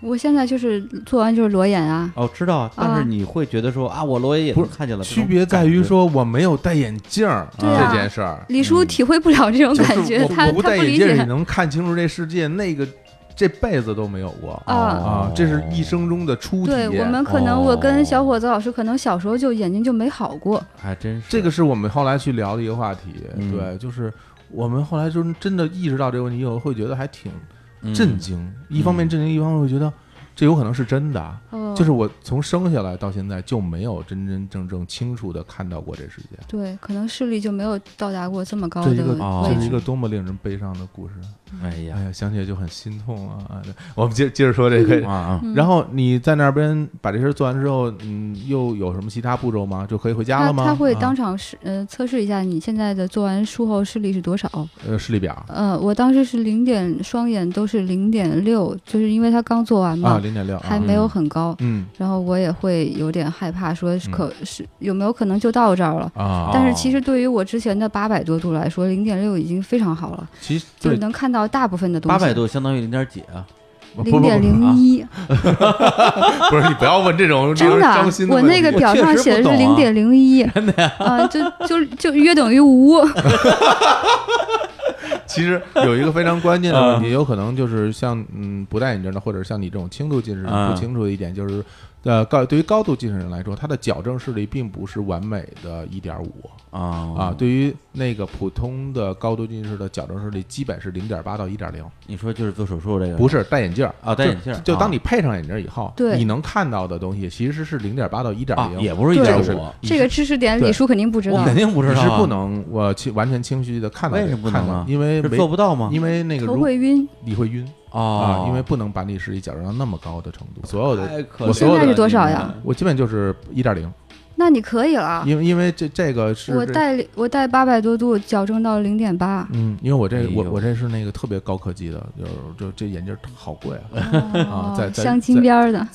我现在就是做完就是裸眼啊，哦，知道，但是你会觉得说啊，我裸眼也不能是看见了。区别在于，说我没有戴眼镜儿对啊这件事儿，李叔体会不了这种嗯就感是觉，我他我不他戴不眼理镜儿你解能看清楚这世界，那个这辈子都没有过啊。啊，这是一生中的初体对验。我们可哦能，我跟小伙子老师可能小时候就眼睛就没好过，还真是这个是我们后来去聊的一个话题，嗯对，就是我们后来就是真的意识到这个问题以后，会觉得还挺嗯嗯震惊。一方面震惊，一方面会觉得这有可能是真的啊。哦，就是我从生下来到现在就没有真真正正清楚的看到过这世界，对，可能视力就没有到达过这么高的这位一置。个哦这是一个多么令人悲伤的故事。哎呀哎呀，想起来就很心痛啊！啊对我们接接着说这个啊啊，嗯然后你在那边把这事儿做完之后，嗯，又有什么其他步骤吗？就可以回家他了吗？他会啊当场试呃测试一下你现在的做完术后视力是多少。呃视力表呃，我当时是零点，双眼都是零点六，就是因为他刚做完嘛，啊，零点六嗯还啊，没有很高。嗯然后我也会有点害怕，说嗯是可、是有没有可能就到这儿了？啊，但是其实对于我之前的八百多度来说，零点六已经非常好了，其实就对能看到大部分的东八西。百，度相当于零点几啊，不不零点不零一，不是你不要问这种真的让人啊伤心，的我问题那个表上写的我确是实零不懂啊点零一，啊，就就就约等于无。其实有一个非常关键的 嗯问题，有可能就是像嗯不戴眼镜的，或者像你这种轻度近视人嗯不清楚的一点就是。呃，高对于高度近视人来说，他的矫正视力并不是完美的一点五啊啊。，对于那个普通的高度近视的矫正视力，基本是零点八到一点零，你说就是做手术这个不是戴眼镜儿啊戴眼镜儿就就啊当你配上眼镜儿以后，对你能看到的东西其实是零点八到一点啊，零，也不是一对点就是五，这个知识点对李叔肯定不知我道肯，定不知道啊，你是不能我清完全清晰的看到这为个，什么不能啊看到因为是没做不到吗？因为那个头如会晕。你会晕哦啊，因为不能把你视力矫正到那么高的程度，所有哎太的可我怜所有现在是的多少呀？ 我基本就是一点零，那你可以了。因为因为这这个是啊我这带我带八百多度矫正到零 点八，嗯，因为我这哎呦我我这是那个特别高科技的，就是就这眼镜儿好贵啊，哦在在镶金边儿的，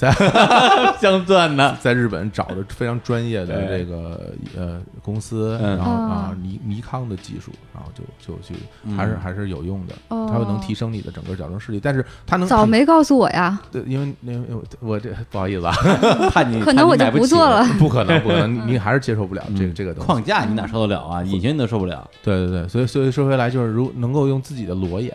镶钻呢？在日本找的非常专业的哎这个呃公司，嗯然后啊啊尼尼康的技术，然后就就去嗯 还是还是有用的，哦它会能提升你的整个矫正视力，但是它能早没告诉我呀，对，因为那我我这不好意思啊， 怕你可能我就不做了。。不可能不可能， 你还是接受不了这个嗯这个东西。框架你哪受得了啊？隐形你都受不了。对对对，所以所以说回来就是，如能够用自己的裸眼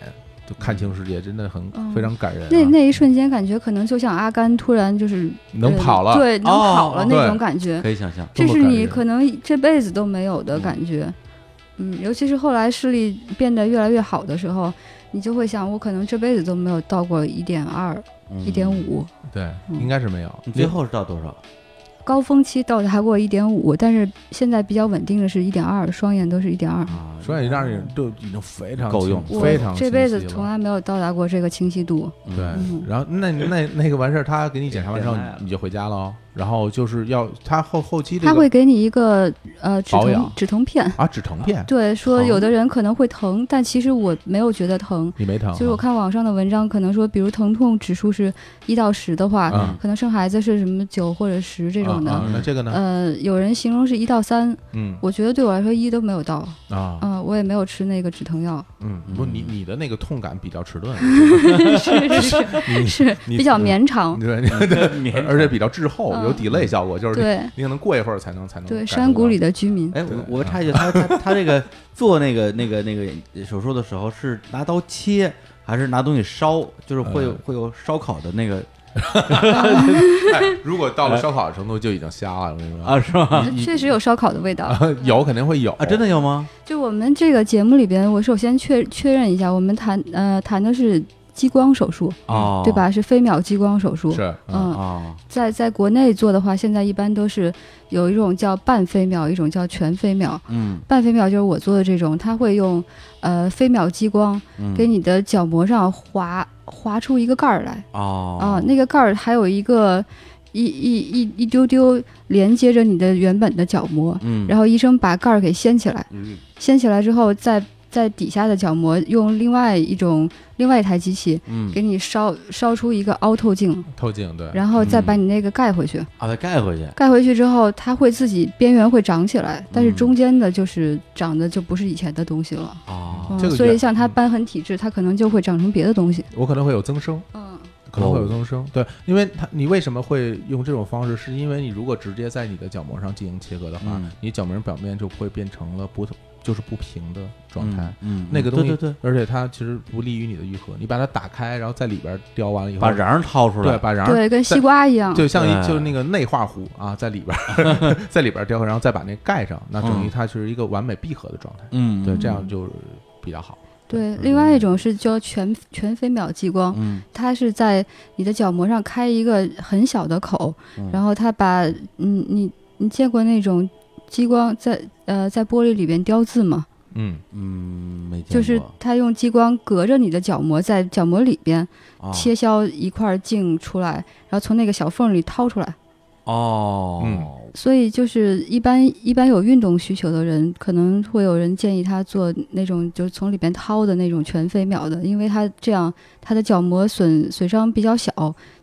就看清世界，真的很嗯非常感人啊。那那一瞬间感觉可能就像阿甘突然就是能呃跑了，对，能跑了哦那对种感觉，可以想象，这这么是感你人可能这辈子都没有的感觉。嗯，尤其是后来视力变得越来越好的时候，你就会想，我可能这辈子都没有到过一点二、一点嗯。五，对，嗯应该是没有。你最后是到多少？高峰期到达过一点五，但是现在比较稳定的是一点二，双眼都是一点二。啊双眼让人就已经非常够用清我嗯非常这辈子清晰了从来没有到达过这个清晰度。嗯对嗯，然后那那那个完事儿，他给你检查完之后变态了，你就回家了哦。然后就是要他后后期这他个会给你一个呃止保疼养止疼片，啊止疼片，对，说疼有的人可能会疼，但其实我没有觉得疼。你没疼啊？就是我看网上的文章，可能说，比如疼痛指数是一到十的话，啊可能生孩子是什么九或者十这种的。啊啊那这个呢？呃，有人形容是一到三，嗯我觉得对我来说一都没有到。啊嗯、我也没有吃那个止 疼药，嗯，嗯不，你你的那个痛感比较迟钝，是是是，你比较绵长。对 对对，而且比较滞后，嗯有 delay 效果，就是对你可能过一会儿才能才能对，感受山谷到里的居民，哎，我我插一句，他他他这个做那个那个那个手术的时候是拿刀切还是拿东西烧？就是会有呃会有烧烤的那个哎如果到了烧烤的程度就已经瞎了，我跟你说啊，是吗？确实有烧烤的味道。啊， 有肯定会有啊，真的有吗？ 就我们这个节目里边，我首先确确认一下，我们谈呃谈的是激光手术，哦，对？吧？是飞秒激光手术。是嗯嗯，哦，在在国内做的话，现在一般都是有一种叫半飞秒，一种叫全飞秒。嗯半飞秒就是我做的这种，它会用呃飞秒激光嗯，给你的角膜上划划出一个盖儿来哦啊、那个盖儿还有一个一一一一丢丢连接着你的原本的角膜，嗯，然后医生把盖儿给掀起来，嗯掀起来之后再。在底下的角膜用另外一种另外一台机器嗯给你烧烧出一个凹透镜，透镜对，然后再把嗯你那个盖回去。啊，再盖回去。盖回去之后，它会自己边缘会长起来，但是嗯中间的就是长得就不是以前的东西了。哦，嗯这个所以原像它斑痕体质，它可能就会长成别的东西。哦我可能会有增生，嗯，可能会有增生。对，因为它你为什么会用这种方式，是因为你如果直接在你的角膜上进行切割的话嗯，你角膜表面就会变成了不就是不平的状态。嗯，嗯那个东西，对对对，而且它其实不利于你的愈合。你把它打开，然后在里边雕完了以后，把瓤儿掏出对，来，把瓤对，跟西瓜一样。就像一对就是那个内画壶啊，在里边儿 在里边儿雕刻，然后再把那盖上，那等于它就是一个完美闭合的状态。嗯，对，嗯这样就比较好。对，另外一种是叫全全飞秒激光，嗯它是在你的角膜上开一个很小的口，嗯然后它把嗯你你见过那种激光在呃在玻璃里边雕字吗？嗯，嗯，没见就是过它用激光隔着你的角膜，在角膜里边啊切削一块镜出来，然后从那个小缝里掏出来。哦，嗯所以就是一般一般有运动需求的人，可能会有人建议他做那种就是从里边掏的那种全飞秒的，因为他这样他的角膜损损伤比较小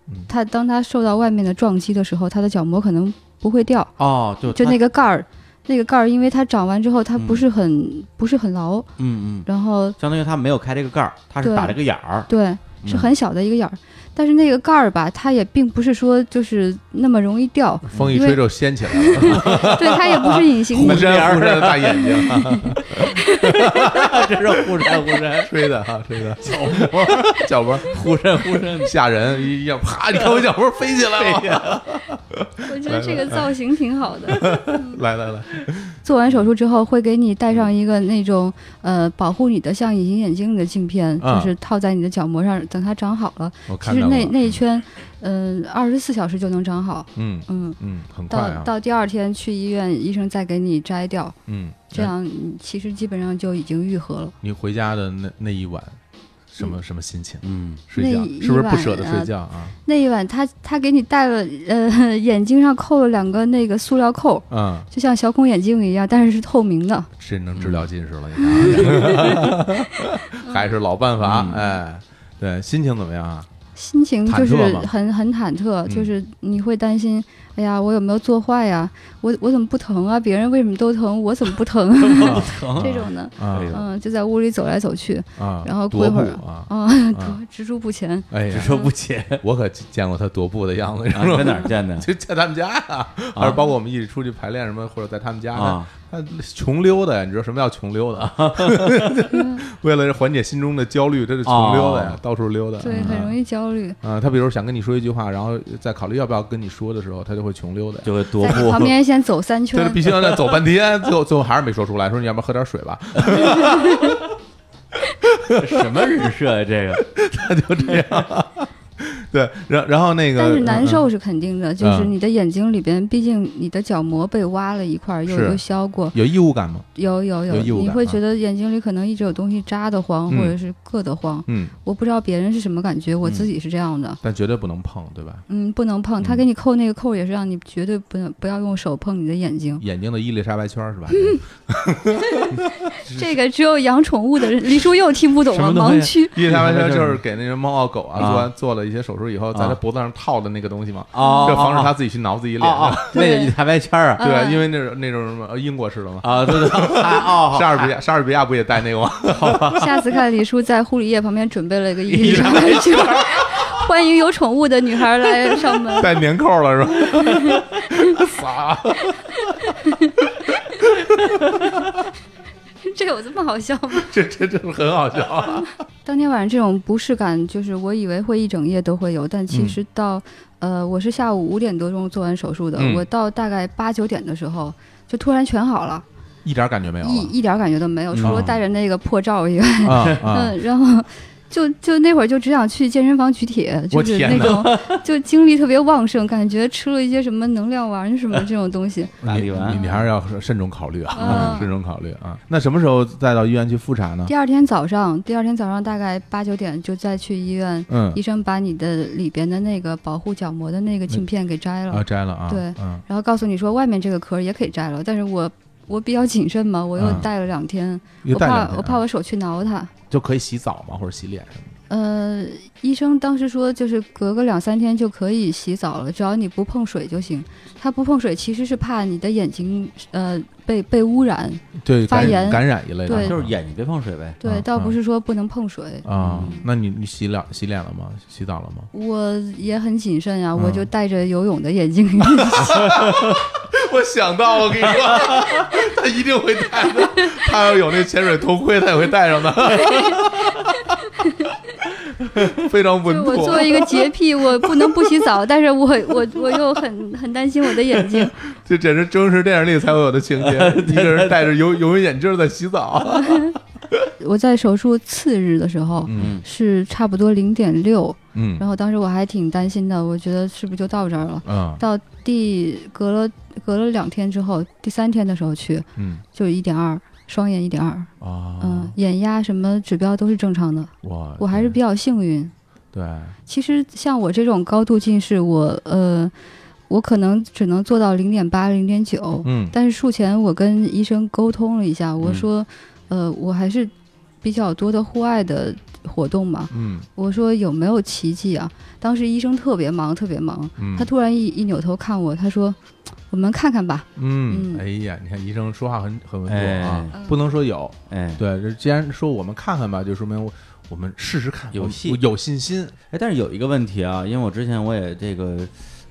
嗯，他当他受到外面的撞击的时候，他的角膜可能不会掉，哦，就就它那个盖儿。那个盖儿，因为它长完之后，它嗯不是很、不是很牢，嗯嗯，然后相当于它没有开这个盖儿，它是对打了个眼儿， 对，是很小的一个眼儿。但是那个盖儿吧，它也并不是说就是那么容易掉，风一因为吹就掀起来 了， 对，它也不是隐 形忽的。闪忽闪的大眼睛， 这是忽闪忽闪 吹的哈，吹的角膜角膜忽闪忽闪，吓人，一样啪，你看我角膜飞起来了，我觉得这个造型挺好的。来来来， 做完手术之后，会给你戴上一个那种呃保护你的像隐形眼镜的镜片，啊就是套在你的角膜上，等它长好了。 我其看实到那了，那一圈，嗯、2二十四小时就能长好。嗯嗯，嗯，很快到、啊，到第二天去医院，医生再给你摘掉，嗯，哎这样你其实基本上就已经愈合了。你回家的那那一晚，什么什么心情？嗯睡觉那一是不是不舍得晚呃睡觉啊？那一晚他他给你戴了呃 眼睛上扣了两个那个塑料扣，嗯，就像小孔眼镜一样，但是是透明的。这能治疗近视 了，你 看，还是老办法，嗯哎，对，心情怎么样啊？心情忐忑就是吗嗯很很忐忑，就是你会担心，哎呀，我有没有做坏呀？我我怎么不疼啊？别人为什么都疼，我怎么 不疼？这种的，啊哎呦嗯，就在屋里走来走去，啊，然后过踱一会儿步啊，啊，啊 踱踱步不前，哎只呀，说不切，我可见过他踱步的样子，然嗯啊后在哪儿见的？ 就在他们家啊，还是包括我们一起出去排练什么，或者在他们家啊，他穷溜达呀，你知道什么叫穷溜达？ 为了缓解心中的焦虑，他是穷溜达呀嗯哦，到处溜达。对，很容易。易焦虑，啊，他比如想跟你说一句话，然后在考虑要不要跟你说的时候，他就会穷溜达呀。就会踱在你步旁，边先走三他就圈必，须要那走 半天，最后最后还是没说出来，说你要不要喝点水吧？什么人设呀？这个 他就这样。 对，然然后那个，但是难嗯受是肯定的，就是嗯你的眼睛里边，毕竟你的角膜被挖了一块儿，又是又削过嗯，有异物感吗？有有有异物你感会啊觉得眼睛里可能一直有东西扎得慌，嗯或者是硌得慌。嗯，我不知道别人是什么感觉，我自己是这样的。但绝对不能碰，对吧？嗯，不能碰。他嗯给你扣那个扣，也是让你绝对不能不要用手碰你的眼睛。眼睛的伊丽莎白圈儿是吧？嗯这个只有养宠物的人，李叔又听不懂了，什么东盲西区。伊丽莎白圈儿就是给那些猫啊狗 啊啊做完做了一些手术以后，在它脖子上套的那个东西嘛，哦这防止它自己去挠自己哦脸哦的。，那对个台白圈儿啊对，嗯因为那种那种什么呃英国式的嘛，啊，对对啊 哦，莎士比亚莎士比亚不也戴那个吗？ 下次看李叔在护理液旁边准备了一个伊丽莎白圈，欢迎有宠物的女孩来上门。戴棉扣了是吧？撒。这有这么好笑吗？这这真的很好笑啊！当天晚上这种不适感，就是我以为会一整夜都会有，但其实到、呃，我是下午五点多钟做完手术的，嗯我到大概八九点的时候就突然全好了，一点感觉没有一一点感觉都没有，除了哦戴着那个破罩以外。啊啊！ 嗯，然后就就那会儿就只想去健身房举铁，我就是天那哪种就精力特别旺盛，感觉吃了一些什么能量丸什么这种 东西。大力丸你你还是要慎重考虑啊，嗯慎重考虑啊。那什么时候再到医院去复查呢？第二天早上，第二天早上大概八九点就再去医院，嗯医生把你的里边的那个保护角膜的那个镜片给摘了，啊，摘了啊，对嗯然后告诉你说外面这个壳也可以摘了，但是我。我比较谨慎嘛，我又嗯戴了两天，又我戴怕两天啊我怕我手去挠它，就可以洗澡嘛，或者洗脸什么的。呃，医生当时说就是隔个两三天就可以洗澡了，只要你不碰水就行。他不碰水其实是怕你的眼睛呃被被污染，对发感染炎感染一类的，对就是眼睛别碰水呗。对，啊倒不啊是说不能碰水。啊。那你你洗脸洗脸了吗？洗澡了吗？我也很谨慎呀、我嗯就戴着游泳的 眼镜 我想到了，我跟你说， 他一定会带的。他要有那潜水头盔，他也会带上 的。 非常就是我作为一个洁癖， 我不能不洗澡，但是我我我又很很担心我的眼睛。这简直真实电影里才会有的情 节。一个人戴着游游泳眼镜在洗澡，我在手术次日的时候、嗯是差不多零点六，嗯然后当时我还挺担心的，我觉得是不是就到这儿了？啊到第隔了隔了两天之后，第三天的时候去嗯就一点二，双眼一点二，嗯啊，，眼压什么指标都是正常的，我我还是比较幸运。对其实像我这种高度近视，我呃，我可能只能做到零点八、零点九。嗯但是术前我跟医生沟通了一下，我嗯说，呃，我还是比较多的户外的活动嘛。嗯我说有没有奇迹啊？当时医生特别忙，特别忙，嗯他突然一一扭头看我，他说：“我们看看吧。嗯嗯哎呀，你看医生说话很很稳哎重啊，不能说有，哎对，这既然说我们看看吧，就说明我我们试试看，有我戏我有信心。哎，但是有一个问题啊，因为我之前我也这个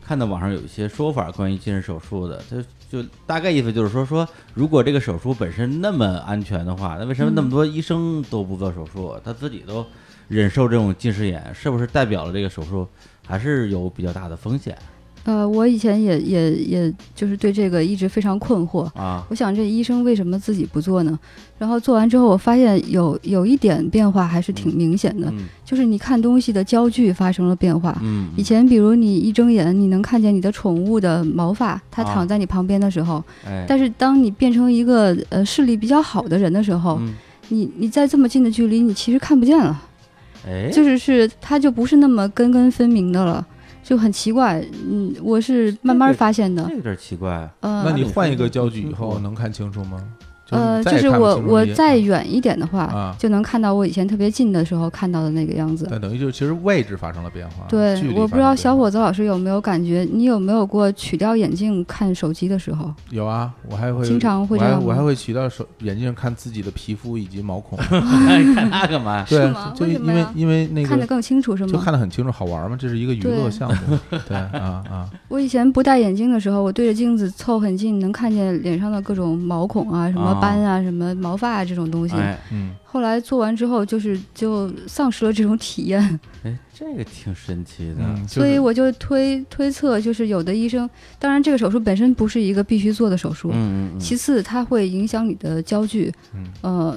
看到网上有一些说法关于近视手术的，就就大概意思就是说说，如果这个手术本身那么安全的话，那为什么那嗯么多医生都不做手术，啊他自己都忍受这种近视眼，是不是代表了这个手术还是有比较大的风险呃，我以前也也也就是对这个一直非常困惑，啊？我想这医生为什么自己不做呢？然后做完之后，我发现有有一点变化还是挺明显的，嗯就是你看东西的焦距发生了变化。嗯，以前比如你一睁眼，你能看见你的宠物的毛发，它啊躺在你旁边的时候，哎，但是当你变成一个呃视力比较好的人的时候，嗯你你在这么近的距离，你其实看不见了，哎，就是是它就不是那么根根分明的了。就很奇怪，嗯，我是慢慢这个发现的这。有点奇怪。呃，那你啊 你换说一个你焦说距清以楚后能看清楚吗？嗯呃，你再就也是看不我清楚我也再远一点的话，啊就能看到我以前特别近的时候看到的那个样子。对，等于就是其实位置发生了变化。对距，离我发不知道生了变小化伙子老师有没有感觉，你有没有过取掉眼镜看手机的时候？有啊，我还会经常哦会我这还样吗我还会取到手眼镜看自己的皮肤以及毛孔。 看他干嘛？是对吗，就为什因么为呀因为那看得个更清楚是就吗？看得很清楚，好玩嘛，这是一个娱乐对项目。 对啊啊，我以前不戴眼镜的时候，我对着镜子凑很近，能看见脸上的各种毛孔啊、什么啊斑啊、什么毛发啊这种东西。哎嗯，后来做完之后，就是就丧失了这种体 验。哎，这个挺神奇的。嗯就所以是我就推推测，就是有的医生，当然这个手术本身不是一个必须做的手术，嗯嗯嗯，其次它会影响你的焦距，嗯呃，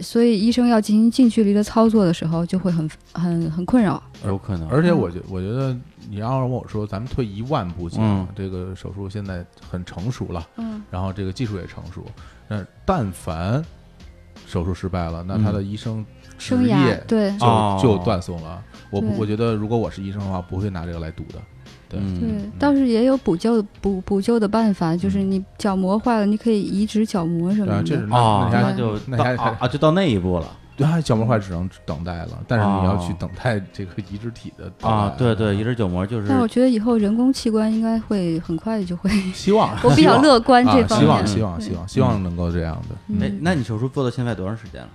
所以医生要进行近距离的操作的时候，就会很很很困扰。有可能。而且我觉我觉得你要让我说，咱们退一万步讲，嗯这个手术现在很成熟了，嗯，然后这个技术也成熟。那但凡手术失败了，那他的医生职生业涯对就、哦就断送了。我不对我觉得，如果我是医生的话，不会拿这个来赌的。对，嗯对嗯，倒是也有补救补补救的办法，就是你角膜坏了，你可以移植角膜什对啊么，这的是。哦，那那那就那到还还啊啊，就到那一步了 对啊，角膜坏只能等待了，但是你要哦去等待这个移植体的到啊来！对对，一只角膜就是但我觉得以后人工器官应该会很快就会，希望 我比希较望乐观啊这方希面。望希望希望嗯希望能够这样的。哎嗯，那你手术做到现在多长时间了？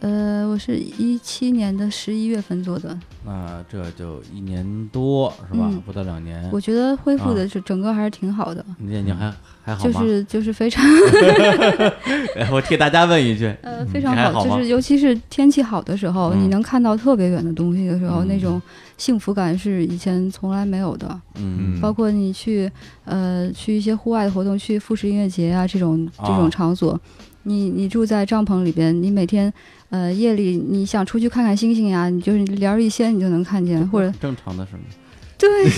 呃，我是一七年的十一月份做的，那这就一年多是吧嗯？不到两年我，觉得恢复啊的整整个还是挺好的，你眼睛还还好就吗？是就是非常哎 我替大家问一句，呃非常嗯你还好吗就是尤其是天气好的时候，嗯你能看到特别远的东西的时候，嗯那种幸福感是以前从来没有的。嗯，包括你去呃去一些户外的活动，去富士音乐节啊这种这啊种场所，你你住在帐篷里边，你每天呃夜里你想出去看看星星呀、你就是帘儿一掀你就能看嗯见，或者正常的是吗？对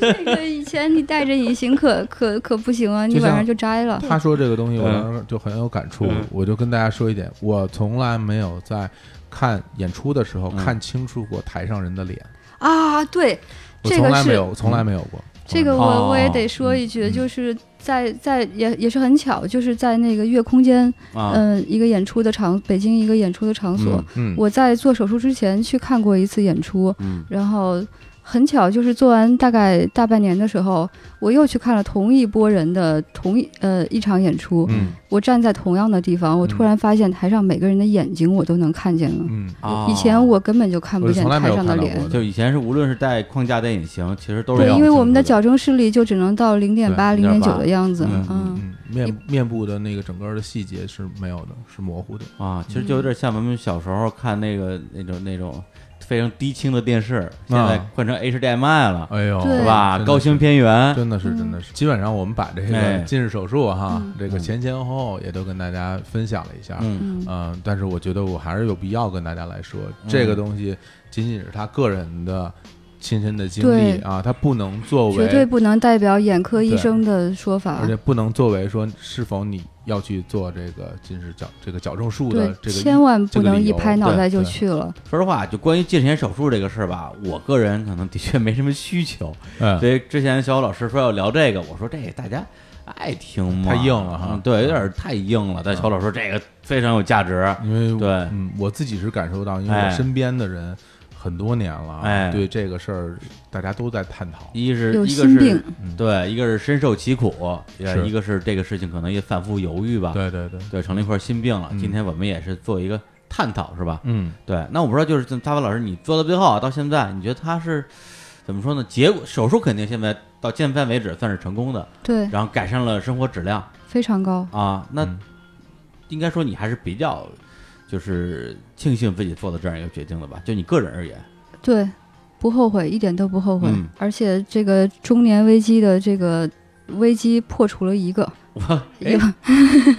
这个以前你戴着隐形可可可不行啊，你就像晚上就摘了。他说这个东西，我嗯当时就很有感触嗯。我就跟大家说一点，我从来没有在看演出的时候嗯看清楚过台上人的脸，啊，对，我这从个来没是嗯有，从来没有过。这个哦我我也得说一句，就是在在也也是很巧，就是在那个月空间，啊，嗯、一个演出的场，北京一个演出的场所，嗯嗯，我在做手术之前去看过一次演出，嗯然后很巧，就是做完大概大半年的时候，我又去看了同一波人的同一呃一场演出。嗯我站在同样的地方，我突然发现台上每个人的眼睛我都能看见了。嗯，啊以前我根本就看我不是见从来没台有上看的到脸过，的，就以前是无论是戴框架戴隐形，其实都是对，要因为我们的清楚矫正视力就只能到零点八、零点九0.8的样子嗯。嗯，嗯，面面部的那个整个的细节是没有的，是模糊的，啊，其实就有点像我们小时候看那个那种那种非常低清的电视，现在换成 HDMI 了，哎呦，对啊是吧？真的高清片 源，真的是，真的是，基本上我们把这哎个近视手术哈，嗯这个前前后后也都跟大家分享了一下。嗯嗯呃但是我觉得我还是有必要跟大家来说，这个东西仅仅是他个人的亲身的经历对啊，他不能作绝对为，不能代表眼科医生的说法而。且不能作为说是否你要去做这个近视矫这个矫正术的对，这个千万这不个能理一由拍脑对袋就对去了。说实话，就关于近视眼手术这个事儿吧，我个人可能的确没什么需求，嗯所以之前小虎老师说要聊这个，我说这个大家爱听吗？太硬了哈嗯嗯对，有点太硬了。但小虎老师说这个非常有价值，因为对嗯，我自己是感受到，因为哎我身边的人很多年了，哎对这个事儿大家都在探讨。一是有一个心是病，对，一个是深受其苦，也是一个是这个事情可能也反复犹豫吧，对对对，对，成了一块心病了。嗯今天我们也是做一个探讨，是吧？嗯，对，那我不知道，就是大文老师，你做到最后啊到现在，你觉得他是怎么说呢？结果手术肯定现在到现在为止算是成功的，对，然后改善了生活质量非常高。啊。那嗯应该说你还是比较就是庆幸自己做的这样一个决定的吧？就你个人而言，对，不后悔，一点都不后悔。嗯而且这个中年危机的这个危机破除了一个， 我有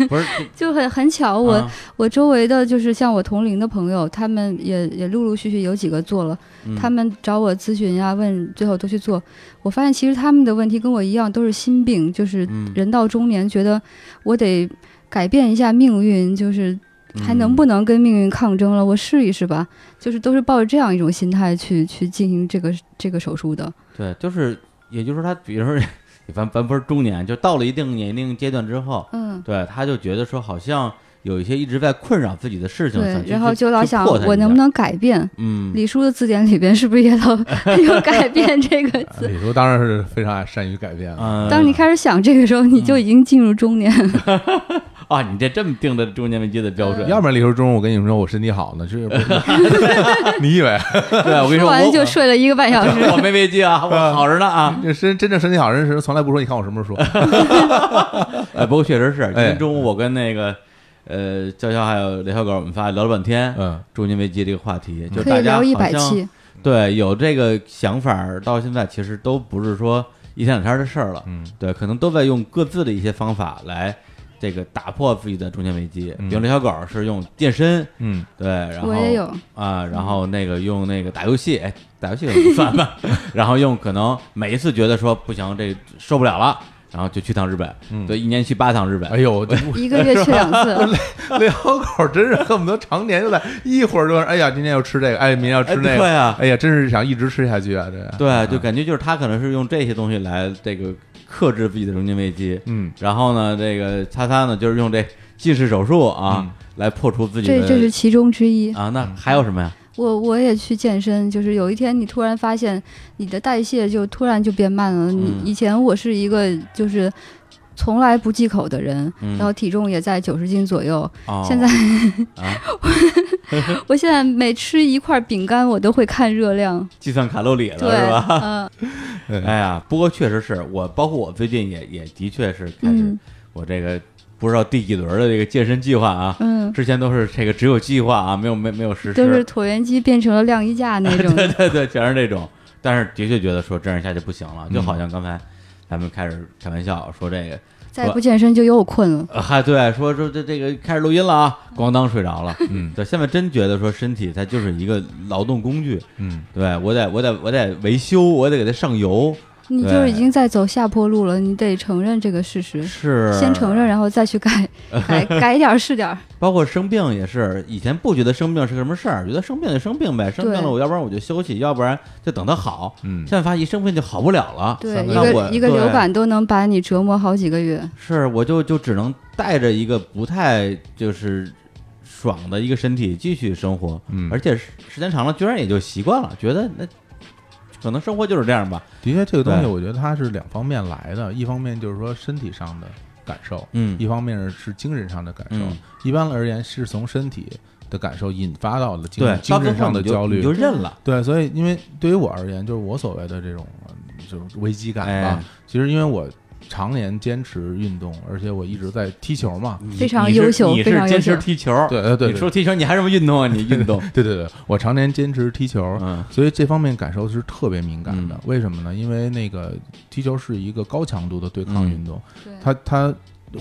不是就很很巧，哎 我、啊我周围的就是像我同龄的朋友，他们也也陆陆续续有几个做了，嗯他们找我咨询呀、问最后都去做。我发现其实他们的问题跟我一样，都是心病，就是嗯人到中年，觉得我得改变一下命运，就是还嗯能不能跟命运抗争了？我试一试吧，就是都是抱着这样一种心态去去进行这个这个手术的。对，就是也就是说他，比如说咱咱不是中年，就到了一定年龄阶段之后，嗯，对，他就觉得说好像有一些一直在困扰自己的事情，想对，去然后就老去想破它我一能不下能改变。嗯李叔的字典里边是不是也都 有改变这个 字？啊李叔当然是非常爱善于改变了。嗯，当你开始想这个时候，你就已经进入中年。啊，你这这么定的中年危机的标呃准，要 不然李叔中午我跟你们说我身体好呢，这是不是 你以为 嗯对啊我跟你 说说，完我就睡了一个半小时。 我没危机啊，我好着呢 嗯啊。这身真正身体好人是从来不说，你看我什么时候 说？哎，不过确实是，今哎天中午我跟那个呃娇娇还有雷小狗，我们仨聊了半天嗯，中年危机这个话题，就是可大以家聊一好百像期，对，有这个想法儿到现在，其实都不是说一天两天的事儿了。嗯，对，可能都在用各自的一些方法来这个打破自己的中年危机。嗯比如刘小狗是用健身，嗯，对，然后我也有啊，然后那个用那个打游戏，哎，打游戏不算吧。 然后用可能每一次觉得说不行，这受不了了，然后就去趟日本，嗯对，一年去八趟日本。哎呦，我这一个月去两次，遛狗真是恨不得常年就在一会儿就是，哎呀，今天要吃这个，哎，明天要吃那哎对个，啊，哎呀，真是想一直吃下去啊，这对，就感觉就是他可能是用这些东西来这个克制自己的中年危机。嗯，然后呢，这个擦擦呢，就是用这近视手术啊，嗯来破除自己这的这是其中之一。啊，那还有什么呀？我我也去健身，就是有一天你突然发现你的代谢就突然就变慢了。你嗯以前我是一个就是从来不忌口的人，嗯然后体重也在九十斤左右。哦，现在 啊， 我现在每吃一块饼干，我都会看热量。哦计算卡路里了对，是吧？嗯哎呀，不过确实是我，包括我最近也也的确是开始、嗯我这个不知道第几轮的这个健身计划啊，嗯，之前都是这个只有计划啊，没有没没有实施， 就是椭圆机变成了晾衣架那种。对对对，全是这种。但是的确觉得说这样下去不行了，就好像刚才咱们开始开玩笑说这个，再不健身就又困了。呃还、对说说这这个开始录音了啊，咣当睡着了。嗯对，现在真觉得说身体它就是一个劳动工具，嗯对我得我得我得维修，我得给它上油，你就是已经在走下坡路了，你得承认这个事实，是先承认，然后再去改，改改一点儿是点儿。包括生病也是，以前不觉得生病是个什么事儿，觉得生病就生病呗，生病了我要不然我就休息，要不然就等它好。嗯现在发现一生病就好不了了，对，三一个我个一个对流感都能把你折磨好几个月。是我就就只能带着一个不太就是爽的一个身体继续生活，嗯而且时时间长了居然也就习惯了，觉得那可能生活就是这样吧，的确，这个东西对我觉得它是两方面来的，一方面就是说身体上的感受，嗯一方面是精神上的感受。嗯一般而言，是从身体的感受引发到的精对，到精最神后上你的就焦虑，你就认了，对，所以因为对于我而言，就是我所谓的这种呃这种危机感吧，哎其实因为我常年坚持运动，而且我一直在踢球嘛。嗯非常你是优秀你非是常优坚持秀踢球，对对对，嗯你说踢球你还什么运动啊？你运动 对对对，我常年坚持踢球，嗯所以这方面感受是特别敏感的。嗯为什么呢？因为那个踢球是一个高强度的对嗯抗运动，对，它它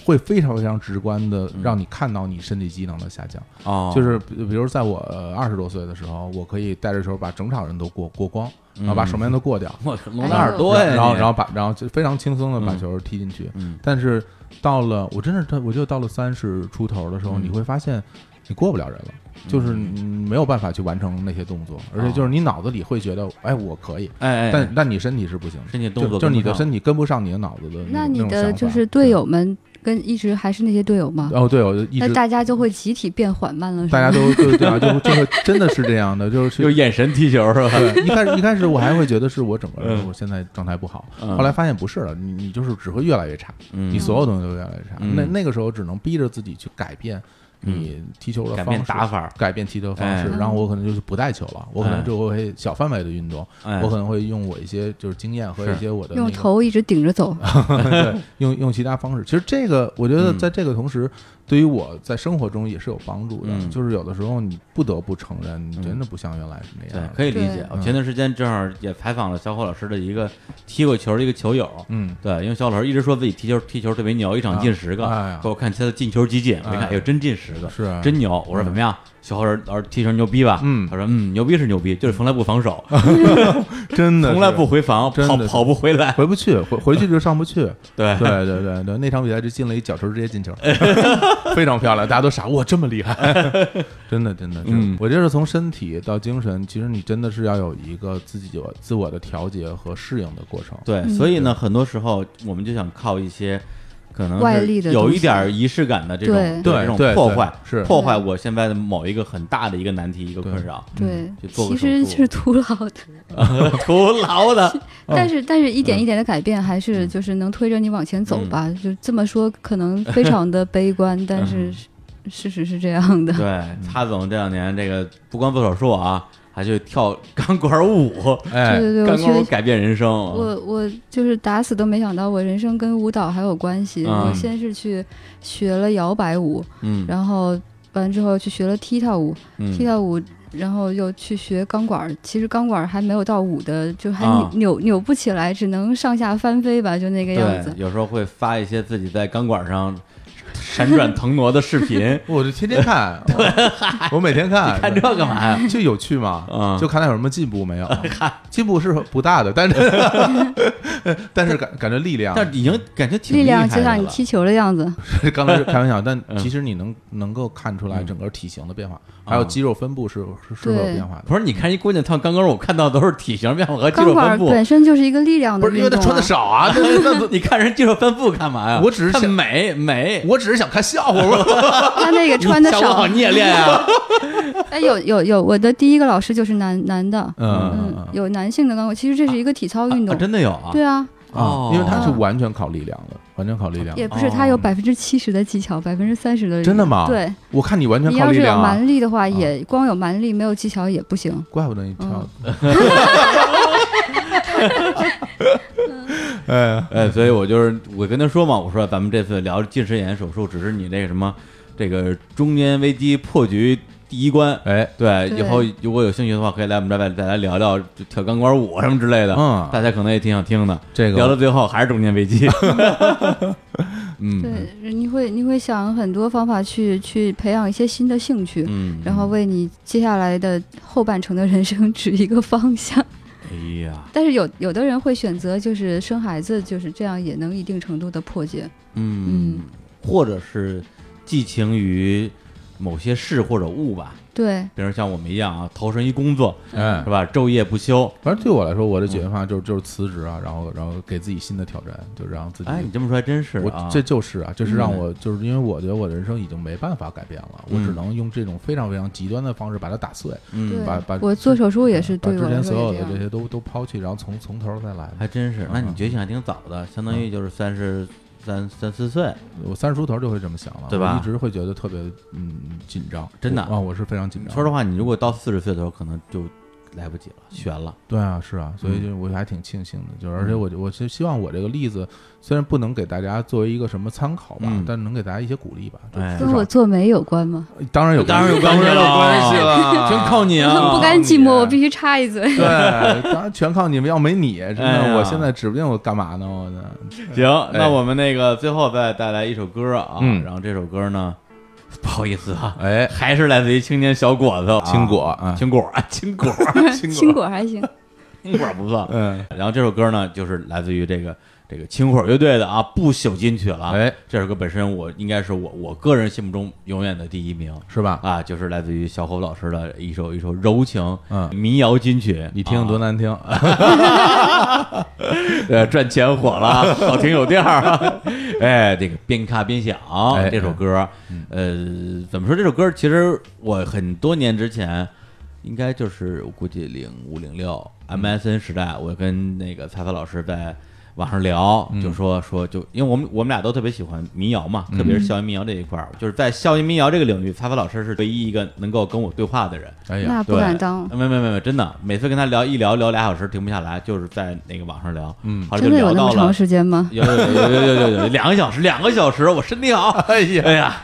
会非常非常直观的嗯让你看到你身体机能的下降。哦，就是比比如在我呃二十多岁的时候，我可以带着球把整场人都过过光，嗯然后把守门员都过掉， 我隆哎达尔呦多呀，然后你然后把然后就非常轻松的把嗯球踢进去。嗯但是到了我真是到我就到了三十出头的时候，嗯你会发现你过不了人了。就是你没有办法去完成那些动作，而且就是你脑子里会觉得，哎，我可以，哦哎哎，但但你身体是不行的，身体动作就就跟是不你的上身体跟不上你的脑子的那种嗯那你种的想法就是队友们跟一直还是那些队友吗？哦，对，我就一那直大家就会集体变缓慢了，是大家吗？都对对啊，就就是真的是这样的，就是去用眼神踢球是吧？ 对，一开始一开始我还会觉得是我整个人嗯我现在状态不好，嗯后来发现不是了，你你就是只会越来越差，嗯你所有东西都越来越差。嗯那那个时候只能逼着自己去改变你踢球的改方式、变打法，改变踢球的方哎式。然后我可能就是不带球了，我可哎能就会小范围的运动，哎我可能会用我一些就是经验和是一些我的那用个头一直顶着走， 对，用用其他方式。其实这个，我觉得嗯在这个同时，对于我在生活中也是有帮助的。嗯就是有的时候你不得不承认，你真的不像原来是那样对的。，可以理对解。我前段时间正好也采访了小伙老师的一个踢过球的一个球友，嗯，对，因为小伙老师一直说自己踢球踢球特别牛，一场进十个，啊哎呀说我看他的进球集锦，我一看，哎哎呦，真进十个，是啊真牛。我说怎么样，小伙老师踢球牛逼吧？嗯他说嗯，牛逼是牛逼，就是从来不防 守，真 的从来是不回防，真跑的是跑不回 来。回不去，回回去就上不去。 对对对对对，那场比赛就进了一脚球，直接 进球，非常漂亮，大家都傻，哇，这么厉害！真的真的，真的嗯我觉得从身体到精神，其实你真的是要有一个自己我自我的调节和适应的过程。嗯对，所以呢，很多时候我们就想靠一些可能是外力的有一东西点儿仪式感的这种对对这种对破对坏，是破坏我现在的某一个很大的一个难题一个对困扰，对就，做个其手实术是徒劳的，徒劳的。但是但是一点一点的改变，还是就是能推着你往前走吧。就这么说，可能非常的悲观，但是事实是这样的。嗯对， 擦总这两年这个不光做手术啊，还去跳 钢管舞，哎，对对对，钢我管舞去。改变人生。我我就是打死都没想到，我人生跟舞蹈还有关系。嗯我先是去学了摇摆舞，嗯然后完之后去学了踢踏舞，嗯踢踏舞，然后又去学钢管儿。其实钢管儿还没有到舞的，就还扭、啊扭扭不起来，只能上下翻飞吧，就那个样对子，。有时候会发一些自己在钢管上闪转腾挪的视 频，我就天 天看，我我每天看，看这干嘛 呀？就有趣嘛， 嗯就看他有什么进步 没有，进步是不大的，但是但是 感感觉力量，但已经感觉挺力厉害的量就像你了踢球的样子，刚才是开 玩嗯笑，但其实你能能够看出来整个体型的变化，嗯还有肌肉分布是是是会有对变化的。不是，你看一姑娘跳钢管舞，看到都是体型变化和肌钢肉管分儿布。本身就是一个力量的不是因为运他动、啊。穿的少啊， 那那那 你看人肌肉分布干嘛呀？ 我只是看想美美，我只是想看笑话，我他 那个穿的小伙少好，虐恋啊！哎，有有有，我的第一个老师就是男男的，嗯嗯，有男性的钢管，其实这是一个体操 运动，啊真的有啊？对啊，哦啊，因为他是完全靠力量的，完全靠力量的也。不是他有百分之七十的技巧，百分之三十的哦真的吗？对，我看你完全你靠要力是有量啊，蛮力的话，也光有蛮力没有技巧也不行。怪不得你跳嗯。 哎呀，哎，所以我就是我跟他说嘛，我说咱们这次聊近视眼手术，只是你那个什么这个中年危机破局第一关。 哎，对，对以后如果有兴趣的话，可以来我们这边再来聊聊就跳钢管舞什么之类的。嗯大家可能也挺想听的。这个聊到最后还是中年危 机。嗯对，你会你会想很多方法去去培养一些新的兴趣，嗯， 然后为你接下来的后半程的人生指一个方向。哎呀，但是有有的人会选择就是生孩子，就是这样也能一定程度的破解。嗯，或者是寄情于某些事或者物吧，对，比如像我们一样啊，投身于工作哎是，吧，骤夜不休。反正对我来说，我的解决方案就是就是辞职啊，然后然后给自己新的挑战，就让自己哎，你这么说还真是啊嗯我，这就是啊，就是让我，就是因为我觉得我的人生已经没办法改变了，我嗯只能用这种非常非常极端的方式把它打碎，嗯对，把把我做手术也是把对之我来前说所有也的这这样。些都都抛弃，然后从从头再来嘛。还真是。那你嗯觉醒还挺早的，相当于就是三十三三四岁，我三十出头就会这么想了，对吧我一直会觉得特别嗯紧张，真的我啊，我是非常紧张。说实，话，你如果到四十岁的时候，可能就来不及了，悬了。对啊，是啊，所以就我还挺庆幸的，就是而且我我是希望我这个例子虽然不能给大家作为一个什么参考吧嗯，但能给大家一些鼓励吧。就哎至跟我少做媒有关 吗？当然有当然有关系啊了 了真靠 你啊！嗯不甘寂寞，你我必须插一嘴。对，当然全靠你们，要没你，真的，哎呀我现在指不定我干嘛呢，我呢。行，那哎我们那个最后再带来一首歌啊，嗯然后这首歌呢，不好意思啊，哎，还是来自于青年小果子啊青果啊，青果 啊，青果，青果还行，青果不错。嗯，然后这首歌呢，就是来自于这个这个青火乐队的啊《不朽金曲》了。啊哎，这首歌本身我应该是我我个人心目中永远的第一名是吧？啊，就是来自于小侯老师的一首一首柔情嗯民谣金曲。你听多难听，呃，赚钱火了，好听有调儿。哎，这个边看边想、哎这首歌，呃，怎么说？这首歌其实我很多年之前，应该就是我估计零五零六 MSN 时代，我跟那个蔡蔡老师在网上聊，就说说就因为我们我们俩都特别喜欢民谣嘛，特别是校园民谣这一块儿，就是在校园民谣这个领域，蔡蔡老师是唯一一个能够跟我对啊话的人。哎呀，啊那不敢当。没没没没，真的，每次跟他聊一聊聊俩小时停不下来，就是在那个网上聊，嗯，后来就真的有聊那到么了长。时间吗？有有有有有有有两个小时，两个小时，我身体好， 哎呀，哎呀，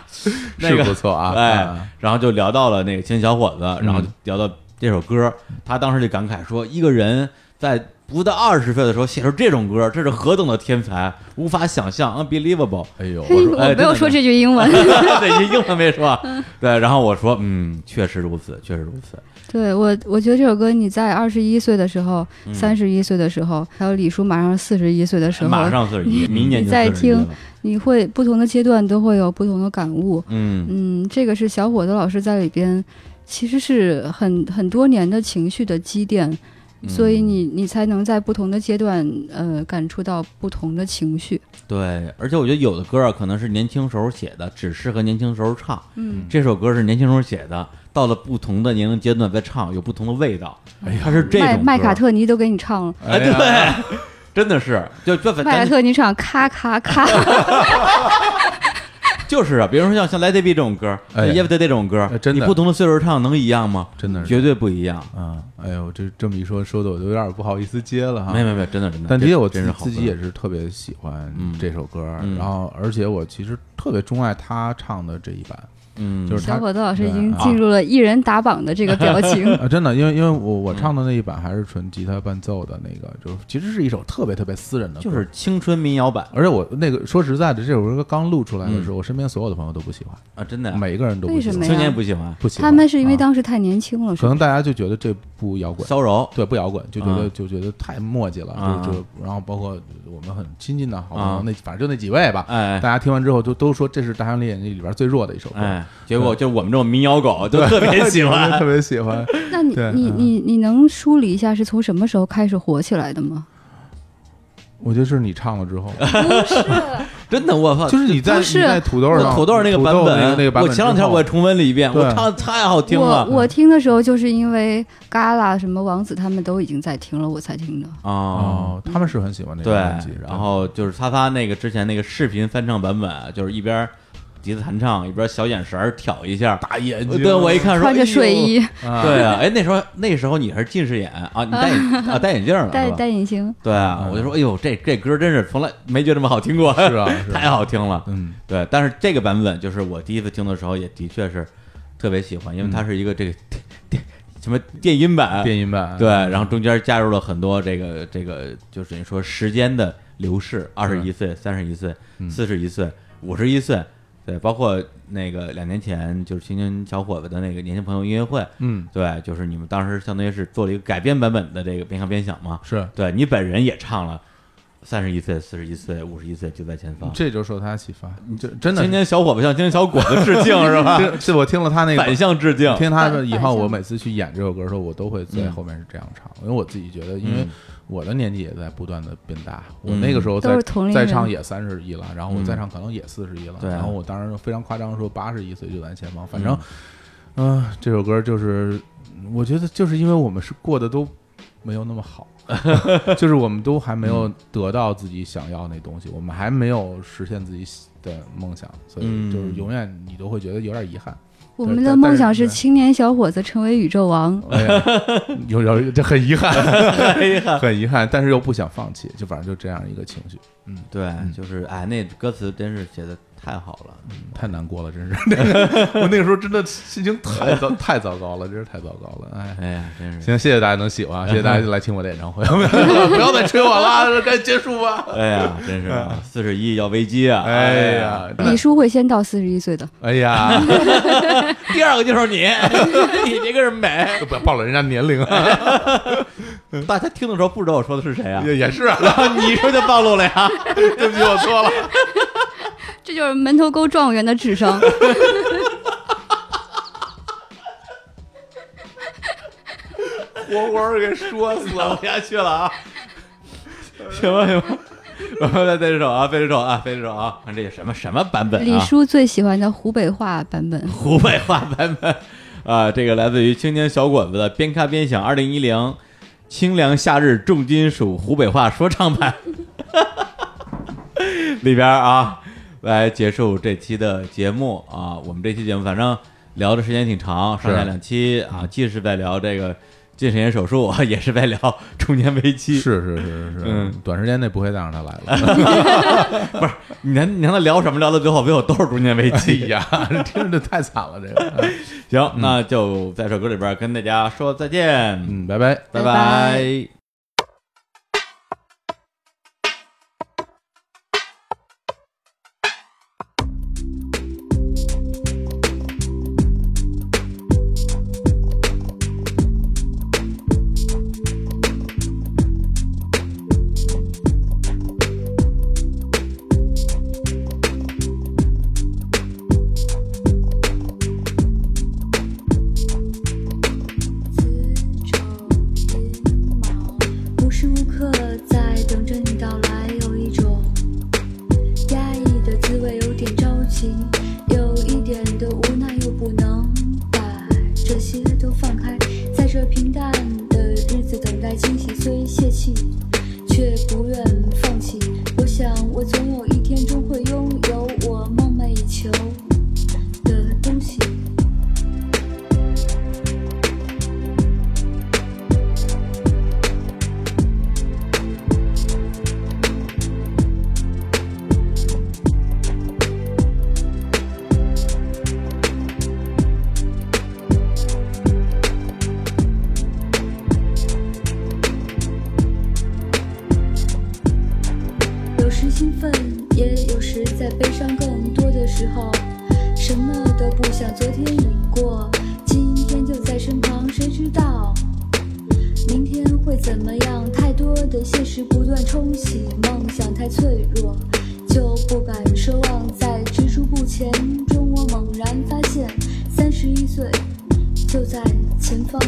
那是个不错啊，哎啊，，嗯然后就聊到了那个青年小伙子，然后就聊到这首歌，他当时就感慨说，一个人在不到二十岁的时候写出这种歌，这是何等的天才，无法想象，unbelievable。哎呦， 嘿，说哎我没真的有说这嗯句英 文。对，英文没说，啊对，然后我说，嗯，确实如此，确实如此，对我，我觉得这首歌你在二十一岁的时候、嗯三十一岁的时候，还有李叔马上四十一岁的时候，马上四十一，明年就你再四十一了听，你会不同的阶段都会有不同的感悟。嗯嗯，这个是小伙子老师在里边，其实是很很多年的情绪的积淀，嗯所以你你才能在不同的阶段，呃，感触到不同的情绪。对，而且我觉得有的歌啊，可能是年轻时候写的，只适合年轻时候唱。嗯，这首歌是年轻时候写的，到了不同的年龄阶段再唱，有不同的味道。它是这种麦歌哎麦卡，特尼都给你唱了，哎，对， 真的是，就就反麦卡正特尼唱咔 咔咔，就是啊，比如说像像《Let It Be》这种歌，哎像《Yesterday》这种歌哎，真的你不同的岁数唱能一样吗？真的是绝对不一样。啊，哎呦，这这么一说，说的我都有点不好意思接了哈没。有没有没有，真的真的。啊但的这确，我真自是己好自己歌也是特别喜欢嗯这首歌，嗯然后而且我其实特别钟爱他唱的这一版，嗯，就是他小伙子老师已对经啊进入了一人打榜的这个 表情。啊，真的，因为因为我嗯我唱的那一版还是纯吉他伴奏的那个，就是其实是一首特别特别私人的歌，就是青春民谣版而且我那个说实在的，这首歌刚录出来的时候，我身边所有的朋友都不喜欢，啊，嗯真的啊，每一个人都不喜为什么欢呀，青年不喜欢不喜欢。他们是因为啊当时太年轻了，是可吧？能大家就觉得这不摇滚，骚扰，对不摇滚，就觉得啊就觉得太墨迹了啊，就就然后包括我们很亲近的好朋啊友，那反正就那几位吧，哎大家听完之后就都说这是《大象猎眼记》里边最弱的一首歌，哎， 结果就是我们这种民谣狗都特别喜欢我 就。特别喜欢。那你对你嗯你你能梳理一下是从什么时候开始火起来的吗？我觉得是你唱了之后，啊真的，我操！就是你在不你是在土豆我上土豆那个版土豆本，那个那个版本我之前后，两天我也重温了一遍，对我唱的太好听我嗯了我听的时候就是因为嘎啦什么王子他们都已经在听了，我才听的。啊！哦，他们是很喜欢那对个专辑，，然后就是擦擦那个之前那个视频翻唱版本，啊就是一边笛子弹唱一边小眼神儿挑一下，大眼睛，对我一看说穿着睡。衣，哎呦对啊，哎，那时候那时候你还是近视眼啊，你 戴眼啊戴眼镜了，戴是吧戴隐形，对啊，我就说，哎呦，这这歌真是从来没觉得这么好听过，是啊是 啊太好听了。嗯，对，但是这个版本就是我第一次听的时候，也的确是特别喜欢，因为它是一个这个电电什么电音版，嗯电音版，对，啊然后中间加入了很多这个这个，就是你嗯说时间的流逝，二十一岁、三十一岁、四十一岁、五十一岁，对，包括那个两年前就是青年小伙子的那个年轻朋友音乐会，嗯，对，就是你们当时相当于是做了一个改编版本的这个边看边想嘛，是，对你本人也唱了三十一岁、四十一岁、五十一岁就在前方，这就受他启发，嗯你就真的青年小伙子向青年小伙子致敬是吧？ 这是我听了他那反个。向致敬，听他反的以反后，向我每次去演这首歌的时候，我都会在嗯后面是这样唱，因为我自己觉得，因为嗯我的年纪也在不断的变大，我嗯那个时候都再是同龄再人唱也三十一了，然后我再嗯唱可能也四十一了，对啊然后我当然非常夸张地说八十一岁就在前方，反正，嗯、这首歌就是我觉得就是因为我们是过得都没有那么 好，就是我们都还没嗯有得到自己想要那东西，我们还没有实现自己的梦想，所以就是嗯永远你都会觉得有点遗憾。我们但的但梦是想你是看青年小伙子成为宇宙王。哎呀， 有有这很遗憾， 哎很遗憾，但是又不想放弃，就反正就这样一个情绪，对，就是哎，那歌词真是写的太好了，嗯太难过了，真是。 那个我那个时候真的心情太糟太糟糕了，真是太糟糕了，哎。哎呀，真是，行，谢谢大家能喜欢，啊谢谢大家来听我的演唱会， 不要再吹我了， 该结束吧。哎呀，真是四十一要危机啊！哎，呀，李叔会先到四十一岁的，哎呀，第二个就是你， 你这个人美，不要暴露人家年龄啊，大家听的时候不知道我说的是谁啊？嗯也也是啊， 你说就暴露了呀！对不起，我错 了。这就是门头沟状元的 智商。 活活儿给说 死聊不下去了啊！行吧行吧， 我们来背这首啊，背这首啊，背这首啊！看这是什么什么版本李啊？叔最喜欢的湖北话版本，湖北话版本啊，这个来自于青年小伙子的《边看边想》二零一零清凉夏日重金属湖北话说唱版 里边啊，来结束这期的节目啊。我们这期节目反正聊的时间挺长，上下是两期啊，既是在聊这个 近视眼手术，也是在聊中年危机。是是是是是嗯，短时间内不会再让他来了。 你难你让他聊什么？聊到最后，最后都是中年危哎机。呀，听着太惨了，这个。行，那就在这首歌里边跟大家说再见，嗯，拜拜。拜拜拜拜自愁云茫，无时无刻在等着你到来，有一种压抑的滋味，有点着急，有一点的无奈，又不能把这些都放开，在这平淡的日子等待惊喜，虽泄气，却不愿放弃。我想，我总有一天终会拥有我梦寐以求的东西。有时兴奋，也有时在悲伤，更多的时候什么都不想。昨天已过，今天就在身旁，谁知道明天会怎么样？太多的现实不断冲洗，梦想太脆弱，就不敢奢望。在踟蹰不前中，我猛然发现，三十一岁就在前方。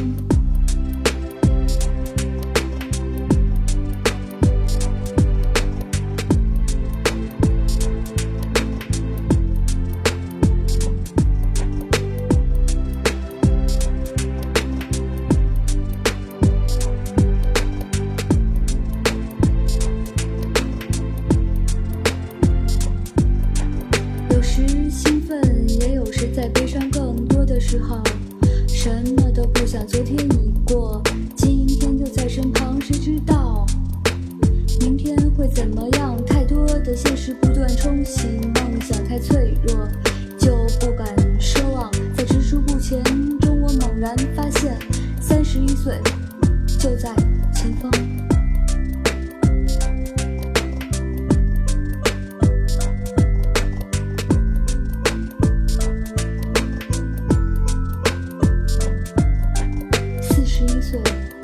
有时兴奋，也有时在悲伤，更多的时候什么都不想。昨天已过，今天就在身旁，谁知道明天会怎么样？太多的现实不断冲洗，梦想太脆弱，就不敢奢望。在踟蹰不前中，我猛然发现，三十一岁就在前方。岁。